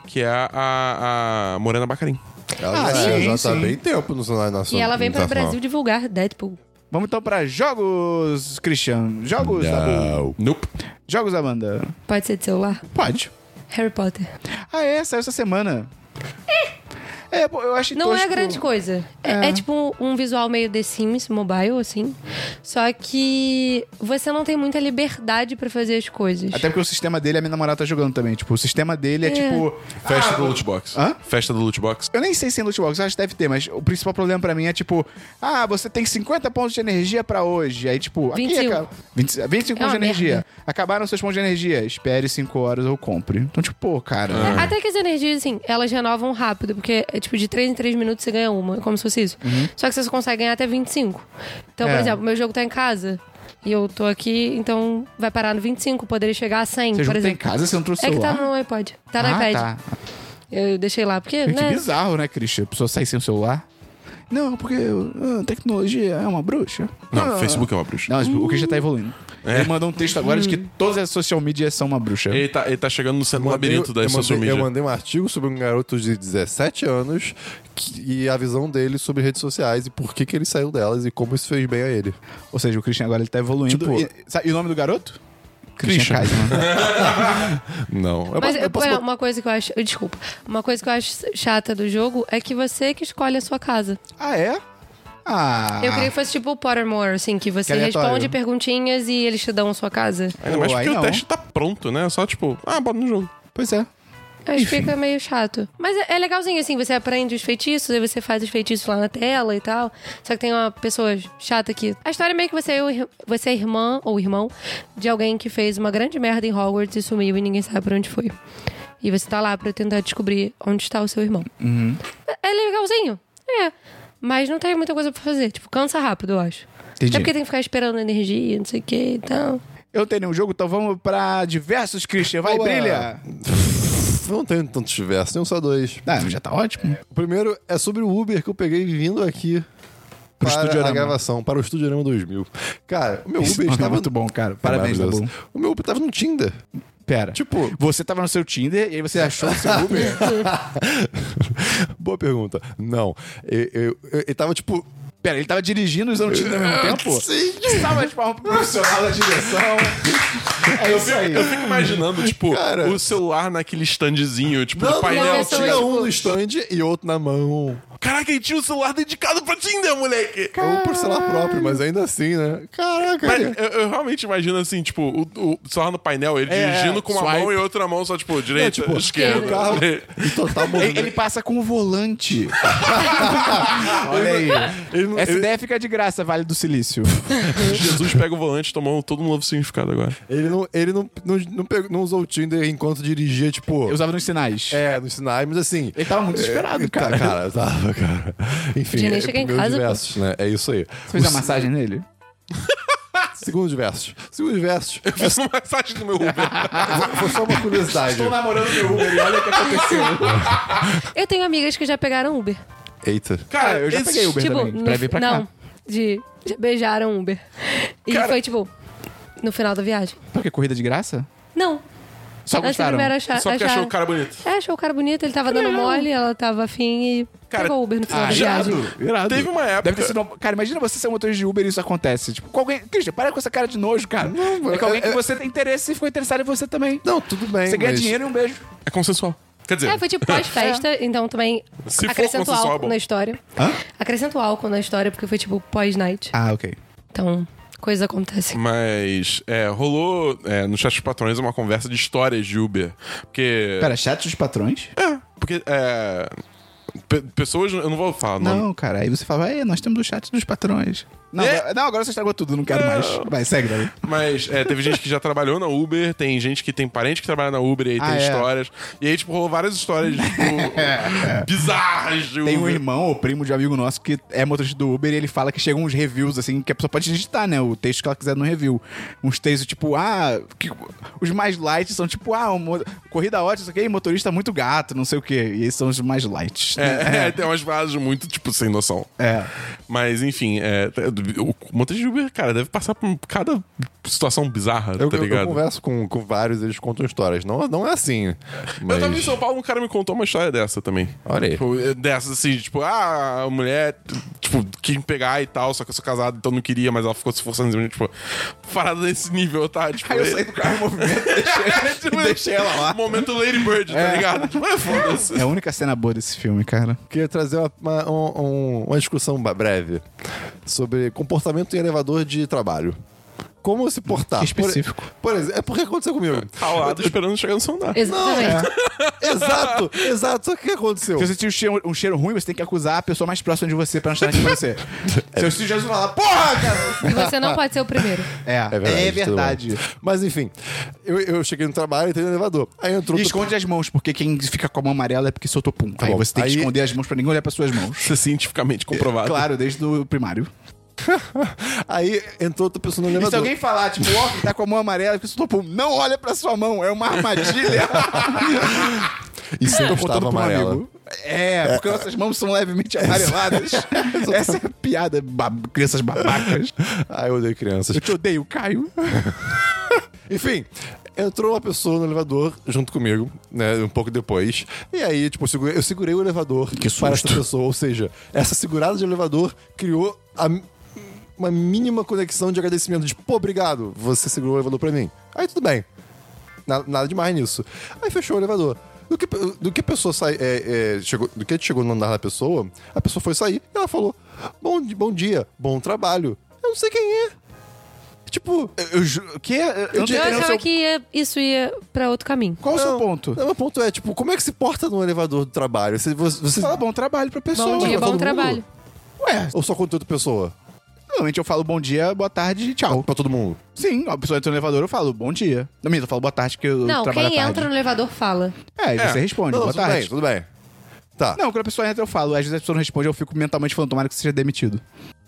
Speaker 2: que é a, a- a Morena Bacarim.
Speaker 4: Ela
Speaker 1: Ah,
Speaker 4: já,
Speaker 1: sim,
Speaker 4: já tá
Speaker 1: sim.
Speaker 4: bem tempo no cenário nacional.
Speaker 3: E ela
Speaker 1: Tá
Speaker 3: vem para o
Speaker 4: internacional.
Speaker 3: Brasil divulgar Deadpool.
Speaker 1: Vamos então pra jogos, Christian. Jogos, Dabu.
Speaker 4: Não.
Speaker 2: Nope.
Speaker 1: Jogos, Amanda.
Speaker 3: Pode ser de celular?
Speaker 1: Pode.
Speaker 3: Harry Potter.
Speaker 1: Ah, é, saiu essa semana. É, pô, eu acho
Speaker 3: Não é
Speaker 1: tosco.
Speaker 3: grande coisa. É, é tipo um, um visual meio The Sims mobile, assim. Só que você não tem muita liberdade pra fazer as coisas.
Speaker 1: Até porque o sistema dele, a minha namorada tá jogando também. Tipo, o sistema dele é, tipo.
Speaker 2: Festa
Speaker 1: ah,
Speaker 2: do loot box.
Speaker 1: Hã?
Speaker 2: Festa do loot box.
Speaker 1: Eu nem sei se em loot box, eu acho que deve ter, mas o principal problema pra mim é tipo, ah, você tem 50 pontos de energia pra hoje. Aí tipo, aqui
Speaker 3: 25.
Speaker 1: acaba- 20 25
Speaker 3: um. É uma
Speaker 1: pontos de energia.
Speaker 3: merda.
Speaker 1: Acabaram seus pontos de energia. Espere 5 horas ou compre. Então tipo, pô, cara.
Speaker 2: Ah.
Speaker 3: É, Até que as energias, assim, elas renovam rápido, porque é tipo de 3 em 3 minutos você ganha uma, é como se fosse isso. Só que você só consegue ganhar até 25. Então, por
Speaker 1: Uhum. É.
Speaker 3: exemplo, meu jogo tá em casa e eu tô aqui, então vai parar no 25, poderia chegar a 100,
Speaker 1: Você
Speaker 3: por
Speaker 1: junta em
Speaker 3: exemplo.
Speaker 1: casa, você não trouxe
Speaker 3: é que tá
Speaker 1: celular?
Speaker 3: no iPod. Tá no
Speaker 1: ah,
Speaker 3: iPad.
Speaker 1: tá.
Speaker 3: Eu deixei lá, porque,
Speaker 1: Que
Speaker 3: né?
Speaker 1: bizarro, né, Christian? A pessoa sai sem o celular. Não, porque ah, tecnologia é uma bruxa.
Speaker 2: Não,
Speaker 1: Ah.
Speaker 2: Facebook é uma bruxa.
Speaker 1: Não, mas o que já tá evoluindo.
Speaker 2: É.
Speaker 1: Ele mandou um texto agora de que todas as social medias são uma bruxa.
Speaker 4: É.
Speaker 2: Ele tá, ele tá chegando no
Speaker 4: Eu
Speaker 2: cenário
Speaker 4: mandei-
Speaker 2: labirinto
Speaker 4: eu
Speaker 2: das social
Speaker 4: mandei-
Speaker 2: media.
Speaker 4: Eu mandei um artigo sobre um garoto de 17 anos que- e a visão dele sobre redes sociais e por que, que ele saiu delas e como isso fez bem a ele.
Speaker 1: Ou seja, o Christian agora ele tá evoluindo.
Speaker 2: Tipo-
Speaker 1: e, sabe- e o nome do garoto?
Speaker 2: Christian.
Speaker 1: Kaisman.
Speaker 2: Não.
Speaker 3: Mas
Speaker 4: eu posso-
Speaker 3: é, uma coisa que eu acho. Desculpa. Uma coisa que eu acho chata do jogo é que você que escolhe a sua casa.
Speaker 1: ah, é? Ah.
Speaker 3: Eu queria que fosse tipo o Pottermore, assim, que
Speaker 1: Que
Speaker 3: você
Speaker 1: aleatório.
Speaker 3: responde perguntinhas e eles te dão a sua casa.
Speaker 2: Ainda mais
Speaker 1: Pô, aí
Speaker 2: porque o
Speaker 1: não.
Speaker 2: teste tá pronto, né? Só tipo, ah, bota no jogo.
Speaker 1: Pois é.
Speaker 3: Aí
Speaker 1: Enfim.
Speaker 3: fica meio chato. Mas é, é legalzinho, assim, você aprende os feitiços, aí você faz os feitiços lá na tela e tal. Só que tem uma pessoa chata aqui. A história é meio que você é, o ir- você é irmã ou irmão de alguém que fez uma grande merda em Hogwarts e sumiu e ninguém sabe pra onde foi. E você tá lá pra tentar descobrir onde está o seu irmão.
Speaker 1: Uhum.
Speaker 3: É- É legalzinho. É. Mas não tem muita coisa pra fazer. Tipo, cansa rápido, eu acho.
Speaker 1: Entendi.
Speaker 3: É porque tem que ficar esperando energia, não sei o que, então.
Speaker 1: Eu tenho um jogo, então vamos pra diversos, Christian. Vai,
Speaker 4: Oba!
Speaker 1: brilha!
Speaker 4: Eu não tenho tantos versos, tenho um só dois.
Speaker 1: Ah, já tá ótimo.
Speaker 4: O primeiro é sobre o Uber que eu peguei vindo aqui.
Speaker 1: Pro
Speaker 4: para
Speaker 1: Studiorama.
Speaker 4: a gravação, para o Studiorama 2000. Cara, o meu
Speaker 1: Esse
Speaker 4: Uber
Speaker 1: nome é
Speaker 4: estava...
Speaker 1: muito bom, cara. Parabéns, tá
Speaker 4: Maravilhoso.
Speaker 1: Dabu.
Speaker 4: O meu Uber estava no Tinder.
Speaker 1: Pera.
Speaker 4: Tipo-
Speaker 1: Você tava no seu Tinder e aí você achou o seu Uber?
Speaker 4: Boa pergunta. Não. Eu, eu, eu- ele tava, tipo...
Speaker 1: Pera, ele tava dirigindo e usando o Tinder ao mesmo tempo?
Speaker 4: Sim.
Speaker 1: Salva de palmas pro profissional da direção. É isso aí.
Speaker 2: Eu fico imaginando, tipo,
Speaker 4: Cara.
Speaker 2: o celular naquele standzinho, tipo, do
Speaker 3: não,
Speaker 2: painel.
Speaker 3: eu sou
Speaker 2: tinha-
Speaker 4: tinha um no stand e outro na mão.
Speaker 2: Caraca, ele tinha o celular dedicado pra Tinder, moleque!
Speaker 4: Ou um por celular próprio, mas ainda assim, né? Caraca,
Speaker 2: Mas
Speaker 4: cara.
Speaker 2: eu, eu realmente imagino assim, tipo, o, o celular no painel, ele
Speaker 1: É,
Speaker 2: dirigindo com uma
Speaker 1: swipe.
Speaker 2: mão e outra mão só, tipo, direita,
Speaker 4: tipo,
Speaker 2: esquerda.
Speaker 4: o carro em é total
Speaker 1: Ele,
Speaker 4: movimento.
Speaker 1: ele passa com o volante. Olha aí.
Speaker 4: Ele não-
Speaker 1: Essa ideia fica de graça, Vale do Silício.
Speaker 2: Jesus pega o volante, tomou todo um novo significado agora.
Speaker 4: Ele, não, ele não, não, não, pegou- não usou o Tinder enquanto dirigia, tipo...
Speaker 1: Eu usava nos sinais.
Speaker 4: É, nos sinais, mas assim...
Speaker 1: Ele tava muito desesperado,
Speaker 4: Tá,
Speaker 1: cara.
Speaker 4: cara, tava, cara. Enfim,
Speaker 3: Podia nem
Speaker 4: é,
Speaker 3: chegar em
Speaker 4: meus
Speaker 3: casa, pô.
Speaker 4: diversos, né? É isso aí.
Speaker 1: Você fez a
Speaker 4: O-
Speaker 1: massagem nele?
Speaker 4: Segundo versos. Segundo versos.
Speaker 2: Eu fiz uma massagem no meu Uber.
Speaker 4: Foi só uma curiosidade.
Speaker 6: namorando meu Uber e olha o que aconteceu.
Speaker 3: Eu tenho amigas que já pegaram Uber.
Speaker 4: Eita.
Speaker 6: Cara, eu já
Speaker 2: Esse-
Speaker 6: peguei Uber
Speaker 3: tipo,
Speaker 6: também.
Speaker 3: no-
Speaker 1: pra vir pra cá.
Speaker 3: Não, de, já beijaram Uber. E
Speaker 2: Cara-
Speaker 3: foi, tipo, no final da viagem.
Speaker 1: Porque é corrida de graça?
Speaker 3: Não,
Speaker 1: Só
Speaker 3: antes
Speaker 1: Tá gostaram.
Speaker 3: primeiro achar.
Speaker 2: Só porque
Speaker 3: achar-
Speaker 2: achou o cara bonito.
Speaker 3: É, achou o cara bonito, ele tava dando mole, ela tava afim e
Speaker 2: Cara,
Speaker 3: pegou o Uber no final
Speaker 1: ah,
Speaker 3: da
Speaker 2: irado.
Speaker 3: viagem.
Speaker 1: Irado.
Speaker 2: Teve uma época-
Speaker 1: Deve ter sido uma- Cara, imagina você ser um motorista de Uber e isso acontece. Tipo, com alguém. Christian, para com essa cara de nojo, cara. é com alguém que você tem interesse e ficou interessado em você também.
Speaker 4: Não, tudo bem.
Speaker 1: Você ganha
Speaker 4: mas-
Speaker 1: dinheiro e um beijo.
Speaker 2: É consensual. Quer dizer,
Speaker 3: É, foi tipo pós-festa, então também
Speaker 2: Se for
Speaker 3: acrescento
Speaker 2: consensual, é
Speaker 3: álcool
Speaker 2: bom.
Speaker 3: na história. Acrescento álcool na história, porque foi tipo pós-night.
Speaker 1: Ah, ok.
Speaker 3: Então, coisas acontecem.
Speaker 2: mas é, rolou é, no chat dos patrões uma conversa de histórias de Uber. Porque.
Speaker 1: Pera, chat dos patrões?
Speaker 2: É, porque. É, pe- pessoas. Eu não vou falar o nome.
Speaker 1: Não, cara. Aí você fala, é, nós temos o chat dos patrões. Não,
Speaker 2: É.
Speaker 1: agora- não, agora você estragou tudo, não quero mais. Vai, segue, Davi.
Speaker 2: Mas é, teve gente que já trabalhou na Uber, tem gente que tem parente que trabalha na Uber e aí
Speaker 1: Ah,
Speaker 2: tem
Speaker 1: é.
Speaker 2: histórias. E aí, tipo, rolou várias histórias, tipo, bizarras de Uber.
Speaker 1: Tem um irmão ou primo de um amigo nosso que é motorista do Uber e ele fala que chegam uns reviews, assim, que a pessoa pode digitar, né? O texto que ela quiser no review. Uns textos tipo, ah, que- os mais light são tipo, ah, um mo- corrida ótima, isso aqui, e motorista muito gato, não sei o quê. E esses são os mais light. né?
Speaker 2: É, é, tem umas frases muito, tipo, sem noção.
Speaker 1: É.
Speaker 2: Mas, enfim, é, o motorista de Uber, cara, deve passar por cada situação bizarra,
Speaker 4: Eu,
Speaker 2: tá
Speaker 4: eu- eu
Speaker 2: ligado?
Speaker 4: converso com, com vários, eles contam histórias. Não, não é assim. Mas...
Speaker 2: Eu tava em São Paulo, um cara me contou uma história dessa também.
Speaker 4: Olha aí.
Speaker 2: Tipo, é, dessas assim, tipo, ah, a mulher, t- tipo, quis me pegar e tal, só que eu sou casado, então não queria, mas ela ficou se forçando, tipo, parada desse nível, tá? Tipo,
Speaker 1: Aí eu saí do carro em movimento.
Speaker 2: tipo,
Speaker 1: deixei ela lá.
Speaker 2: Momento Lady Bird, tá ligado? Tipo, é foda-se.
Speaker 1: É a única cena boa desse filme, cara.
Speaker 4: Queria trazer uma, uma, um- um- uma discussão ba- breve sobre comportamento em elevador de trabalho. Como se portar?
Speaker 1: Que específico.
Speaker 4: Por, por exemplo, é porque aconteceu comigo. É.
Speaker 2: Calado, Tá esperando chegar no sonar.
Speaker 3: Exatamente.
Speaker 4: exato, exato. Só que o que aconteceu?
Speaker 1: Se você sentir um cheiro, um cheiro ruim, você tem que acusar a pessoa mais próxima de você pra não estar aqui pra você. Se eu sentir Jesus falar, porra, cara!
Speaker 3: E você não pode ser o primeiro.
Speaker 1: É, é verdade.
Speaker 4: tudo bem. Mas enfim, eu, eu cheguei no trabalho e entrei no elevador. Aí entrou
Speaker 1: E
Speaker 4: outro-
Speaker 1: esconde as mãos, porque quem fica com a mão amarela é porque soltou pum. aí
Speaker 4: Tá bom.
Speaker 1: você tem que
Speaker 4: Aí-
Speaker 1: esconder as mãos pra ninguém olhar pras suas mãos.
Speaker 2: Isso é cientificamente comprovado.
Speaker 1: Claro, desde o primário.
Speaker 4: Aí entrou outra pessoa no
Speaker 1: E se
Speaker 4: elevador.
Speaker 1: alguém falar, tipo, ó, quem tá com a mão amarela é porque soltou pum, não olha pra sua mão, é uma armadilha.
Speaker 4: Isso eu
Speaker 1: pra
Speaker 4: estava
Speaker 1: um
Speaker 4: amarelo.
Speaker 1: amigo. É, porque nossas mãos são levemente amareladas. Essa é a piada, bab- crianças babacas.
Speaker 4: Ai, eu odeio crianças.
Speaker 1: Eu te odeio, Caio.
Speaker 4: Enfim, entrou uma pessoa no elevador junto comigo, né? Um pouco depois. E aí, tipo, eu segurei, eu segurei o elevador para essa pessoa. Ou seja, essa segurada de elevador criou a mi- uma mínima conexão de agradecimento. De, pô, obrigado, você segurou o elevador pra mim. Aí tudo bem. Na- nada demais nisso. Aí fechou o elevador. Do que, do que a pessoa sai, é, é, chegou, do que chegou no andar da pessoa, a pessoa foi sair e ela falou: bom, di- bom dia, bom trabalho. Eu não sei quem é. Tipo,
Speaker 1: Eu juro. Que? Eu,
Speaker 3: Eu
Speaker 1: eu não
Speaker 3: achava
Speaker 1: sei
Speaker 3: que ia- isso ia pra outro caminho.
Speaker 1: Qual o seu
Speaker 4: Não,
Speaker 1: ponto?
Speaker 4: Não, meu ponto é, tipo, como é que se porta num elevador do trabalho? Você, você, você-
Speaker 1: Fala bom trabalho pra pessoa.
Speaker 4: Não,
Speaker 3: E
Speaker 4: Pra todo
Speaker 3: bom
Speaker 4: mundo?
Speaker 3: trabalho.
Speaker 1: Ué,
Speaker 4: Ou só com outra pessoa?
Speaker 1: normalmente eu falo bom dia, boa tarde e tchau.
Speaker 4: Pra todo mundo.
Speaker 1: Sim, a pessoa entra no elevador, eu falo bom dia. Não, mentira, eu falo boa tarde, porque eu
Speaker 3: Não,
Speaker 1: trabalho
Speaker 3: quem
Speaker 1: à
Speaker 3: entra
Speaker 1: tarde.
Speaker 3: no elevador fala.
Speaker 1: É, aí você
Speaker 2: É.
Speaker 1: responde,
Speaker 4: Não,
Speaker 1: boa
Speaker 4: tudo
Speaker 1: tarde.
Speaker 4: bem, tudo bem. Tá.
Speaker 1: Não, quando a pessoa entra, eu falo. Às vezes a pessoa não responde, eu fico mentalmente falando, tomara que você seja demitido.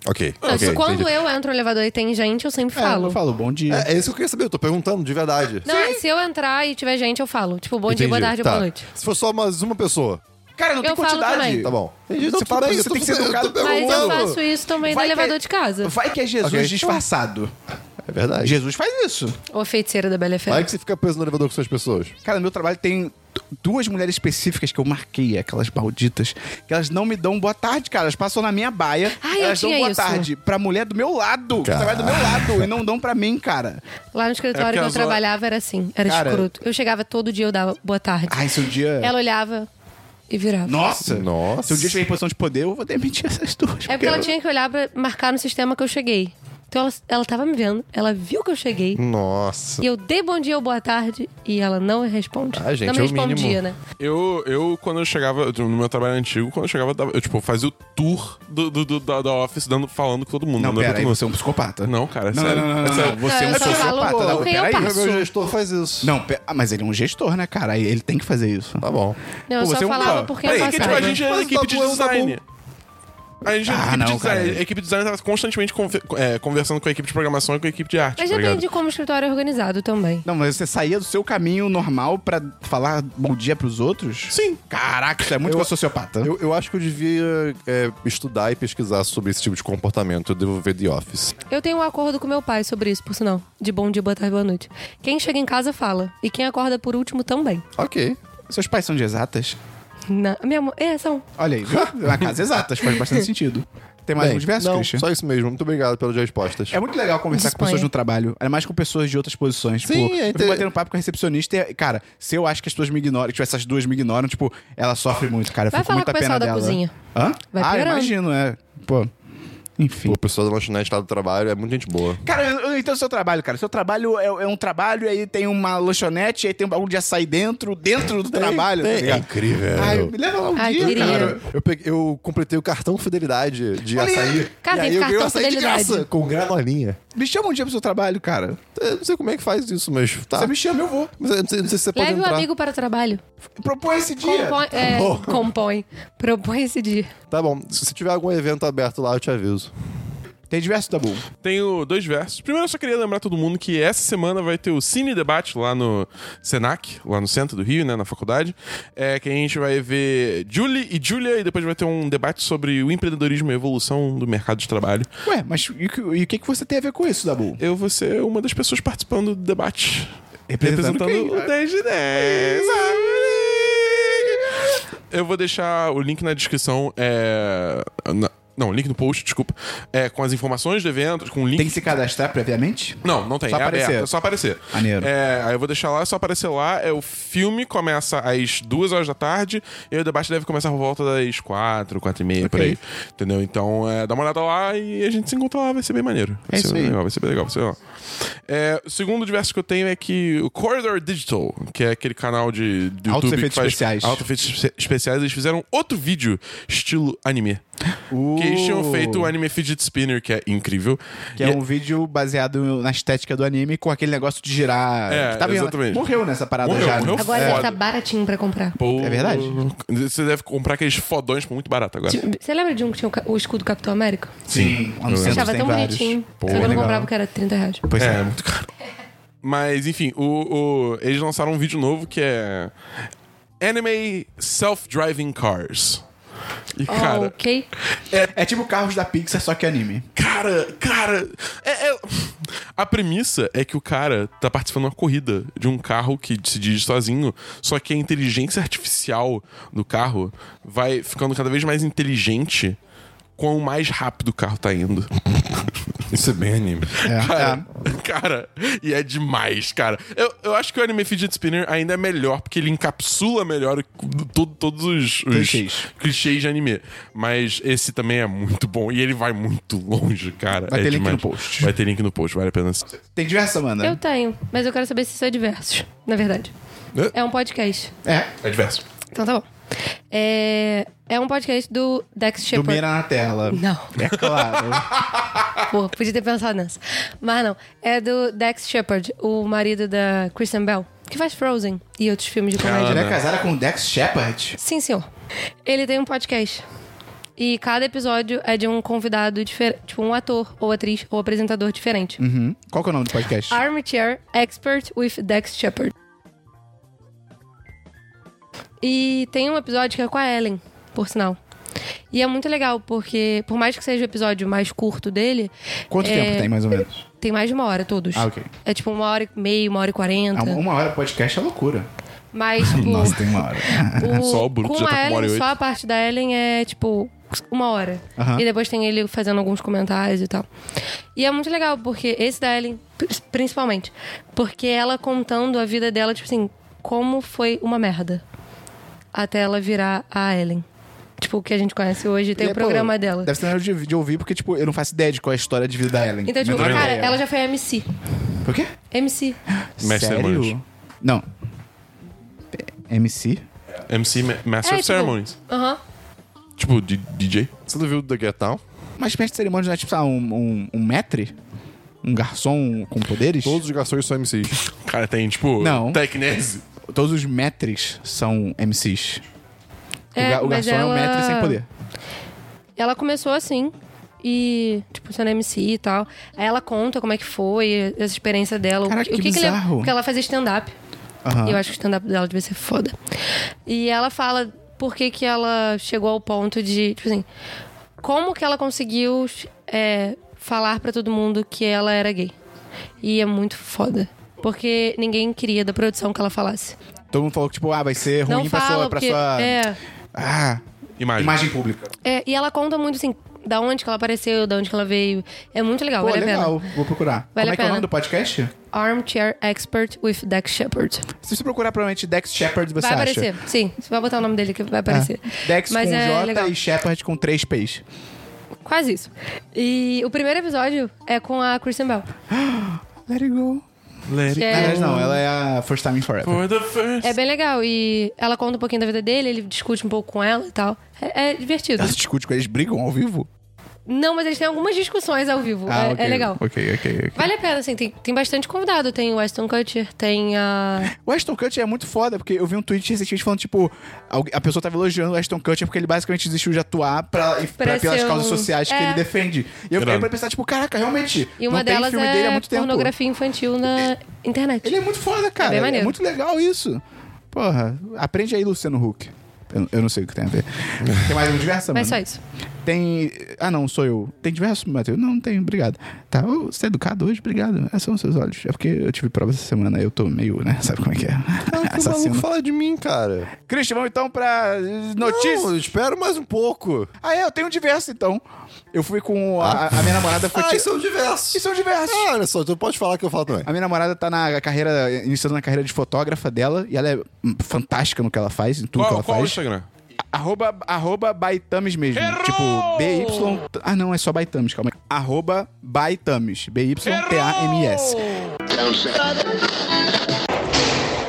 Speaker 4: Ok.
Speaker 3: Não,
Speaker 4: ok,
Speaker 3: isso quando
Speaker 4: entendi.
Speaker 3: eu entro no elevador e tem gente, eu sempre
Speaker 1: É,
Speaker 3: falo.
Speaker 1: eu falo, bom dia.
Speaker 4: É, é isso que eu queria saber, eu tô perguntando de verdade.
Speaker 3: Não, é, se eu entrar e tiver gente, eu falo. Tipo, bom dia,
Speaker 4: Entendi,
Speaker 3: boa tarde,
Speaker 4: tá.
Speaker 3: boa noite.
Speaker 4: Se for só mais uma pessoa,
Speaker 1: Cara, não
Speaker 3: Eu falo também.
Speaker 4: tá bom.
Speaker 1: Você fala pra isso, tem que ser educado.
Speaker 3: Mas eu
Speaker 1: Mano,
Speaker 3: faço isso também no
Speaker 1: vai que- é
Speaker 3: elevador de casa.
Speaker 1: Vai que é Jesus
Speaker 4: Ok.
Speaker 1: disfarçado.
Speaker 4: É verdade.
Speaker 1: Jesus faz isso.
Speaker 3: Ou a feiticeira da Bela
Speaker 4: Vai
Speaker 3: Fera.
Speaker 4: que você fica preso no elevador com suas pessoas.
Speaker 1: Cara, no meu trabalho tem du- duas mulheres específicas que eu marquei, aquelas malditas, que elas não me dão boa tarde, cara. Elas passam na minha baia,
Speaker 3: Ai, Ah, eu
Speaker 1: elas dão
Speaker 3: tinha
Speaker 1: boa
Speaker 3: isso.
Speaker 1: tarde pra mulher do meu lado, que
Speaker 4: Cara.
Speaker 1: trabalha do meu lado, e não dão pra mim, cara.
Speaker 3: Lá no escritório
Speaker 2: É porque
Speaker 3: que eu
Speaker 2: as horas-
Speaker 3: trabalhava era assim, era
Speaker 1: Cara-
Speaker 3: escroto. Eu chegava todo dia, eu dava boa tarde.
Speaker 1: Ai, se um dia...
Speaker 3: Ela olhava e virava.
Speaker 1: Nossa!
Speaker 4: Nossa.
Speaker 1: Se um dia eu estiver em posição de poder, eu vou demitir essas duas.
Speaker 3: É porque ela tinha que olhar pra marcar no sistema que eu cheguei. Então ela, ela tava me vendo, ela viu que eu cheguei.
Speaker 4: Nossa.
Speaker 3: E eu dei bom dia ou boa tarde e ela não responde.
Speaker 4: Ah, gente,
Speaker 3: não me
Speaker 4: é o
Speaker 3: respondia,
Speaker 4: mínimo.
Speaker 3: né?
Speaker 2: Eu, eu, quando eu chegava, no meu trabalho antigo, quando eu chegava, eu, dava- eu, tipo, fazia o tour do, do- do- da, da office dando, falando com todo mundo.
Speaker 1: Não,
Speaker 2: andando
Speaker 1: pera, aí
Speaker 2: com todo
Speaker 1: você é um psicopata.
Speaker 2: mundo. Não, cara, é
Speaker 1: Não,
Speaker 2: sério.
Speaker 1: não, não,
Speaker 2: É
Speaker 1: não,
Speaker 2: sério.
Speaker 1: não, você é um
Speaker 3: eu só falo
Speaker 4: Ah,
Speaker 1: sociopata. Não,
Speaker 3: quem
Speaker 1: peraí.
Speaker 3: eu passo.
Speaker 4: tá, Meu gestor faz isso.
Speaker 1: Não, pe- ah, mas ele é um gestor, né, cara? Aí Ele tem que fazer isso.
Speaker 4: Tá bom.
Speaker 3: Não, eu
Speaker 1: Pô, você
Speaker 3: só
Speaker 1: é um-
Speaker 3: falava
Speaker 1: Ó,
Speaker 3: porque eu
Speaker 2: Peraí, que tipo,
Speaker 3: passava.
Speaker 2: a gente é
Speaker 4: Mas
Speaker 2: da
Speaker 4: tá
Speaker 2: equipe de
Speaker 4: bom, tá bom.
Speaker 2: design. A, gente,
Speaker 1: Ah,
Speaker 2: a, equipe
Speaker 1: não,
Speaker 2: de design,
Speaker 1: cara.
Speaker 2: a equipe de design tá constantemente confe- é, conversando com a equipe de programação e com a equipe de arte,
Speaker 3: Mas
Speaker 2: tá ligado?
Speaker 3: depende de como o escritório é organizado também.
Speaker 1: Não, mas você saía do seu caminho normal pra falar bom dia pros outros?
Speaker 2: Sim.
Speaker 1: Caraca, isso é muito
Speaker 4: Eu-
Speaker 1: eu, sociopata.
Speaker 4: Eu, eu acho que eu devia é, estudar e pesquisar sobre esse tipo de comportamento. Eu devo ver The Office.
Speaker 3: Eu tenho um acordo com meu pai sobre isso, por sinal. De bom dia, boa tarde, boa noite. Quem chega em casa fala. E quem acorda por último também.
Speaker 4: Ok.
Speaker 1: Seus pais são de exatas?
Speaker 3: Na... Minha mo- É, são.
Speaker 1: Olha aí, viu? Na casa exatas, faz bastante sentido. Tem mais
Speaker 4: Bem,
Speaker 1: alguns versos,
Speaker 4: não, é
Speaker 1: Christian?
Speaker 4: só isso mesmo. Muito obrigado pelas respostas.
Speaker 1: É muito legal conversar com
Speaker 3: Disponha.
Speaker 1: pessoas no trabalho. É mais com pessoas de outras posições. Tipo,
Speaker 4: Sim, é
Speaker 1: eu
Speaker 4: inter-
Speaker 1: fico batendo papo com a recepcionista e, cara, se eu acho que as pessoas me ignoram, tipo, essas duas me ignoram, tipo, ela sofre muito, cara. Eu
Speaker 3: Vai
Speaker 1: fico
Speaker 3: falar
Speaker 1: muito
Speaker 3: com
Speaker 1: a
Speaker 3: o
Speaker 1: pena
Speaker 3: pessoal da
Speaker 1: dela.
Speaker 3: cozinha.
Speaker 1: Hã?
Speaker 3: Vai
Speaker 1: ah,
Speaker 3: piorando.
Speaker 1: imagino, é. Pô. Enfim.
Speaker 4: O pessoal da lanchonete lá do trabalho é muita gente boa.
Speaker 1: Cara, eu eu não entendo o seu trabalho, cara. Seu trabalho é, é um trabalho, aí tem uma lanchonete, aí tem um bagulho de açaí dentro, dentro do trabalho, tá
Speaker 4: É
Speaker 1: ligado?
Speaker 4: incrível.
Speaker 1: Ai, me leva lá um
Speaker 3: Ai,
Speaker 1: dia,
Speaker 3: queria.
Speaker 1: cara.
Speaker 4: Eu, peguei- eu completei o cartão fidelidade de
Speaker 1: Olha aí.
Speaker 4: açaí.
Speaker 3: Cara,
Speaker 4: e
Speaker 3: tem
Speaker 4: aí eu ganhei o
Speaker 3: cartão
Speaker 4: açaí
Speaker 3: fidelidade.
Speaker 4: de graça, com granolinha.
Speaker 1: Me chama um dia pro seu trabalho, cara.
Speaker 4: Eu não sei como é que faz isso, mas tá.
Speaker 1: Você me chama, eu vou.
Speaker 4: Mas eu não sei, não sei se você pode
Speaker 3: Leve o
Speaker 4: entrar.
Speaker 3: amigo para o trabalho.
Speaker 1: Propõe esse dia. tá
Speaker 3: Compõe, é,
Speaker 4: bom.
Speaker 3: compõe. Propõe esse dia.
Speaker 4: Tá bom. Se se tiver algum evento aberto lá, eu te aviso.
Speaker 1: Tem diversos tabu.
Speaker 2: Tenho dois versos. Primeiro, eu só queria lembrar todo mundo que essa semana vai ter o Cine Debate lá no Senac, lá no centro do Rio, né, na faculdade. É, que a gente vai ver Julie e Julia e depois vai ter um debate sobre o empreendedorismo e a evolução do mercado de trabalho.
Speaker 1: Ué, mas e, o que- e o que, que você tem a ver com isso, Dabu?
Speaker 2: Eu vou ser uma das pessoas participando do debate.
Speaker 1: Representando quem?
Speaker 2: o 10 de 10. Eu vou deixar o link na descrição. É... na- Não, link no post, desculpa. É, com as informações do evento, com o link.
Speaker 1: Tem que se cadastrar previamente?
Speaker 2: Não, não tem.
Speaker 1: Só
Speaker 2: é
Speaker 1: aparecer.
Speaker 2: aberto, é só aparecer.
Speaker 1: Maneiro.
Speaker 2: É, aí eu vou deixar lá, é só aparecer lá. É, o filme começa às duas horas da tarde e o debate deve começar por volta das quatro, quatro e meia, por aí. Entendeu? Então, é, dá uma olhada lá e a gente se encontra lá, vai ser bem maneiro. Vai
Speaker 1: É
Speaker 2: ser
Speaker 1: isso
Speaker 2: bem
Speaker 1: aí.
Speaker 2: legal, vai ser bem legal, vai ser legal. É, o segundo diverso que eu tenho é que o Corridor Digital, que é aquele canal de, de YouTube
Speaker 1: Altos
Speaker 2: que
Speaker 1: efeitos
Speaker 2: faz
Speaker 1: especiais.
Speaker 2: altos efeitos espe- especiais, eles fizeram outro vídeo estilo anime. Que eles tinham feito o anime Fidget Spinner, que é incrível.
Speaker 1: Uh. Que é um vídeo baseado na estética do anime com aquele negócio de girar.
Speaker 2: É,
Speaker 1: que tava em-
Speaker 2: exatamente.
Speaker 1: Morreu nessa parada
Speaker 2: Morreu,
Speaker 1: já. né?
Speaker 2: morreu.
Speaker 3: Agora deve
Speaker 2: Foda.
Speaker 3: estar baratinho para comprar.
Speaker 2: Pô,
Speaker 1: É verdade?
Speaker 2: Você deve comprar aqueles fodões por muito barato agora.
Speaker 3: Tipo, Você lembra de um que tinha o ca- o escudo do Capitão América?
Speaker 1: Sim, lá no
Speaker 2: Eu lembro.
Speaker 1: centro
Speaker 3: Achava
Speaker 1: tem
Speaker 3: tão
Speaker 1: vários.
Speaker 3: bonitinho.
Speaker 1: Pô,
Speaker 3: Só que eu não
Speaker 1: legal.
Speaker 3: comprava porque era 30 reais.
Speaker 1: Pois é.
Speaker 2: É, muito caro. Mas, enfim, o, o- eles lançaram um vídeo novo que é. Anime Self-Driving Cars. E,
Speaker 1: Ah,
Speaker 2: cara,
Speaker 3: ok.
Speaker 1: É tipo carros da Pixar, só que anime.
Speaker 2: cara, cara. é- é- A premissa é que o cara tá participando de uma corrida de um carro que se dirige sozinho, só que a inteligência artificial do carro vai ficando cada vez mais inteligente quão mais rápido o carro tá indo.
Speaker 4: Isso é bem anime.
Speaker 2: Cara, cara, e é demais, cara. Eu, eu acho que o anime Fidget Spinner ainda é melhor, porque ele encapsula melhor o- todo- todos os, os
Speaker 1: Clichês.
Speaker 2: clichês de anime. Mas esse também é muito bom e ele vai muito longe, cara.
Speaker 1: Vai
Speaker 2: É
Speaker 1: ter link
Speaker 2: demais.
Speaker 1: no post.
Speaker 2: Vai ter link no post, vale a pena.
Speaker 1: Tem diversa, Amanda.
Speaker 3: Eu tenho, mas eu quero saber se isso é diversos, na verdade.
Speaker 2: É,
Speaker 3: É um podcast.
Speaker 1: É.
Speaker 2: é diverso.
Speaker 3: Então tá bom. É, é um podcast do Dex
Speaker 1: Do
Speaker 3: Shepard.
Speaker 1: Mira na tela.
Speaker 3: Não.
Speaker 1: É claro.
Speaker 3: Pô, podia ter pensado nessa. Mas não. É do Dex Shepard, o marido da Kristen Bell, que faz Frozen e outros filmes de comédia. né?
Speaker 1: Ela é casada com o Dex Shepard.
Speaker 3: Sim, senhor. Ele tem um podcast. E cada episódio é de um convidado diferente, tipo um ator, ou atriz, ou apresentador diferente.
Speaker 1: Uhum. Qual que é o nome do podcast?
Speaker 3: Ah, Armchair Expert with Dex Shepard. E tem um episódio que é com a Ellen, por sinal. E é muito legal, porque por mais que seja o episódio mais curto dele,
Speaker 1: Quanto
Speaker 3: é,
Speaker 1: tempo tem, mais ou menos?
Speaker 3: Tem mais de uma hora todos.
Speaker 1: Ah, ok.
Speaker 3: É tipo uma hora e meia, uma hora e quarenta.
Speaker 2: É
Speaker 1: Ah, Uma hora de podcast é loucura.
Speaker 3: Mas, tipo.
Speaker 1: Nossa, tem uma hora.
Speaker 3: O,
Speaker 2: Só o Bruto
Speaker 3: com
Speaker 2: já tá
Speaker 3: a
Speaker 2: com uma
Speaker 3: Ellen,
Speaker 2: hora e oito.
Speaker 3: só a parte da Ellen é tipo uma hora.
Speaker 1: Aham.
Speaker 3: E depois tem ele fazendo alguns comentários e tal. E é muito legal, porque esse da Ellen, pri- principalmente, porque ela contando a vida dela, tipo assim, como foi uma merda. Até ela virar a Ellen. Tipo, o que a gente conhece hoje, tem
Speaker 1: E, é,
Speaker 3: o
Speaker 1: pô,
Speaker 3: programa dela.
Speaker 1: Deve ser melhor de, de ouvir, porque, tipo, eu não faço ideia de qual é a história de vida da Ellen.
Speaker 3: Então, tipo,
Speaker 1: Menor
Speaker 3: cara,
Speaker 1: ideia.
Speaker 3: ela já foi MC.
Speaker 1: Por quê?
Speaker 3: MC.
Speaker 2: Mestre Ceremonies.
Speaker 1: Sério? Não. É, MC?
Speaker 2: MC Ma- Master
Speaker 3: É,
Speaker 2: of
Speaker 3: tipo-
Speaker 2: Ceremonies.
Speaker 3: Aham.
Speaker 2: Tipo, D- DJ.
Speaker 4: Você não viu do The Get Down?
Speaker 1: Mas mestre de cerimônia não é, tipo, sei lá, um, um, um metre? Um garçom com poderes?
Speaker 4: Todos os garçons são
Speaker 1: Ah,
Speaker 4: MCs.
Speaker 2: Cara, tem, tipo,
Speaker 1: Não.
Speaker 2: Tecnese.
Speaker 1: Todos os metres são MCs. O
Speaker 3: É,
Speaker 1: ga- o,
Speaker 3: mas
Speaker 1: garçom é um
Speaker 3: ela-
Speaker 1: metre sem poder.
Speaker 3: Ela começou assim. E, tipo, sendo MC e tal. Aí ela conta como é que foi, essa experiência dela.
Speaker 1: Caraca,
Speaker 3: o
Speaker 1: que
Speaker 3: que, que leva-
Speaker 1: bizarro.
Speaker 3: Porque ela fazia stand-up. E eu acho que o stand-up dela devia ser foda. E ela fala por que que ela chegou ao ponto de, tipo assim, como que ela conseguiu é, falar pra todo mundo que ela era gay. E é muito foda. Porque ninguém queria da produção que ela falasse.
Speaker 1: Todo mundo falou que, tipo, ah, vai ser ruim
Speaker 3: Não
Speaker 1: pra
Speaker 3: fala
Speaker 1: sua. Pra
Speaker 3: porque...
Speaker 1: sua
Speaker 3: É.
Speaker 1: Ah,
Speaker 2: Imagem.
Speaker 1: imagem pública.
Speaker 3: É, e ela conta muito assim, da onde que ela apareceu, da onde que ela veio. É muito legal,
Speaker 1: Pô,
Speaker 3: vale a
Speaker 1: legal, vou procurar.
Speaker 3: Vale
Speaker 1: Como
Speaker 3: a
Speaker 1: é que é o
Speaker 3: pena.
Speaker 1: nome do podcast?
Speaker 3: pena. Armchair Expert with Dex Shepard.
Speaker 1: Se você procurar, provavelmente Dex Shepard, você
Speaker 3: Vai
Speaker 1: acha. É.
Speaker 3: aparecer, sim. Você vai botar o nome dele que vai aparecer.
Speaker 1: Dex
Speaker 3: Mas
Speaker 1: com
Speaker 3: é
Speaker 1: J
Speaker 3: legal.
Speaker 1: e Shepard com três P's.
Speaker 3: Quase isso. E o primeiro episódio é com a Kristen Bell.
Speaker 1: Let it go.
Speaker 2: Let
Speaker 3: Que
Speaker 2: it
Speaker 1: Aliás,
Speaker 3: é,
Speaker 1: não, ela é a First Time in Forever.
Speaker 2: for the first.
Speaker 3: é bem legal. E ela conta um pouquinho da vida dele, ele discute um pouco com ela e tal. É, é divertido.
Speaker 1: Ela se discute com eles, brigam ao vivo?
Speaker 3: Não, mas eles têm algumas discussões ao vivo. é, é
Speaker 1: Ah, ok,
Speaker 3: legal.
Speaker 1: Ok, ok, ok.
Speaker 3: Vale a pena, assim, tem, tem bastante convidado. Tem o Aston Kutcher, tem a.
Speaker 1: O Ashton Kutcher é muito foda, porque eu vi um tweet recentemente falando, tipo, algu- a pessoa tava elogiando o Ashton Kutcher porque ele basicamente desistiu de atuar pra, e- pra-
Speaker 3: Pra
Speaker 1: pelas
Speaker 3: ser
Speaker 1: causas
Speaker 3: um-
Speaker 1: sociais que
Speaker 3: é.
Speaker 1: ele defende. E eu fiquei
Speaker 2: Irado.
Speaker 1: pra pensar, tipo, caraca, realmente,
Speaker 3: E uma
Speaker 1: não
Speaker 3: delas
Speaker 1: tem filme
Speaker 3: é
Speaker 1: dele há muito tempo.
Speaker 3: pornografia infantil na internet.
Speaker 1: Ele é muito foda, cara.
Speaker 3: bem maneiro.
Speaker 1: muito legal isso. Porra, aprende aí, Luciano Huck. Eu, eu não sei o que tem a ver. Tem mais um diversa,
Speaker 3: Mas só
Speaker 1: mano?
Speaker 3: isso.
Speaker 1: Tem... Ah, não, sou eu. Tem diverso, Matheus? Não, não tem, obrigado. Tá, ô, você é educado hoje? Obrigado. Esses são seus olhos. É porque eu tive prova essa semana, eu tô meio, né, sabe como é que é?
Speaker 4: Caraca, o maluco fala de mim, cara.
Speaker 1: Christian, vamos então pra eh, notícias.
Speaker 4: Não, eu espero mais um pouco.
Speaker 1: Ah, é, eu tenho um diverso então. Eu fui com. A, a minha namorada foi.
Speaker 4: Ah,
Speaker 1: ti-
Speaker 4: isso é um diverso.
Speaker 1: Isso é um diverso.
Speaker 4: Ah, olha só, tu pode falar que eu falo também.
Speaker 1: A minha namorada tá na carreira, iniciando na carreira de fotógrafa dela, e ela é hum, fantástica no que ela faz, em tudo que
Speaker 2: Qual,
Speaker 1: ela
Speaker 2: qual o
Speaker 1: faz.
Speaker 2: Instagram?
Speaker 1: Arroba, arroba Baitames mesmo. Tipo, B-Y. Ah, não, é só Baitames, calma aí. Arroba Baitames. B-Y-T-A-M-S.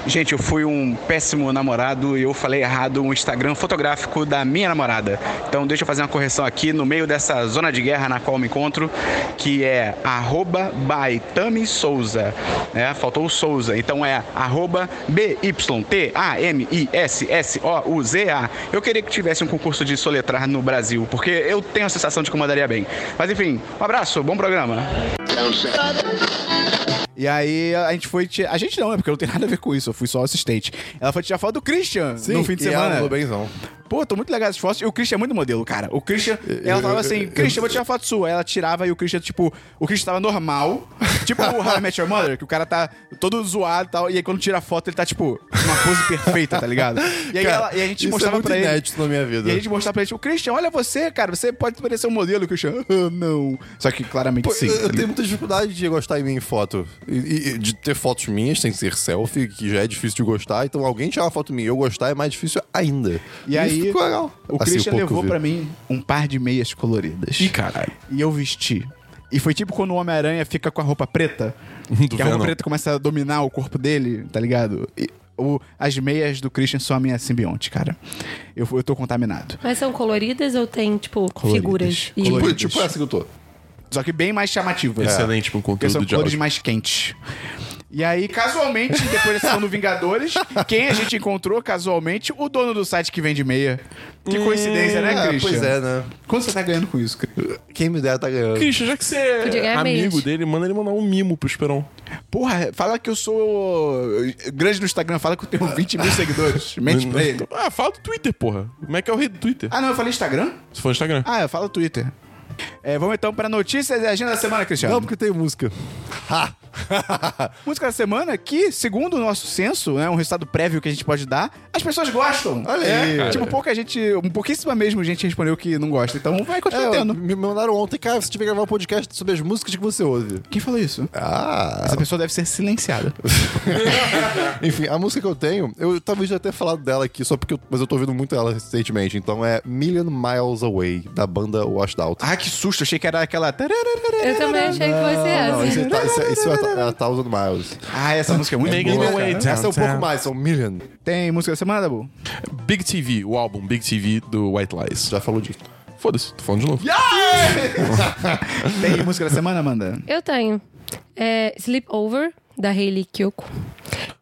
Speaker 7: Gente, eu fui um péssimo namorado e eu falei errado um Instagram fotográfico da minha namorada. Então deixa eu fazer uma correção aqui no meio dessa zona de guerra na qual eu me encontro, que é arroba by Tami Souza. Né? Faltou o Souza. Então é arroba B-Y-T-A-M-I-S-S-O-U-Z-A. Eu queria que tivesse um concurso de soletrar no Brasil, porque eu tenho a sensação de que eu mandaria bem. Mas enfim, um abraço, bom programa.
Speaker 1: E aí a gente foi. ti- A gente não, né? Porque eu não tenho nada a ver com isso. Eu fui só assistente. Ela foi tirar foto do Christian no fim de
Speaker 4: e é um ela
Speaker 1: semana.
Speaker 4: mandou benzão.
Speaker 1: Pô, tô muito legal essas fotos. E o Christian é muito modelo, cara. O Christian, ela falava assim, Christian, eu vou tirar foto sua. Aí ela tirava e o Christian, tipo, o Christian tava normal. Tipo o How I Met Your Mother, que o cara tá todo zoado e tal. E aí quando tira a foto, ele tá, tipo, numa pose perfeita, tá ligado? E aí
Speaker 4: Cara,
Speaker 1: ela- e a gente
Speaker 4: isso
Speaker 1: mostrava
Speaker 4: é muito
Speaker 1: pra ele.
Speaker 4: inédito na minha vida.
Speaker 1: E a gente mostrava pra ele, tipo, Christian, olha você, cara. Você pode parecer um modelo, Christian. Ah, não. Só que claramente
Speaker 4: Pô,
Speaker 1: sim.
Speaker 4: eu,
Speaker 1: tá
Speaker 4: eu
Speaker 1: ligado?
Speaker 4: tenho muita dificuldade de gostar em mim em foto. E, e- e de ter fotos minhas, tem que ser selfie, que já é difícil de gostar. Então alguém tirar uma foto minha e eu gostar é mais difícil ainda.
Speaker 1: E aí,
Speaker 4: Isso ficou legal.
Speaker 1: o
Speaker 4: Assim,
Speaker 1: Christian
Speaker 4: pouco
Speaker 1: levou
Speaker 4: que eu
Speaker 1: pra
Speaker 4: vi.
Speaker 1: mim um par de meias coloridas.
Speaker 2: Ih, caralho.
Speaker 1: E eu vesti. E foi tipo quando o Homem-Aranha fica com a roupa preta.
Speaker 2: Do
Speaker 1: que a roupa
Speaker 2: Venom.
Speaker 1: preta começa a dominar o corpo dele, tá ligado? E o- as meias do Christian são a minha simbionte, cara. Eu, fui- eu tô contaminado.
Speaker 3: Mas são coloridas ou tem, tipo,
Speaker 1: Coloridas.
Speaker 3: figuras? E...
Speaker 4: Tipo,
Speaker 1: coloridos.
Speaker 4: tipo essa que eu tô.
Speaker 1: Só que bem mais chamativas.
Speaker 2: Excelente pra um
Speaker 1: Porque são
Speaker 2: conteúdo de
Speaker 1: cores
Speaker 2: áudio.
Speaker 1: mais quentes. E aí, casualmente, depois da sessão do Vingadores, quem a gente encontrou, casualmente, o dono do site que vende meia. Que coincidência, né,
Speaker 4: Ah,
Speaker 1: Christian?
Speaker 4: pois é, né?
Speaker 1: Quanto você tá ganhando com isso, Christian?
Speaker 4: Quem me der tá ganhando.
Speaker 2: Christian, já que você
Speaker 3: Podia
Speaker 2: é
Speaker 3: ganhar
Speaker 2: amigo
Speaker 3: mente.
Speaker 2: dele, manda ele mandar um mimo pro Esperon.
Speaker 1: Porra, fala que eu sou grande no Instagram, fala que eu tenho 20 mil seguidores. Mente pra ele.
Speaker 2: Ah, fala do Twitter, porra. Como é que é o rei do Twitter?
Speaker 1: Ah, não, eu falei Instagram?
Speaker 2: Se for Instagram.
Speaker 1: Ah, eu falo Twitter. É, vamos então pra notícias e agenda da semana, Cristiano.
Speaker 4: Não, porque tem música. Ha!
Speaker 1: Música da semana que, segundo o nosso censo, né, um resultado prévio que a gente pode dar, as pessoas gostam.
Speaker 4: Olha aí, cara.
Speaker 1: Tipo, pouca gente, um pouquíssima mesmo gente respondeu que não gosta. Então vai continuar
Speaker 4: É,
Speaker 1: tendo.
Speaker 4: me mandaram ontem, cara, você tiver que gravar um podcast sobre as músicas que você ouve.
Speaker 1: Quem falou isso?
Speaker 4: Ah,
Speaker 1: Essa pessoa deve ser silenciada.
Speaker 4: Enfim, a música que eu tenho, eu talvez já tenha falado dela aqui, só porque eu, mas eu tô ouvindo muito ela recentemente. Então é Million Miles Away, da banda Washed Out.
Speaker 1: ah, que susto. Achei que era aquela...
Speaker 3: Eu também achei que fosse
Speaker 4: Não,
Speaker 1: Assim.
Speaker 3: essa.
Speaker 4: esse, é ta- esse é- esse é a, a Thousand Miles.
Speaker 1: Ah, essa música é muito
Speaker 2: Megan
Speaker 1: boa.
Speaker 2: Thee
Speaker 1: cara.
Speaker 2: Wait.
Speaker 4: Essa é um
Speaker 2: Downtown.
Speaker 4: pouco mais, são Million.
Speaker 1: Tem música da semana, Dabu?
Speaker 2: Big TV, o álbum Big TV do White Lies.
Speaker 4: Já falou disso.
Speaker 2: Foda-se, tô falando de novo.
Speaker 1: Tem música da semana, Amanda?
Speaker 3: Eu tenho. É, Sleepover, da Hayley Kyoko.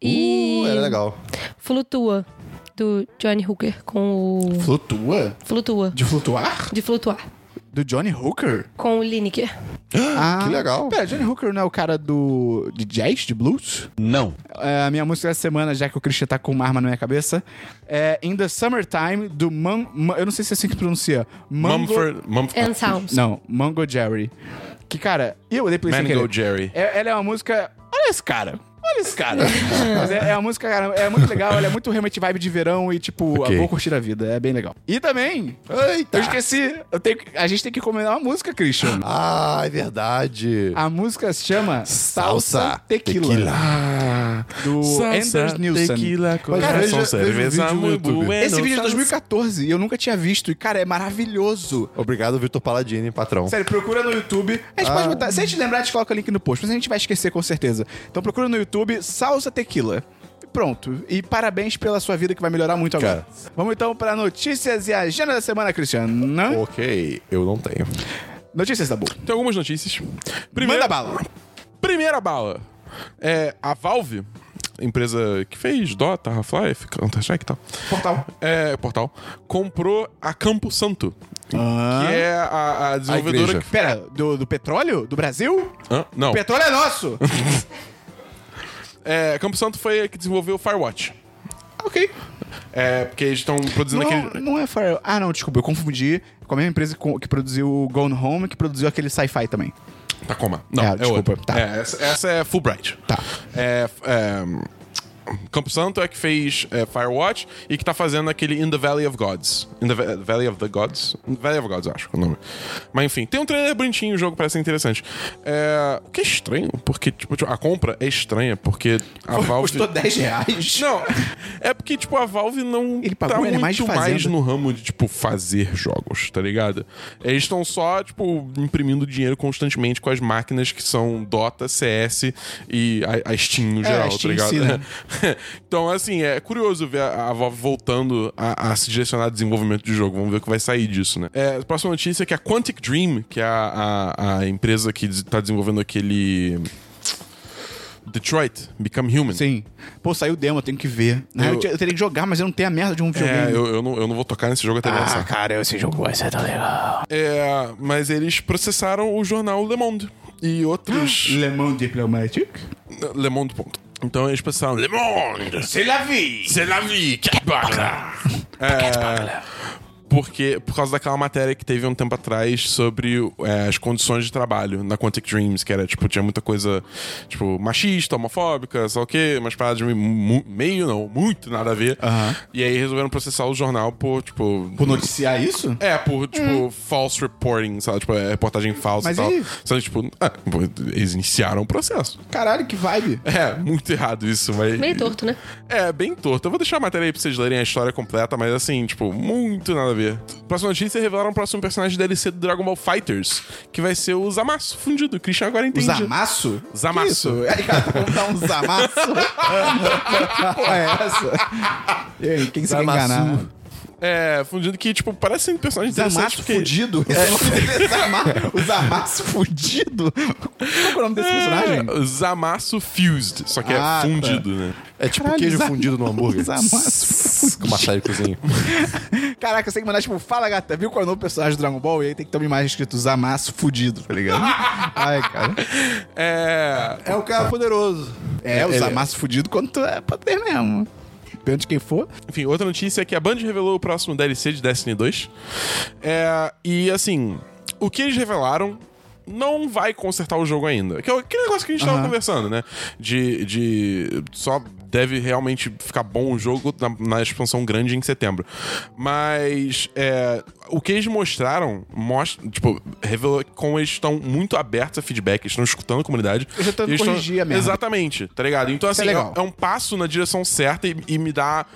Speaker 3: E
Speaker 4: Uh, é legal.
Speaker 3: Flutua, do Johnny Hooker, com o...
Speaker 1: Flutua?
Speaker 3: Flutua.
Speaker 1: De flutuar?
Speaker 3: De flutuar.
Speaker 1: Do Johnny Hooker?
Speaker 3: com o Lineker.
Speaker 1: Ah,
Speaker 4: que legal.
Speaker 1: Pera, Johnny Hooker não é o cara do. de jazz, de blues?
Speaker 8: Não.
Speaker 1: É, a minha música dessa semana, já que o Christian tá com uma arma na minha cabeça, é In the Summertime, do Man. Man- eu não sei se é assim que pronuncia. Mango,
Speaker 2: Mumford. Mumford.
Speaker 3: And Sounds.
Speaker 1: Não, Mango Jerry. Que, cara, eu odeio Play
Speaker 2: Mango Jerry.
Speaker 1: É, ela é uma música. Olha esse cara. Olha esse cara. Mas é, é uma música, cara, é muito legal, ela é muito realmente vibe de verão e, tipo,
Speaker 2: Ok.
Speaker 1: vou curtir a vida. É bem legal. E também,
Speaker 4: Eita!
Speaker 1: eu esqueci, eu tenho que- a gente tem que combinar uma música, Christian.
Speaker 4: Ah, é verdade.
Speaker 1: A música se chama Salsa, Tequila, do Anders Nielsen.
Speaker 4: Mas
Speaker 2: Cara, são
Speaker 4: veja- veja o
Speaker 2: cerveja
Speaker 4: vídeo no
Speaker 2: muito
Speaker 4: YouTube.
Speaker 2: buena.
Speaker 1: Esse vídeo é de 2014 e eu nunca tinha visto. E, cara, é maravilhoso.
Speaker 4: Obrigado, Vitor Paladini, patrão.
Speaker 1: Sério, procura no YouTube. A gente pode botar. Se a gente lembrar, a gente coloca o link no post, mas a gente vai esquecer com certeza. Então procura no YouTube Salsa Tequila. E Pronto. E parabéns pela sua vida que vai melhorar muito agora. Vamos então para notícias e agenda da semana, Cristiano.
Speaker 4: Ok, eu não tenho.
Speaker 1: Notícias da boa.
Speaker 2: Tem algumas notícias.
Speaker 1: Manda
Speaker 2: Primeira,
Speaker 1: bala.
Speaker 2: primeira bala. É, a Valve, empresa que fez Dota, Half-Life, Counter-Strike e tal.
Speaker 1: Portal.
Speaker 2: É, Portal. Comprou a Campo Santo.
Speaker 1: Ah.
Speaker 2: Que é a, a desenvolvedora
Speaker 4: igreja.
Speaker 2: que...
Speaker 1: é, Pera, do, do petróleo? Do Brasil?
Speaker 2: Hã? Não.
Speaker 1: O petróleo é nosso!
Speaker 2: É, Campo Santo foi a que desenvolveu o Firewatch.
Speaker 1: Ah, ok.
Speaker 2: É, porque eles estão produzindo
Speaker 1: Não,
Speaker 2: aquele...
Speaker 1: não é Fire. Ah, não, desculpa, eu confundi com a mesma empresa que co- que produziu o Gone Home, que produziu aquele sci-fi também.
Speaker 2: Tacoma. Não,
Speaker 1: É,
Speaker 2: é,
Speaker 1: desculpa,
Speaker 2: outra.
Speaker 1: tá.
Speaker 2: É, essa, essa é Fulbright.
Speaker 1: Tá.
Speaker 2: É, é, Campo Santo é que fez é, Firewatch e que tá fazendo aquele In the Valley of Gods. In the Va- Valley of the Gods? In the Valley of Gods, acho que é o nome. Mas enfim, tem um trailer bonitinho, o jogo parece ser interessante. É, o que é estranho, porque tipo, a compra é estranha, porque a Valve...
Speaker 1: Custou 10 reais.
Speaker 2: Não, é porque, tipo, a Valve não
Speaker 1: Ele pagou
Speaker 2: tá
Speaker 1: em
Speaker 2: muito
Speaker 1: animais de fazenda.
Speaker 2: mais no ramo de, tipo, fazer jogos, tá ligado? Eles estão só, tipo, imprimindo dinheiro constantemente com as máquinas que são Dota, CS e a, a Steam no geral,
Speaker 1: É, a Steam em
Speaker 2: tá ligado?
Speaker 1: si, né?
Speaker 2: então, assim, é curioso ver a, a Valve voltando a, a se direcionar ao desenvolvimento de jogo. Vamos ver o que vai sair disso, né? É, a próxima notícia é que a Quantic Dream, que é a, a, a empresa que des- tá desenvolvendo aquele... Detroit, Become Human.
Speaker 1: Sim. Pô, saiu o demo, eu tenho que ver. Na real, Eu,
Speaker 2: Eu-
Speaker 1: te- eu teria que jogar, mas eu não tenho a merda de um
Speaker 2: É,
Speaker 1: videogame.
Speaker 2: eu, eu não, eu não vou tocar nesse jogo até ah, lançar.
Speaker 1: cara, esse jogo vai ser tão legal.
Speaker 2: É, mas eles processaram o jornal Le Monde e outros.
Speaker 1: Le Monde Diplomatic?
Speaker 2: Le Monde, ponto. Então eles processaram Le Monde!
Speaker 1: C'est la vie!
Speaker 2: C'est la vie! Que barra! É, porque, por causa daquela matéria que teve um tempo atrás sobre é, as condições de trabalho na Quantic Dreams, que era, tipo, tinha muita coisa, tipo, machista, homofóbica, sei lá o quê, umas paradas de mu- meio, não, muito nada a ver.
Speaker 1: Aham.
Speaker 2: E aí resolveram processar o jornal por, tipo,
Speaker 1: Por noticiar isso?
Speaker 2: É, por, tipo, false reporting, sabe? Tipo, é, reportagem falsa
Speaker 1: Mas
Speaker 2: e tal.
Speaker 1: e-
Speaker 2: Sabe, tipo, ah, pô, eles iniciaram o processo.
Speaker 1: Caralho, que vibe.
Speaker 2: É, muito errado isso, mas...
Speaker 3: Meio torto, né?
Speaker 2: É, bem torto. Eu vou deixar a matéria aí pra vocês lerem a história completa, mas assim, tipo, muito nada a ver. Próxima notícia, revelaram o próximo personagem da DLC do Dragon Ball Fighters, que vai ser o Zamasu fundido. O Christian agora entende.
Speaker 1: Zamaço?
Speaker 2: Zamasu.
Speaker 1: Isso. É, cara, tá vamos dar um Zamaço? que porra é essa? E aí, quem que você quer
Speaker 4: Zamasu.
Speaker 1: enganar?
Speaker 2: É, fundido que, tipo, parece um personagem interessante.
Speaker 1: Zamaço fudido? Esse nome dele é Zama- O Zamaço fudido? Qual que é o nome desse personagem?
Speaker 2: É, Zamasu Fused, só que
Speaker 1: Ah, tá.
Speaker 2: é fundido, né?
Speaker 4: É tipo
Speaker 1: Caralho,
Speaker 4: queijo
Speaker 1: Zam-
Speaker 4: fundido no hambúrguer.
Speaker 1: Zamasu
Speaker 4: Com uma chave cozinha.
Speaker 1: Caraca, você tem que mandar, tipo, fala gata, viu qual é o novo personagem do Dragon Ball? E aí tem que ter uma imagem escrito Zamasu fudido, tá ligado? Ai, cara.
Speaker 2: É...
Speaker 4: É um cara poderoso.
Speaker 1: É, o Zamasu fudido quanto é poder mesmo. Depende de quem for.
Speaker 2: Enfim, outra notícia é que a Band revelou o próximo DLC de Destiny 2. É, e assim, o que eles revelaram não vai consertar o jogo ainda. Que é aquele negócio que a gente tava conversando, né? De, de. Só deve realmente ficar bom o jogo na, na expansão grande em setembro. Mas é, o que eles mostraram, mostra, tipo, revelou como eles estão muito abertos a feedback, eles estão escutando a comunidade.
Speaker 1: Eles tentando
Speaker 2: estão-
Speaker 1: corrigir a merda.
Speaker 2: Exatamente, tá ligado? Então, assim,
Speaker 1: legal.
Speaker 2: é um passo na direção certa e, e me dá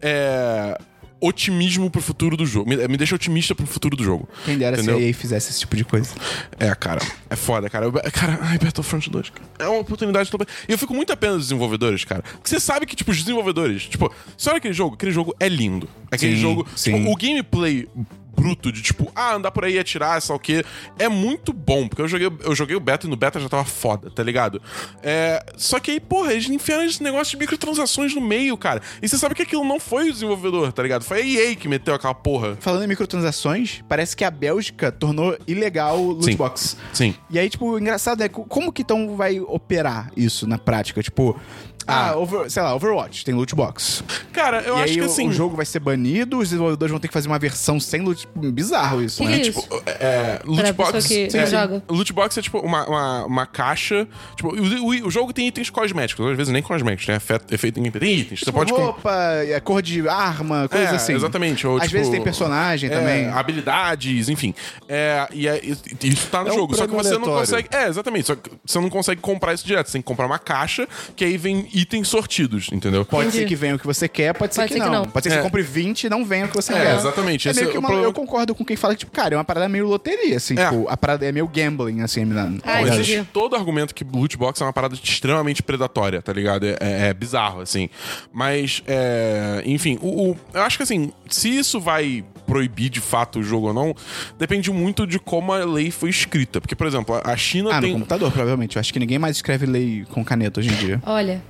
Speaker 2: é, otimismo pro futuro do jogo. Me, me deixa otimista pro futuro do jogo.
Speaker 1: Quem dera
Speaker 2: Entendeu?
Speaker 1: se a EA fizesse esse tipo de coisa.
Speaker 2: É, cara. É foda, cara. Eu- cara, ai, Battlefront 2. cara. É uma oportunidade toda. E eu fico muito a pena dos desenvolvedores, cara. Porque você sabe que, tipo, os desenvolvedores, tipo, você olha aquele jogo, aquele jogo é lindo. Aquele
Speaker 1: Sim,
Speaker 2: jogo.
Speaker 1: sim.
Speaker 2: Tipo, o gameplay bruto de tipo, ah, andar por aí e atirar, sei lá o quê, é muito bom, porque eu joguei, eu joguei o beta e no beta já tava foda, tá ligado? É, só que aí, porra, eles enfiaram esse negócio de microtransações no meio, cara. E você sabe que aquilo não foi o desenvolvedor, tá ligado? Foi a EA que meteu aquela porra.
Speaker 1: Falando em microtransações, parece que a Bélgica tornou ilegal o
Speaker 2: Sim.
Speaker 1: lootbox.
Speaker 2: Sim.
Speaker 1: E aí, tipo, o engraçado é co- como que então vai operar isso na prática? Tipo, ah, over- sei lá, Overwatch tem lootbox.
Speaker 2: Cara, eu
Speaker 1: e
Speaker 2: acho
Speaker 1: aí
Speaker 2: que
Speaker 1: o,
Speaker 2: assim.
Speaker 1: o jogo vai ser banido, os desenvolvedores vão ter que fazer uma versão sem loot. Bizarro isso,
Speaker 3: Que
Speaker 1: né?
Speaker 3: que é isso?
Speaker 2: É, lootbox.
Speaker 3: pessoa que não joga.
Speaker 2: Lootbox é tipo uma, uma, uma caixa. Tipo, o, o- o jogo tem itens cosméticos, às vezes nem cosméticos, né? Fe- É feito em tem itens. Você pode. com-
Speaker 1: roupa, é, cor de arma,
Speaker 2: É,
Speaker 1: coisa assim.
Speaker 2: Exatamente. Ou,
Speaker 1: Às
Speaker 2: tipo,
Speaker 1: vezes tem personagem
Speaker 2: é,
Speaker 1: também.
Speaker 2: Habilidades, enfim. É, e é- e- isso tá no
Speaker 4: É um
Speaker 2: jogo. Só que
Speaker 4: prêmio
Speaker 2: você não
Speaker 4: aleatório.
Speaker 2: consegue. É, exatamente. Só que você não consegue comprar isso direto. Você tem que comprar uma caixa, que aí vem itens sortidos, entendeu?
Speaker 1: Pode
Speaker 3: Entendi.
Speaker 1: ser que venha o que você quer, pode ser, que, não. Pode ser que
Speaker 2: É.
Speaker 1: você compre 20 e não venha o que você
Speaker 2: É,
Speaker 1: quer.
Speaker 2: exatamente.
Speaker 1: É
Speaker 2: Esse
Speaker 1: meio
Speaker 2: é
Speaker 1: que
Speaker 2: o
Speaker 1: uma-
Speaker 2: problema.
Speaker 1: Eu concordo com quem fala que, tipo, cara, é uma parada meio loteria, assim.
Speaker 2: É.
Speaker 1: Tipo, a parada é meio gambling, assim. Na,
Speaker 3: Ah,
Speaker 2: Então,
Speaker 3: entendi.
Speaker 2: existe todo argumento que loot box é uma parada extremamente predatória, tá ligado? É, é- é bizarro, assim. Mas, é, enfim, o, o- eu acho que assim, se isso vai proibir de fato o jogo ou não, depende muito de como a lei foi escrita. Porque, por exemplo, a- a China
Speaker 1: Ah, no
Speaker 2: tem.
Speaker 1: computador, provavelmente. Eu acho que ninguém mais escreve lei com caneta hoje em dia.
Speaker 3: Olha.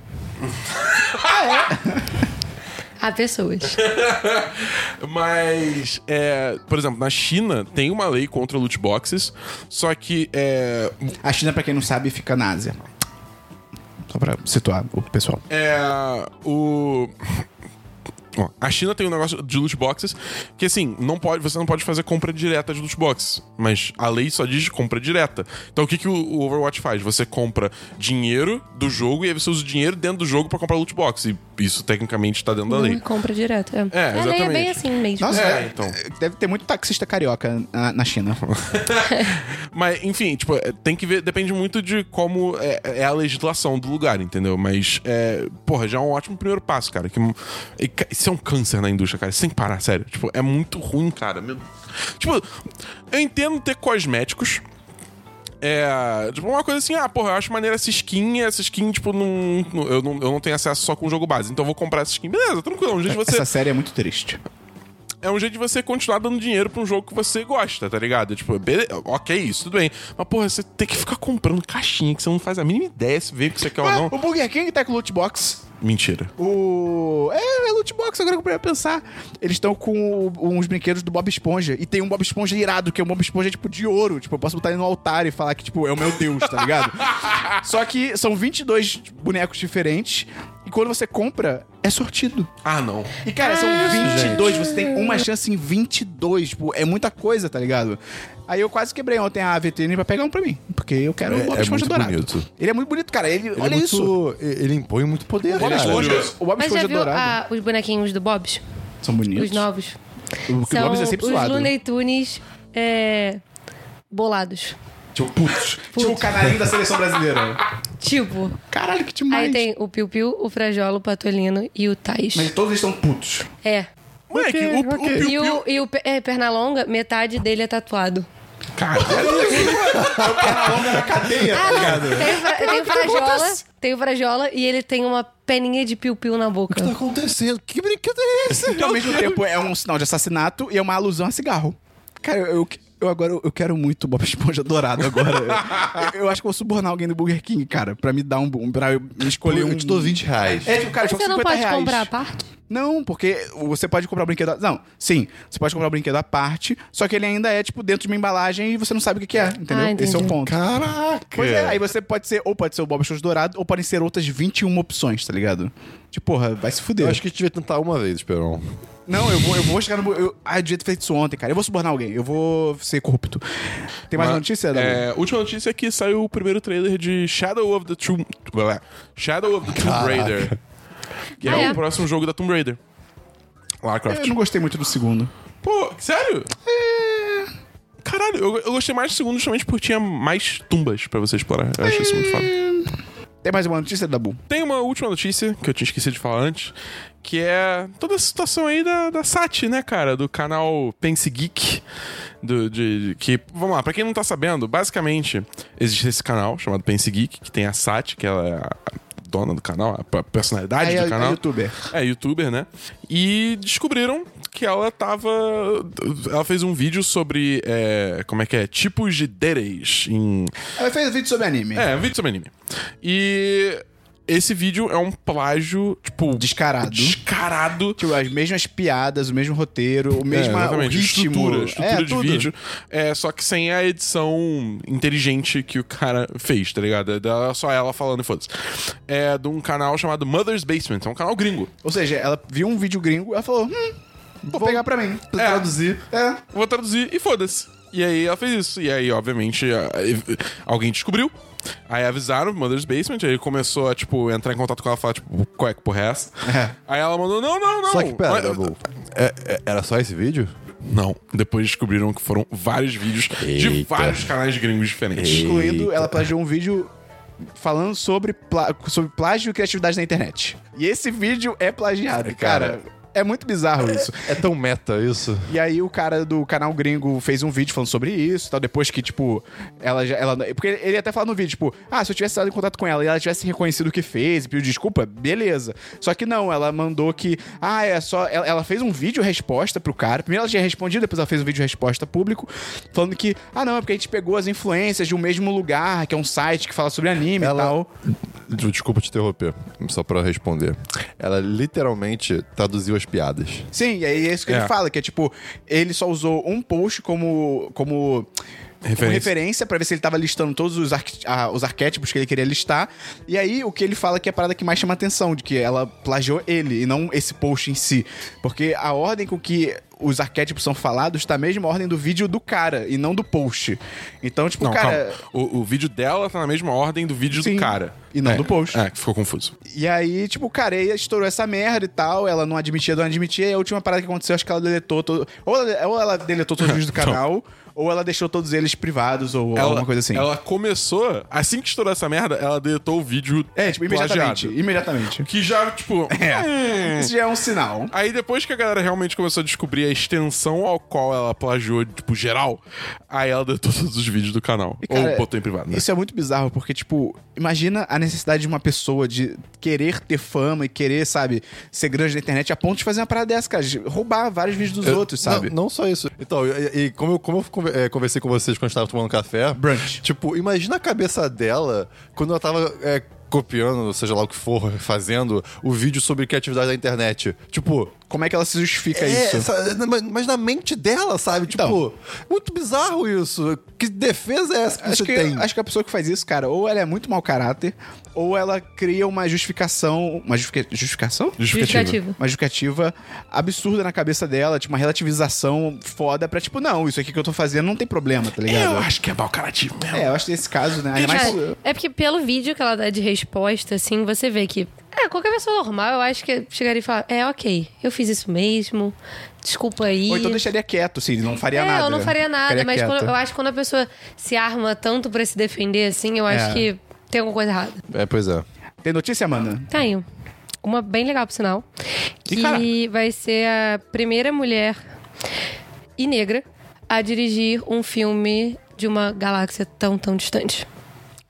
Speaker 3: Há pessoas.
Speaker 2: Mas, é, por exemplo, na China tem uma lei contra loot boxes, só que é,
Speaker 1: A China, pra quem não sabe, fica na Ásia. Só pra situar o pessoal.
Speaker 2: É. O. Ó, A China tem um negócio de loot boxes que, assim, não pode, você não pode fazer compra direta de loot boxes. Mas a lei só diz compra direta. Então o que, que o- o Overwatch faz? Você compra dinheiro do jogo e aí você usa o dinheiro dentro do jogo pra comprar loot box. E isso tecnicamente tá dentro da
Speaker 3: Não
Speaker 2: lei.
Speaker 3: compra direto. É,
Speaker 2: É,
Speaker 3: a lei é
Speaker 2: exatamente.
Speaker 3: bem assim mesmo.
Speaker 1: Nossa,
Speaker 2: É,
Speaker 1: é,
Speaker 2: então.
Speaker 1: deve ter muito taxista carioca na, na China.
Speaker 2: Mas, enfim, tipo, é, tem que ver, depende muito de como é, é a legislação do lugar, entendeu? Mas, é, porra, já é um ótimo primeiro passo, cara. Que, e ca- isso é um câncer na indústria, cara, sem parar, sério. Tipo, é muito ruim, cara. Meu- tipo, eu entendo ter cosméticos. É, tipo, uma coisa assim, ah, porra, eu acho maneira essa skin, e essa skin, tipo, não, não- eu, não, eu não tenho acesso só com o jogo base, então eu vou comprar essa skin. Beleza, tranquilo, é um jeito de você
Speaker 1: Essa série é muito triste.
Speaker 2: é um jeito de você continuar dando dinheiro pra um jogo que você gosta, tá ligado? Tipo, bele... ok, isso, tudo bem. Mas, porra, você tem que ficar comprando caixinha que você não faz a mínima ideia se vê o que você quer ou
Speaker 1: Ah,
Speaker 2: Então, não.
Speaker 1: o Burger King tá com loot box.
Speaker 2: Mentira.
Speaker 1: O. É, é loot box, agora que eu parei pra pensar. Eles estão com o- uns brinquedos do Bob Esponja. E tem um Bob Esponja irado, que é um Bob Esponja tipo de ouro. Tipo, eu posso botar ele no altar e falar que, tipo, é o meu Deus, tá ligado?
Speaker 2: Ah!
Speaker 1: Só que são 22 bonecos diferentes. E quando você compra, é sortido.
Speaker 2: Ah, não.
Speaker 1: E, cara, são
Speaker 3: Ah.
Speaker 1: 22. Você tem uma chance em 22. Tipo, é muita coisa, tá ligado? Aí eu quase quebrei ontem a vitrine pra pegar um pra mim. Porque eu quero o Bob
Speaker 4: é
Speaker 1: Esponja
Speaker 4: muito
Speaker 1: dourado.
Speaker 4: bonito.
Speaker 1: Ele é muito bonito, cara. Ele,
Speaker 4: Ele
Speaker 1: olha
Speaker 4: é muito-
Speaker 1: isso.
Speaker 4: Ele impõe muito poder,
Speaker 1: O Bob
Speaker 4: cara.
Speaker 1: Esponja, o Bob
Speaker 3: Mas já
Speaker 1: Esponja
Speaker 3: viu
Speaker 1: dourado.
Speaker 3: ah, os bonequinhos do Bob's?
Speaker 1: São bonitos.
Speaker 3: Os novos?
Speaker 1: O que o
Speaker 3: São
Speaker 1: Bob é sempre
Speaker 3: os
Speaker 1: zoado.
Speaker 3: Looney Tunes é, bolados.
Speaker 1: Tipo, putz. Tipo o canarinho da seleção brasileira.
Speaker 3: Tipo,
Speaker 1: Caralho, que demais.
Speaker 3: aí tem o Piu Piu, o Frajola, o Patolino e o Tais.
Speaker 1: Mas todos eles estão putos.
Speaker 3: É.
Speaker 2: Moleque, o, o Piu
Speaker 3: E o, e o pe- é, Pernalonga, metade dele é tatuado. Ah, não. Tem, o fra- tem o Frajola, tem o Frajola e ele tem uma peninha de Piu Piu na boca.
Speaker 4: O que tá acontecendo? Que brinquedo é esse?
Speaker 1: Que ao mesmo tempo é um sinal de assassinato e é uma alusão a cigarro. Cara, eu, eu agora eu quero muito Bob Esponja Dourado agora. eu, eu acho que eu vou subornar alguém do Burger King, cara, pra me dar um. um pra eu escolher um.
Speaker 4: Olha, eu te dou 20 reais.
Speaker 1: É, tipo, cara, tipo,
Speaker 3: Você não
Speaker 1: 50
Speaker 3: pode
Speaker 1: reais.
Speaker 3: comprar tá? a parte?
Speaker 1: Não, porque você pode comprar o brinquedo. a- Não, sim, você pode comprar o brinquedo à parte, só que ele ainda é, tipo, dentro de uma embalagem e você não sabe o que, que é, entendeu?
Speaker 3: Ah, entendi.
Speaker 1: Esse é o ponto.
Speaker 4: Caraca!
Speaker 1: Pois é, aí você pode ser, ou pode ser o Bob Esponja dourado, ou podem ser outras 21 opções, tá ligado? Tipo, porra, vai se fuder.
Speaker 4: Eu acho que a gente devia tentar uma vez, Perão.
Speaker 1: Não, eu vou, eu vou chegar no. Eu... Ah, eu devia ter feito isso ontem, cara. Eu vou subornar alguém, eu vou ser corrupto. Tem mais uma notícia, Dabu?
Speaker 2: É, última notícia é que saiu o primeiro trailer de Shadow of the Tomb... Shadow of the Tomb Raider. Que é,
Speaker 3: Ah, é?
Speaker 2: o próximo jogo da Tomb Raider. Lara Croft.
Speaker 1: Eu É, não gostei muito do segundo.
Speaker 2: Pô, sério? Caralho, eu, eu gostei mais do segundo justamente porque tinha mais tumbas pra você explorar. Eu acho isso muito foda.
Speaker 1: É, Tem mais uma notícia, Dabu?
Speaker 2: Tem uma última notícia que eu tinha esquecido de falar antes, que é toda a situação aí da, da Sati, né, cara? Do canal Pense Geek. Do, de, de- que, vamos lá, pra quem não tá sabendo, basicamente existe esse canal chamado Pense Geek, que tem a Sati, que ela é a dona do canal, a p- personalidade
Speaker 1: Aí,
Speaker 2: do
Speaker 1: a- a
Speaker 2: canal.
Speaker 1: youtuber.
Speaker 2: É, youtuber, né? E descobriram que que ela tava. Ela fez um vídeo sobre. é, como é que é? Tipos de dereis em
Speaker 1: Ela fez vídeo sobre anime.
Speaker 2: é, um vídeo sobre anime. E esse vídeo é um plágio, tipo.
Speaker 1: Descarado.
Speaker 2: Descarado.
Speaker 1: Tipo, as mesmas piadas, o mesmo roteiro, o mesmo
Speaker 2: É,
Speaker 1: o
Speaker 2: exatamente.
Speaker 1: ritmo.
Speaker 2: Estrutura,
Speaker 1: é,
Speaker 2: estrutura de
Speaker 1: tudo.
Speaker 2: vídeo. É, só que sem a edição inteligente que o cara fez, tá ligado? É da- só ela falando e foda-se. É de um canal chamado Mother's Basement. É um canal gringo.
Speaker 1: Ou seja, ela viu um vídeo gringo, ela falou, hum, vou, pegar pra mim.
Speaker 2: É.
Speaker 1: Traduzir. É.
Speaker 2: Vou traduzir e foda-se. E aí ela fez isso. E aí, obviamente, a- a- alguém descobriu. Aí avisaram, Mother's Basement, aí começou a, tipo, entrar em contato com ela e falar, tipo, qual é que porra é essa? Aí ela mandou, não, não, não.
Speaker 4: Só que, pera,
Speaker 2: Mas-
Speaker 4: Dabu, é- é- era só esse vídeo?
Speaker 2: Não. Depois descobriram que foram vários vídeos de
Speaker 4: Eita.
Speaker 2: vários canais gringos diferentes.
Speaker 1: Incluindo, ela plagiou um vídeo falando sobre, plá- sobre plágio e criatividade na internet. E esse vídeo é plagiado, cara. É muito bizarro isso.
Speaker 4: É tão meta isso.
Speaker 1: E aí o cara do canal gringo fez um vídeo falando sobre isso, e tal, depois que tipo ela já ela porque ele até fala no vídeo, tipo, ah, se eu tivesse dado em contato com ela e ela tivesse reconhecido o que fez e pediu desculpa, beleza. Só que não, ela mandou que ah, é só ela, ela fez um vídeo resposta pro cara. Primeiro ela tinha respondido, depois ela fez um vídeo resposta público, falando que ah, não, é porque a gente pegou as influências de um mesmo lugar, que é um site que fala sobre anime
Speaker 4: Ela-
Speaker 1: e tal.
Speaker 4: Desculpa te interromper, só pra responder. Ela literalmente traduziu as piadas.
Speaker 1: Sim, e aí é isso que
Speaker 2: É.
Speaker 1: ele fala, que é tipo, ele só usou um post como. como
Speaker 2: Referência.
Speaker 1: como referência pra ver se ele tava listando todos os, arqu- ah, os arquétipos que ele queria listar. E aí, o que ele fala que é a parada que mais chama atenção, de que ela plagiou ele e não esse post em si. Porque a ordem com que os arquétipos são falados tá a mesma ordem do vídeo do cara e não do post. Então, tipo,
Speaker 2: Não,
Speaker 1: cara.
Speaker 2: calma. O, o vídeo dela tá na mesma ordem do vídeo
Speaker 1: Sim.
Speaker 2: do cara.
Speaker 1: E não
Speaker 2: É,
Speaker 1: do post.
Speaker 2: É, que ficou confuso.
Speaker 1: E aí, tipo, cara, aí estourou essa merda e tal. Ela não admitia, não admitia. E a última parada que aconteceu, acho que ela deletou todo. Ou ela, ou ela deletou todos os vídeos do canal, ou ela deixou todos eles privados, ou alguma coisa assim.
Speaker 2: Então. Ela começou, assim que estourou essa merda, ela deletou o vídeo.
Speaker 1: É, tipo, imediatamente.
Speaker 2: plagiado.
Speaker 1: Imediatamente.
Speaker 2: Que já, tipo. hum.
Speaker 1: Isso já é um sinal.
Speaker 2: Aí depois que a galera realmente começou a descobrir a extensão ao qual ela plagiou, tipo, geral, aí ela deletou todos os vídeos do canal.
Speaker 1: cara,
Speaker 2: Ou botou em privado, né?
Speaker 1: Isso é muito bizarro, porque, tipo, imagina a necessidade de uma pessoa de querer ter fama e querer, sabe, ser grande na internet a ponto de fazer uma parada dessa, cara. de roubar vários vídeos dos outros, sabe?
Speaker 4: Não, não só isso. Então, e, e como eu, como eu conver- eh, conversei com vocês quando a gente tava tomando café.
Speaker 1: Brunch.
Speaker 4: Tipo, imagina a cabeça dela quando ela tava. eh, Copiando, seja lá o que for, fazendo o vídeo sobre criatividade da internet. Tipo,
Speaker 1: Como é que ela se justifica
Speaker 4: é,
Speaker 1: isso?
Speaker 4: sa- na- mas- mas na mente dela, sabe? Tipo, muito bizarro isso. Que defesa é essa que
Speaker 1: Acho
Speaker 4: você
Speaker 1: que,
Speaker 4: tem?
Speaker 1: acho que a pessoa que faz isso, cara, ou ela é muito mau caráter, ou ela cria uma justificação. Uma justifica- justificação?
Speaker 3: Justificativa.
Speaker 1: Uma justificativa absurda na cabeça dela, tipo, uma relativização foda pra, tipo, não, isso aqui que eu tô fazendo não tem problema, tá ligado?
Speaker 2: Eu acho que é mau caratismo mesmo.
Speaker 1: É, eu acho que esse caso, né? Ainda mais-
Speaker 3: É, é porque pelo vídeo que ela dá de resposta, assim, você vê que. É, qualquer pessoa normal, eu acho que chegaria e falar, é, ok, eu fiz isso mesmo, desculpa aí.
Speaker 1: Ou então deixaria quieto, assim, não faria
Speaker 3: é,
Speaker 1: nada.
Speaker 3: eu não faria nada,
Speaker 1: Ficaria
Speaker 3: mas quando-
Speaker 1: quieto.
Speaker 3: eu acho que quando a pessoa se arma tanto pra se defender, assim, eu acho
Speaker 1: É.
Speaker 3: que tem alguma coisa errada.
Speaker 4: É, pois é.
Speaker 1: Tem notícia, Amanda?
Speaker 3: Tenho. Uma bem legal, por sinal. Que vai ser a primeira mulher e negra a dirigir um filme de uma galáxia tão, tão distante.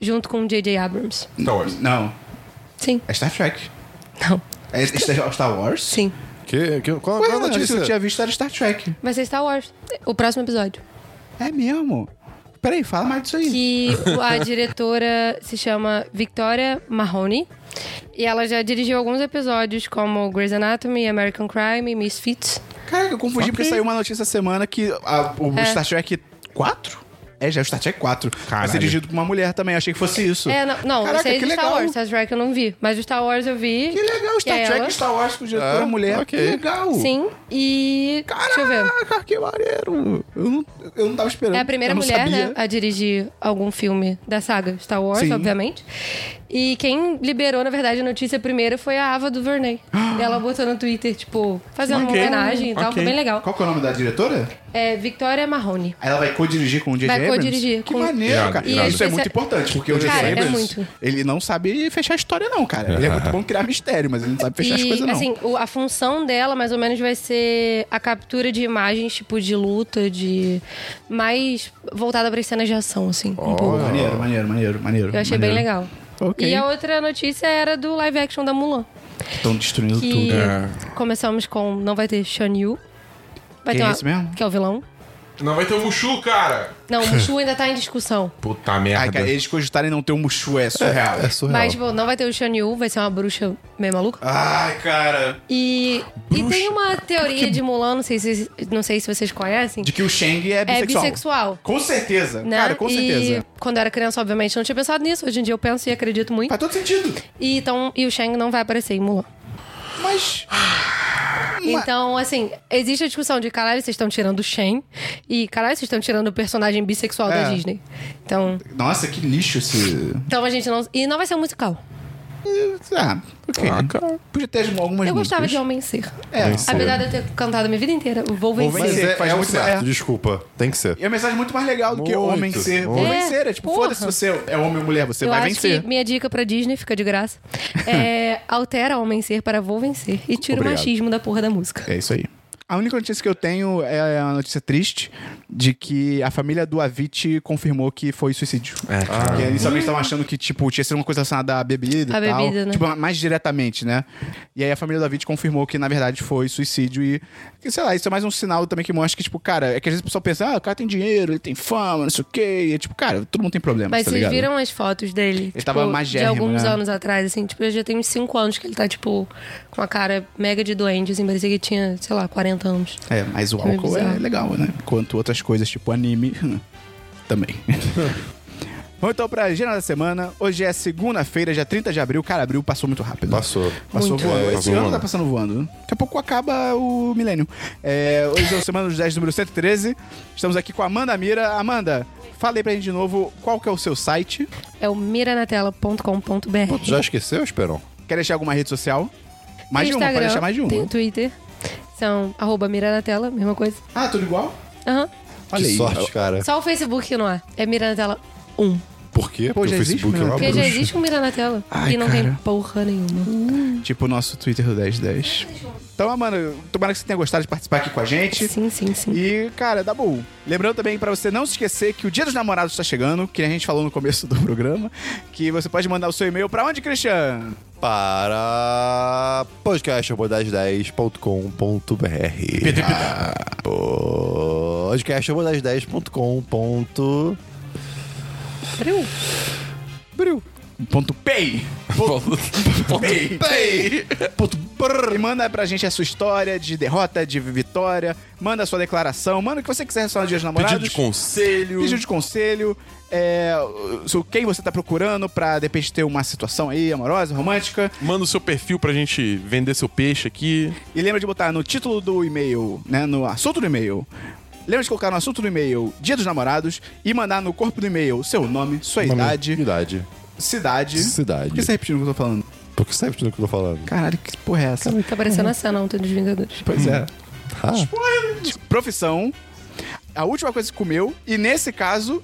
Speaker 3: Junto com J.J. Abrams.
Speaker 2: Star Wars.
Speaker 1: Não.
Speaker 3: Sim.
Speaker 1: É Star Trek.
Speaker 3: Não.
Speaker 1: É Star Star Wars?
Speaker 3: Sim.
Speaker 4: Que, é, que- qual
Speaker 1: Ué,
Speaker 4: qual a
Speaker 1: não, isso
Speaker 4: notícia?
Speaker 1: que eu tinha visto era Star Trek.
Speaker 3: Vai ser Star Wars. O próximo episódio.
Speaker 1: É mesmo? Peraí, fala mais disso aí.
Speaker 3: Que a diretora se chama Victoria Mahoney. E ela já dirigiu alguns episódios como Grey's Anatomy, American Crime, Misfits.
Speaker 1: Caraca, eu confundi porque saiu uma notícia essa semana que a- o
Speaker 3: É.
Speaker 1: Star Trek 4? É, já é o Star Trek 4. Vai ser dirigido por uma mulher também, eu achei que fosse isso.
Speaker 3: É, não, não
Speaker 1: Caraca,
Speaker 3: esse aí é
Speaker 1: que
Speaker 3: de Star
Speaker 1: legal.
Speaker 3: Wars. Star Trek eu não vi. Mas o Star Wars eu vi.
Speaker 1: Que legal, Star
Speaker 3: é
Speaker 1: Trek
Speaker 3: ela.
Speaker 1: e Star Wars com diretora
Speaker 4: Ah,
Speaker 1: mulher.
Speaker 4: ok.
Speaker 1: Que legal.
Speaker 3: Sim, e. Deixa eu ver.
Speaker 1: Caraca, que maneiro. Eu não, eu não tava esperando.
Speaker 3: É a primeira
Speaker 1: eu não
Speaker 3: mulher,
Speaker 1: sabia.
Speaker 3: né, a dirigir algum filme da saga Star Wars,
Speaker 1: Sim.
Speaker 3: obviamente. E quem liberou, na verdade, a notícia primeiro foi a Ava do Vernay. Ela botou no Twitter, tipo, fazendo
Speaker 2: Ok.
Speaker 3: uma homenagem e tal.
Speaker 2: Ok.
Speaker 3: Foi bem legal.
Speaker 1: Qual que é o nome da diretora?
Speaker 3: É Victoria Marrone.
Speaker 1: Aí ela vai co-dirigir com o J.J.
Speaker 3: Vai
Speaker 1: Abrams?
Speaker 3: co-dirigir
Speaker 1: Que
Speaker 3: com-
Speaker 1: maneiro, cara.
Speaker 3: E
Speaker 1: Isso
Speaker 3: esse-
Speaker 1: é muito importante, porque o J.J.
Speaker 3: Cara, é
Speaker 1: Abrams,
Speaker 3: muito.
Speaker 1: ele não sabe fechar a história não, cara. Ele é muito bom em criar mistério, mas ele não sabe fechar as coisas não.
Speaker 3: assim, o- a função dela, mais ou menos, vai ser a captura de imagens, tipo, de luta, de... Mais voltada para cenas de ação, assim, um pouco.
Speaker 1: Maneiro, maneiro, maneiro, maneiro.
Speaker 3: Eu achei bem
Speaker 1: maneiro.
Speaker 3: legal.
Speaker 1: Ok.
Speaker 3: E a outra notícia era do live action da Mulan.
Speaker 1: Estão destruindo
Speaker 3: Que
Speaker 1: tudo.
Speaker 2: É.
Speaker 3: começamos com Não Vai Ter Shan Yu.
Speaker 1: Quem
Speaker 3: Vai ter
Speaker 1: é
Speaker 3: uma-
Speaker 1: esse mesmo?
Speaker 3: Que é o vilão?
Speaker 2: Não vai ter o Mushu, cara!
Speaker 3: Não, o Mushu ainda tá em discussão.
Speaker 2: Puta merda.
Speaker 1: Ai, cara, eles cogitarem não ter um Mushu é surreal.
Speaker 4: É surreal.
Speaker 3: Mas, tipo, não vai ter o Shan Yu, vai ser uma bruxa meio maluca.
Speaker 1: Ai, cara.
Speaker 3: E, e tem uma teoria de Mulan, não sei, se, não sei se vocês conhecem.
Speaker 1: De que o Shang é
Speaker 3: é
Speaker 1: bissexual.
Speaker 3: bissexual.
Speaker 1: Com certeza.
Speaker 3: Né?
Speaker 1: Cara, com certeza.
Speaker 3: E quando eu era criança, obviamente, não tinha pensado nisso. Hoje em dia eu penso e acredito muito.
Speaker 1: Faz todo sentido.
Speaker 3: E, então, e o Shang não vai aparecer em Mulan.
Speaker 1: Mas. Ah,
Speaker 3: Então, assim, existe a discussão de caralho, vocês estão tirando o Shang. E caralho, vocês estão tirando o personagem bissexual da
Speaker 1: É.
Speaker 3: Disney. Então,
Speaker 1: Nossa, que lixo esse.
Speaker 3: então a gente não. E não vai ser um musical.
Speaker 1: Ah, ok. Podia ter algumas
Speaker 3: Eu gostava de
Speaker 1: músicas.
Speaker 3: Homem Ser.
Speaker 1: É.
Speaker 3: Apesar de eu ter cantado a minha vida inteira, eu vou vencer.
Speaker 1: Vou
Speaker 4: Mas
Speaker 1: vencer.
Speaker 4: é,
Speaker 1: faz
Speaker 4: é um
Speaker 1: muito
Speaker 4: certo,
Speaker 1: certo.
Speaker 4: desculpa. Tem que ser.
Speaker 1: E é uma mensagem muito mais legal do que
Speaker 4: Muito,
Speaker 1: homem ser.
Speaker 4: muito.
Speaker 1: Vou vencer. É
Speaker 3: É,
Speaker 1: tipo, foda-se
Speaker 3: porra.
Speaker 1: você é homem ou mulher, você
Speaker 3: eu
Speaker 1: vai
Speaker 3: acho
Speaker 1: vencer.
Speaker 3: que minha dica pra Disney, fica de graça, é altera Homem Ser para Vou Vencer e tira o
Speaker 4: Obrigado.
Speaker 3: machismo da porra da música.
Speaker 1: É isso aí. A única notícia que eu tenho é a notícia triste de que a família do Avicii confirmou que foi suicídio. É, Porque inicialmente estavam achando que, tipo, tinha sido uma coisa relacionada à bebida
Speaker 3: A
Speaker 1: e tal.
Speaker 3: bebida, né?
Speaker 1: Tipo, mais diretamente, né? E aí a família do Avicii confirmou que, na verdade, foi suicídio e... que, Sei lá, isso é mais um sinal também que mostra que, tipo, cara... É que às vezes o pessoal pensa, ah, o cara tem dinheiro, ele tem fama, não sei o quê. E é tipo, cara, todo mundo tem problema,
Speaker 3: Mas
Speaker 1: tá
Speaker 3: vocês
Speaker 1: ligado?
Speaker 3: viram as fotos dele? Ele
Speaker 1: tava
Speaker 3: De
Speaker 1: magérrimo,
Speaker 3: alguns
Speaker 1: né?
Speaker 3: anos atrás, assim. Tipo, eu já tenho uns 5 anos que ele tá, tipo, com a cara mega de doente, assim. Parecia que tinha, sei lá, 40 anos.
Speaker 1: É, mas o
Speaker 3: meio
Speaker 1: álcool é
Speaker 3: bizarro.
Speaker 1: legal, né? Quanto outras coisas, tipo anime, também. Vamos então pra agenda da semana. Hoje é segunda-feira, dia 30 de abril. Cara, abril passou muito rápido.
Speaker 4: Passou.
Speaker 1: Passou
Speaker 3: Muito.
Speaker 1: voando.
Speaker 4: É,
Speaker 1: Esse
Speaker 4: passou
Speaker 1: ano
Speaker 4: voando.
Speaker 1: tá passando voando. né? Daqui a pouco acaba o milênio. É, hoje é o Semana dos 10, número 113. Estamos aqui com a Amanda Mira. Amanda, fala aí pra gente de novo qual que é o seu site.
Speaker 3: É o miranatela.com.br.
Speaker 4: Pô, tu já esqueceu, Esperão?
Speaker 1: Quer deixar alguma rede social? Mais de uma, pode
Speaker 3: Tem Instagram,
Speaker 1: deixar mais de uma.
Speaker 3: Tem o Twitter. São arroba miranatela, mesma coisa.
Speaker 1: Ah, tudo igual?
Speaker 3: Aham.
Speaker 1: Olha
Speaker 4: que
Speaker 1: aí.
Speaker 4: sorte, cara.
Speaker 3: Só o Facebook que não é. É Miranatela 1.
Speaker 4: Por quê?
Speaker 1: Pô,
Speaker 4: Porque
Speaker 1: já
Speaker 4: o
Speaker 1: existe
Speaker 4: Facebook é
Speaker 1: mesmo.
Speaker 4: uma
Speaker 3: Porque já
Speaker 4: bruxa.
Speaker 3: existe um Miranatela.
Speaker 1: Ai,
Speaker 3: e não
Speaker 1: cara.
Speaker 3: tem porra nenhuma.
Speaker 1: Tipo o nosso Twitter do 1010. Então, Amanda, tomara que você tenha gostado de participar aqui com a gente.
Speaker 3: Sim, sim, sim.
Speaker 1: E, cara, dá bom. Lembrando também pra você não se esquecer que o Dia dos Namorados está chegando, que a gente falou no começo do programa, que você pode mandar o seu e-mail pra onde, Christian?
Speaker 4: Para podcast.com.br podcast.com.br
Speaker 3: Abriu.
Speaker 1: Ponto pay. Pay. Pay. Ponto brrr. E manda pra gente a sua história de derrota, de vitória, manda a sua declaração, manda o que você quiser relacionado ao Dia dos Namorados.
Speaker 2: Pedido de conselho.
Speaker 1: Pedido de conselho, é, o- quem você tá procurando pra, de repente, ter uma situação aí amorosa, romântica.
Speaker 2: Manda o seu perfil pra gente vender seu peixe aqui.
Speaker 1: E lembra de botar no título do e-mail, né? No assunto do e-mail. Lembra de colocar no assunto do e-mail Dia dos Namorados e mandar no corpo do e-mail seu nome, sua idade,
Speaker 4: Idade.
Speaker 1: cidade.
Speaker 4: Cidade.
Speaker 1: Por que você tá repetindo o que eu tô falando?
Speaker 4: Porque sabe tudo que eu tô falando.
Speaker 1: Caralho, que porra é essa?
Speaker 3: Tá parecendo a cena ontem dos Vingadores.
Speaker 1: Pois é.
Speaker 4: Ah,
Speaker 1: Tipo, Profissão, a última coisa que comeu e, nesse caso,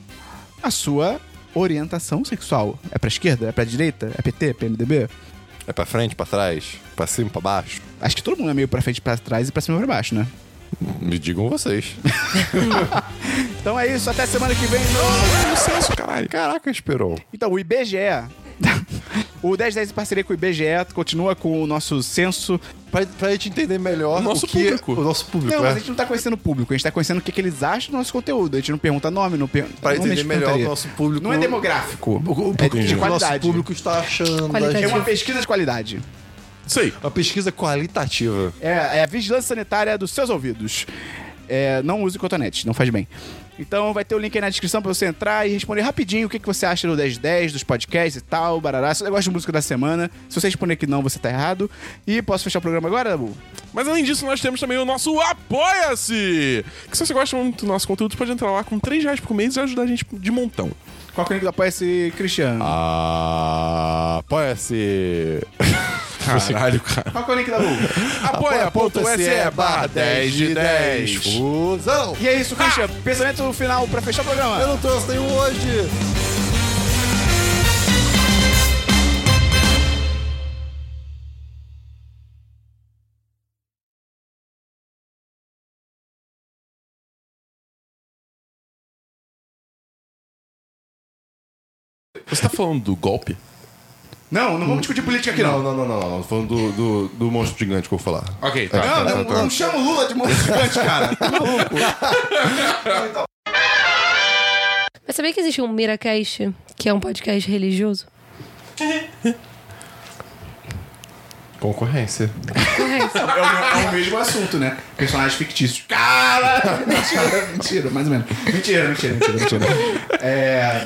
Speaker 1: a sua orientação sexual. É pra esquerda? É pra direita? É PT? PMDB?
Speaker 4: é pra frente, pra trás, pra cima, pra baixo?
Speaker 1: Acho que todo mundo é meio pra frente, pra trás e pra cima e pra baixo, né?
Speaker 4: Me digam vocês.
Speaker 1: Então é isso, até semana que vem. No...
Speaker 4: Sucesso, caralho. Caraca, Esperon.
Speaker 1: Então, o IBGE. o 1010 em parceria com o IBGE continua com o nosso censo.
Speaker 4: Pra, pra gente entender melhor
Speaker 2: O nosso
Speaker 4: o que-
Speaker 2: público.
Speaker 4: O nosso público,
Speaker 1: Não,
Speaker 4: é.
Speaker 1: mas a gente não tá conhecendo o público, a gente tá conhecendo o que, que eles acham do nosso conteúdo. A gente não pergunta nome, não pergunta.
Speaker 4: Pra entender melhor o nosso público.
Speaker 1: Não é demográfico.
Speaker 4: O, o,
Speaker 1: é de
Speaker 4: o que o nosso
Speaker 1: qualidade.
Speaker 4: público está achando.
Speaker 3: Qualidade.
Speaker 1: É
Speaker 4: gente.
Speaker 1: uma pesquisa de qualidade.
Speaker 2: Isso aí.
Speaker 4: Uma pesquisa qualitativa.
Speaker 1: É, é a vigilância sanitária dos seus ouvidos. É, não use cotonete, não faz bem. Então vai ter o link aí na descrição pra você entrar e responder rapidinho o que, que você acha do 1010, dos podcasts e tal, barará. Esse negócio de música da semana. Se você responder que não, você tá errado. E posso fechar o programa agora, Dabu?
Speaker 2: Mas além disso, nós temos também o nosso Apoia-se! Que se você gosta muito do nosso conteúdo, você pode entrar lá com 3 reais por mês e ajudar a gente de montão.
Speaker 1: Qual que é o link do Apoia-se, Cristiano?
Speaker 4: Ah, Apoia-se.
Speaker 2: Caralho, cara.
Speaker 1: Qual que é o link da Bu?
Speaker 2: Apoia.se barra 10 de 10.
Speaker 4: Fusão.
Speaker 1: E é isso, Cristiano. Pensamento final pra fechar o programa.
Speaker 4: Eu não trouxe nenhum hoje.
Speaker 2: Você tá falando do golpe?
Speaker 1: Não, não vamos discutir política aqui, não.
Speaker 4: Não, não, não, não. não. Tô falando do, do, do monstro gigante que eu vou falar.
Speaker 2: Ok, tá.
Speaker 1: Não,
Speaker 2: tá,
Speaker 1: não,
Speaker 2: tá, tá.
Speaker 1: não chama o Lula de monstro gigante, cara. Tá maluco?
Speaker 3: Mas sabia que existe um Miracast, que é um podcast religioso?
Speaker 4: Concorrência.
Speaker 3: Correto.
Speaker 1: É o, é o mesmo assunto, né? Personagens fictícios. Cara! Mentira, mentira, mais ou menos. Mentira, mentira, mentira, mentira. É.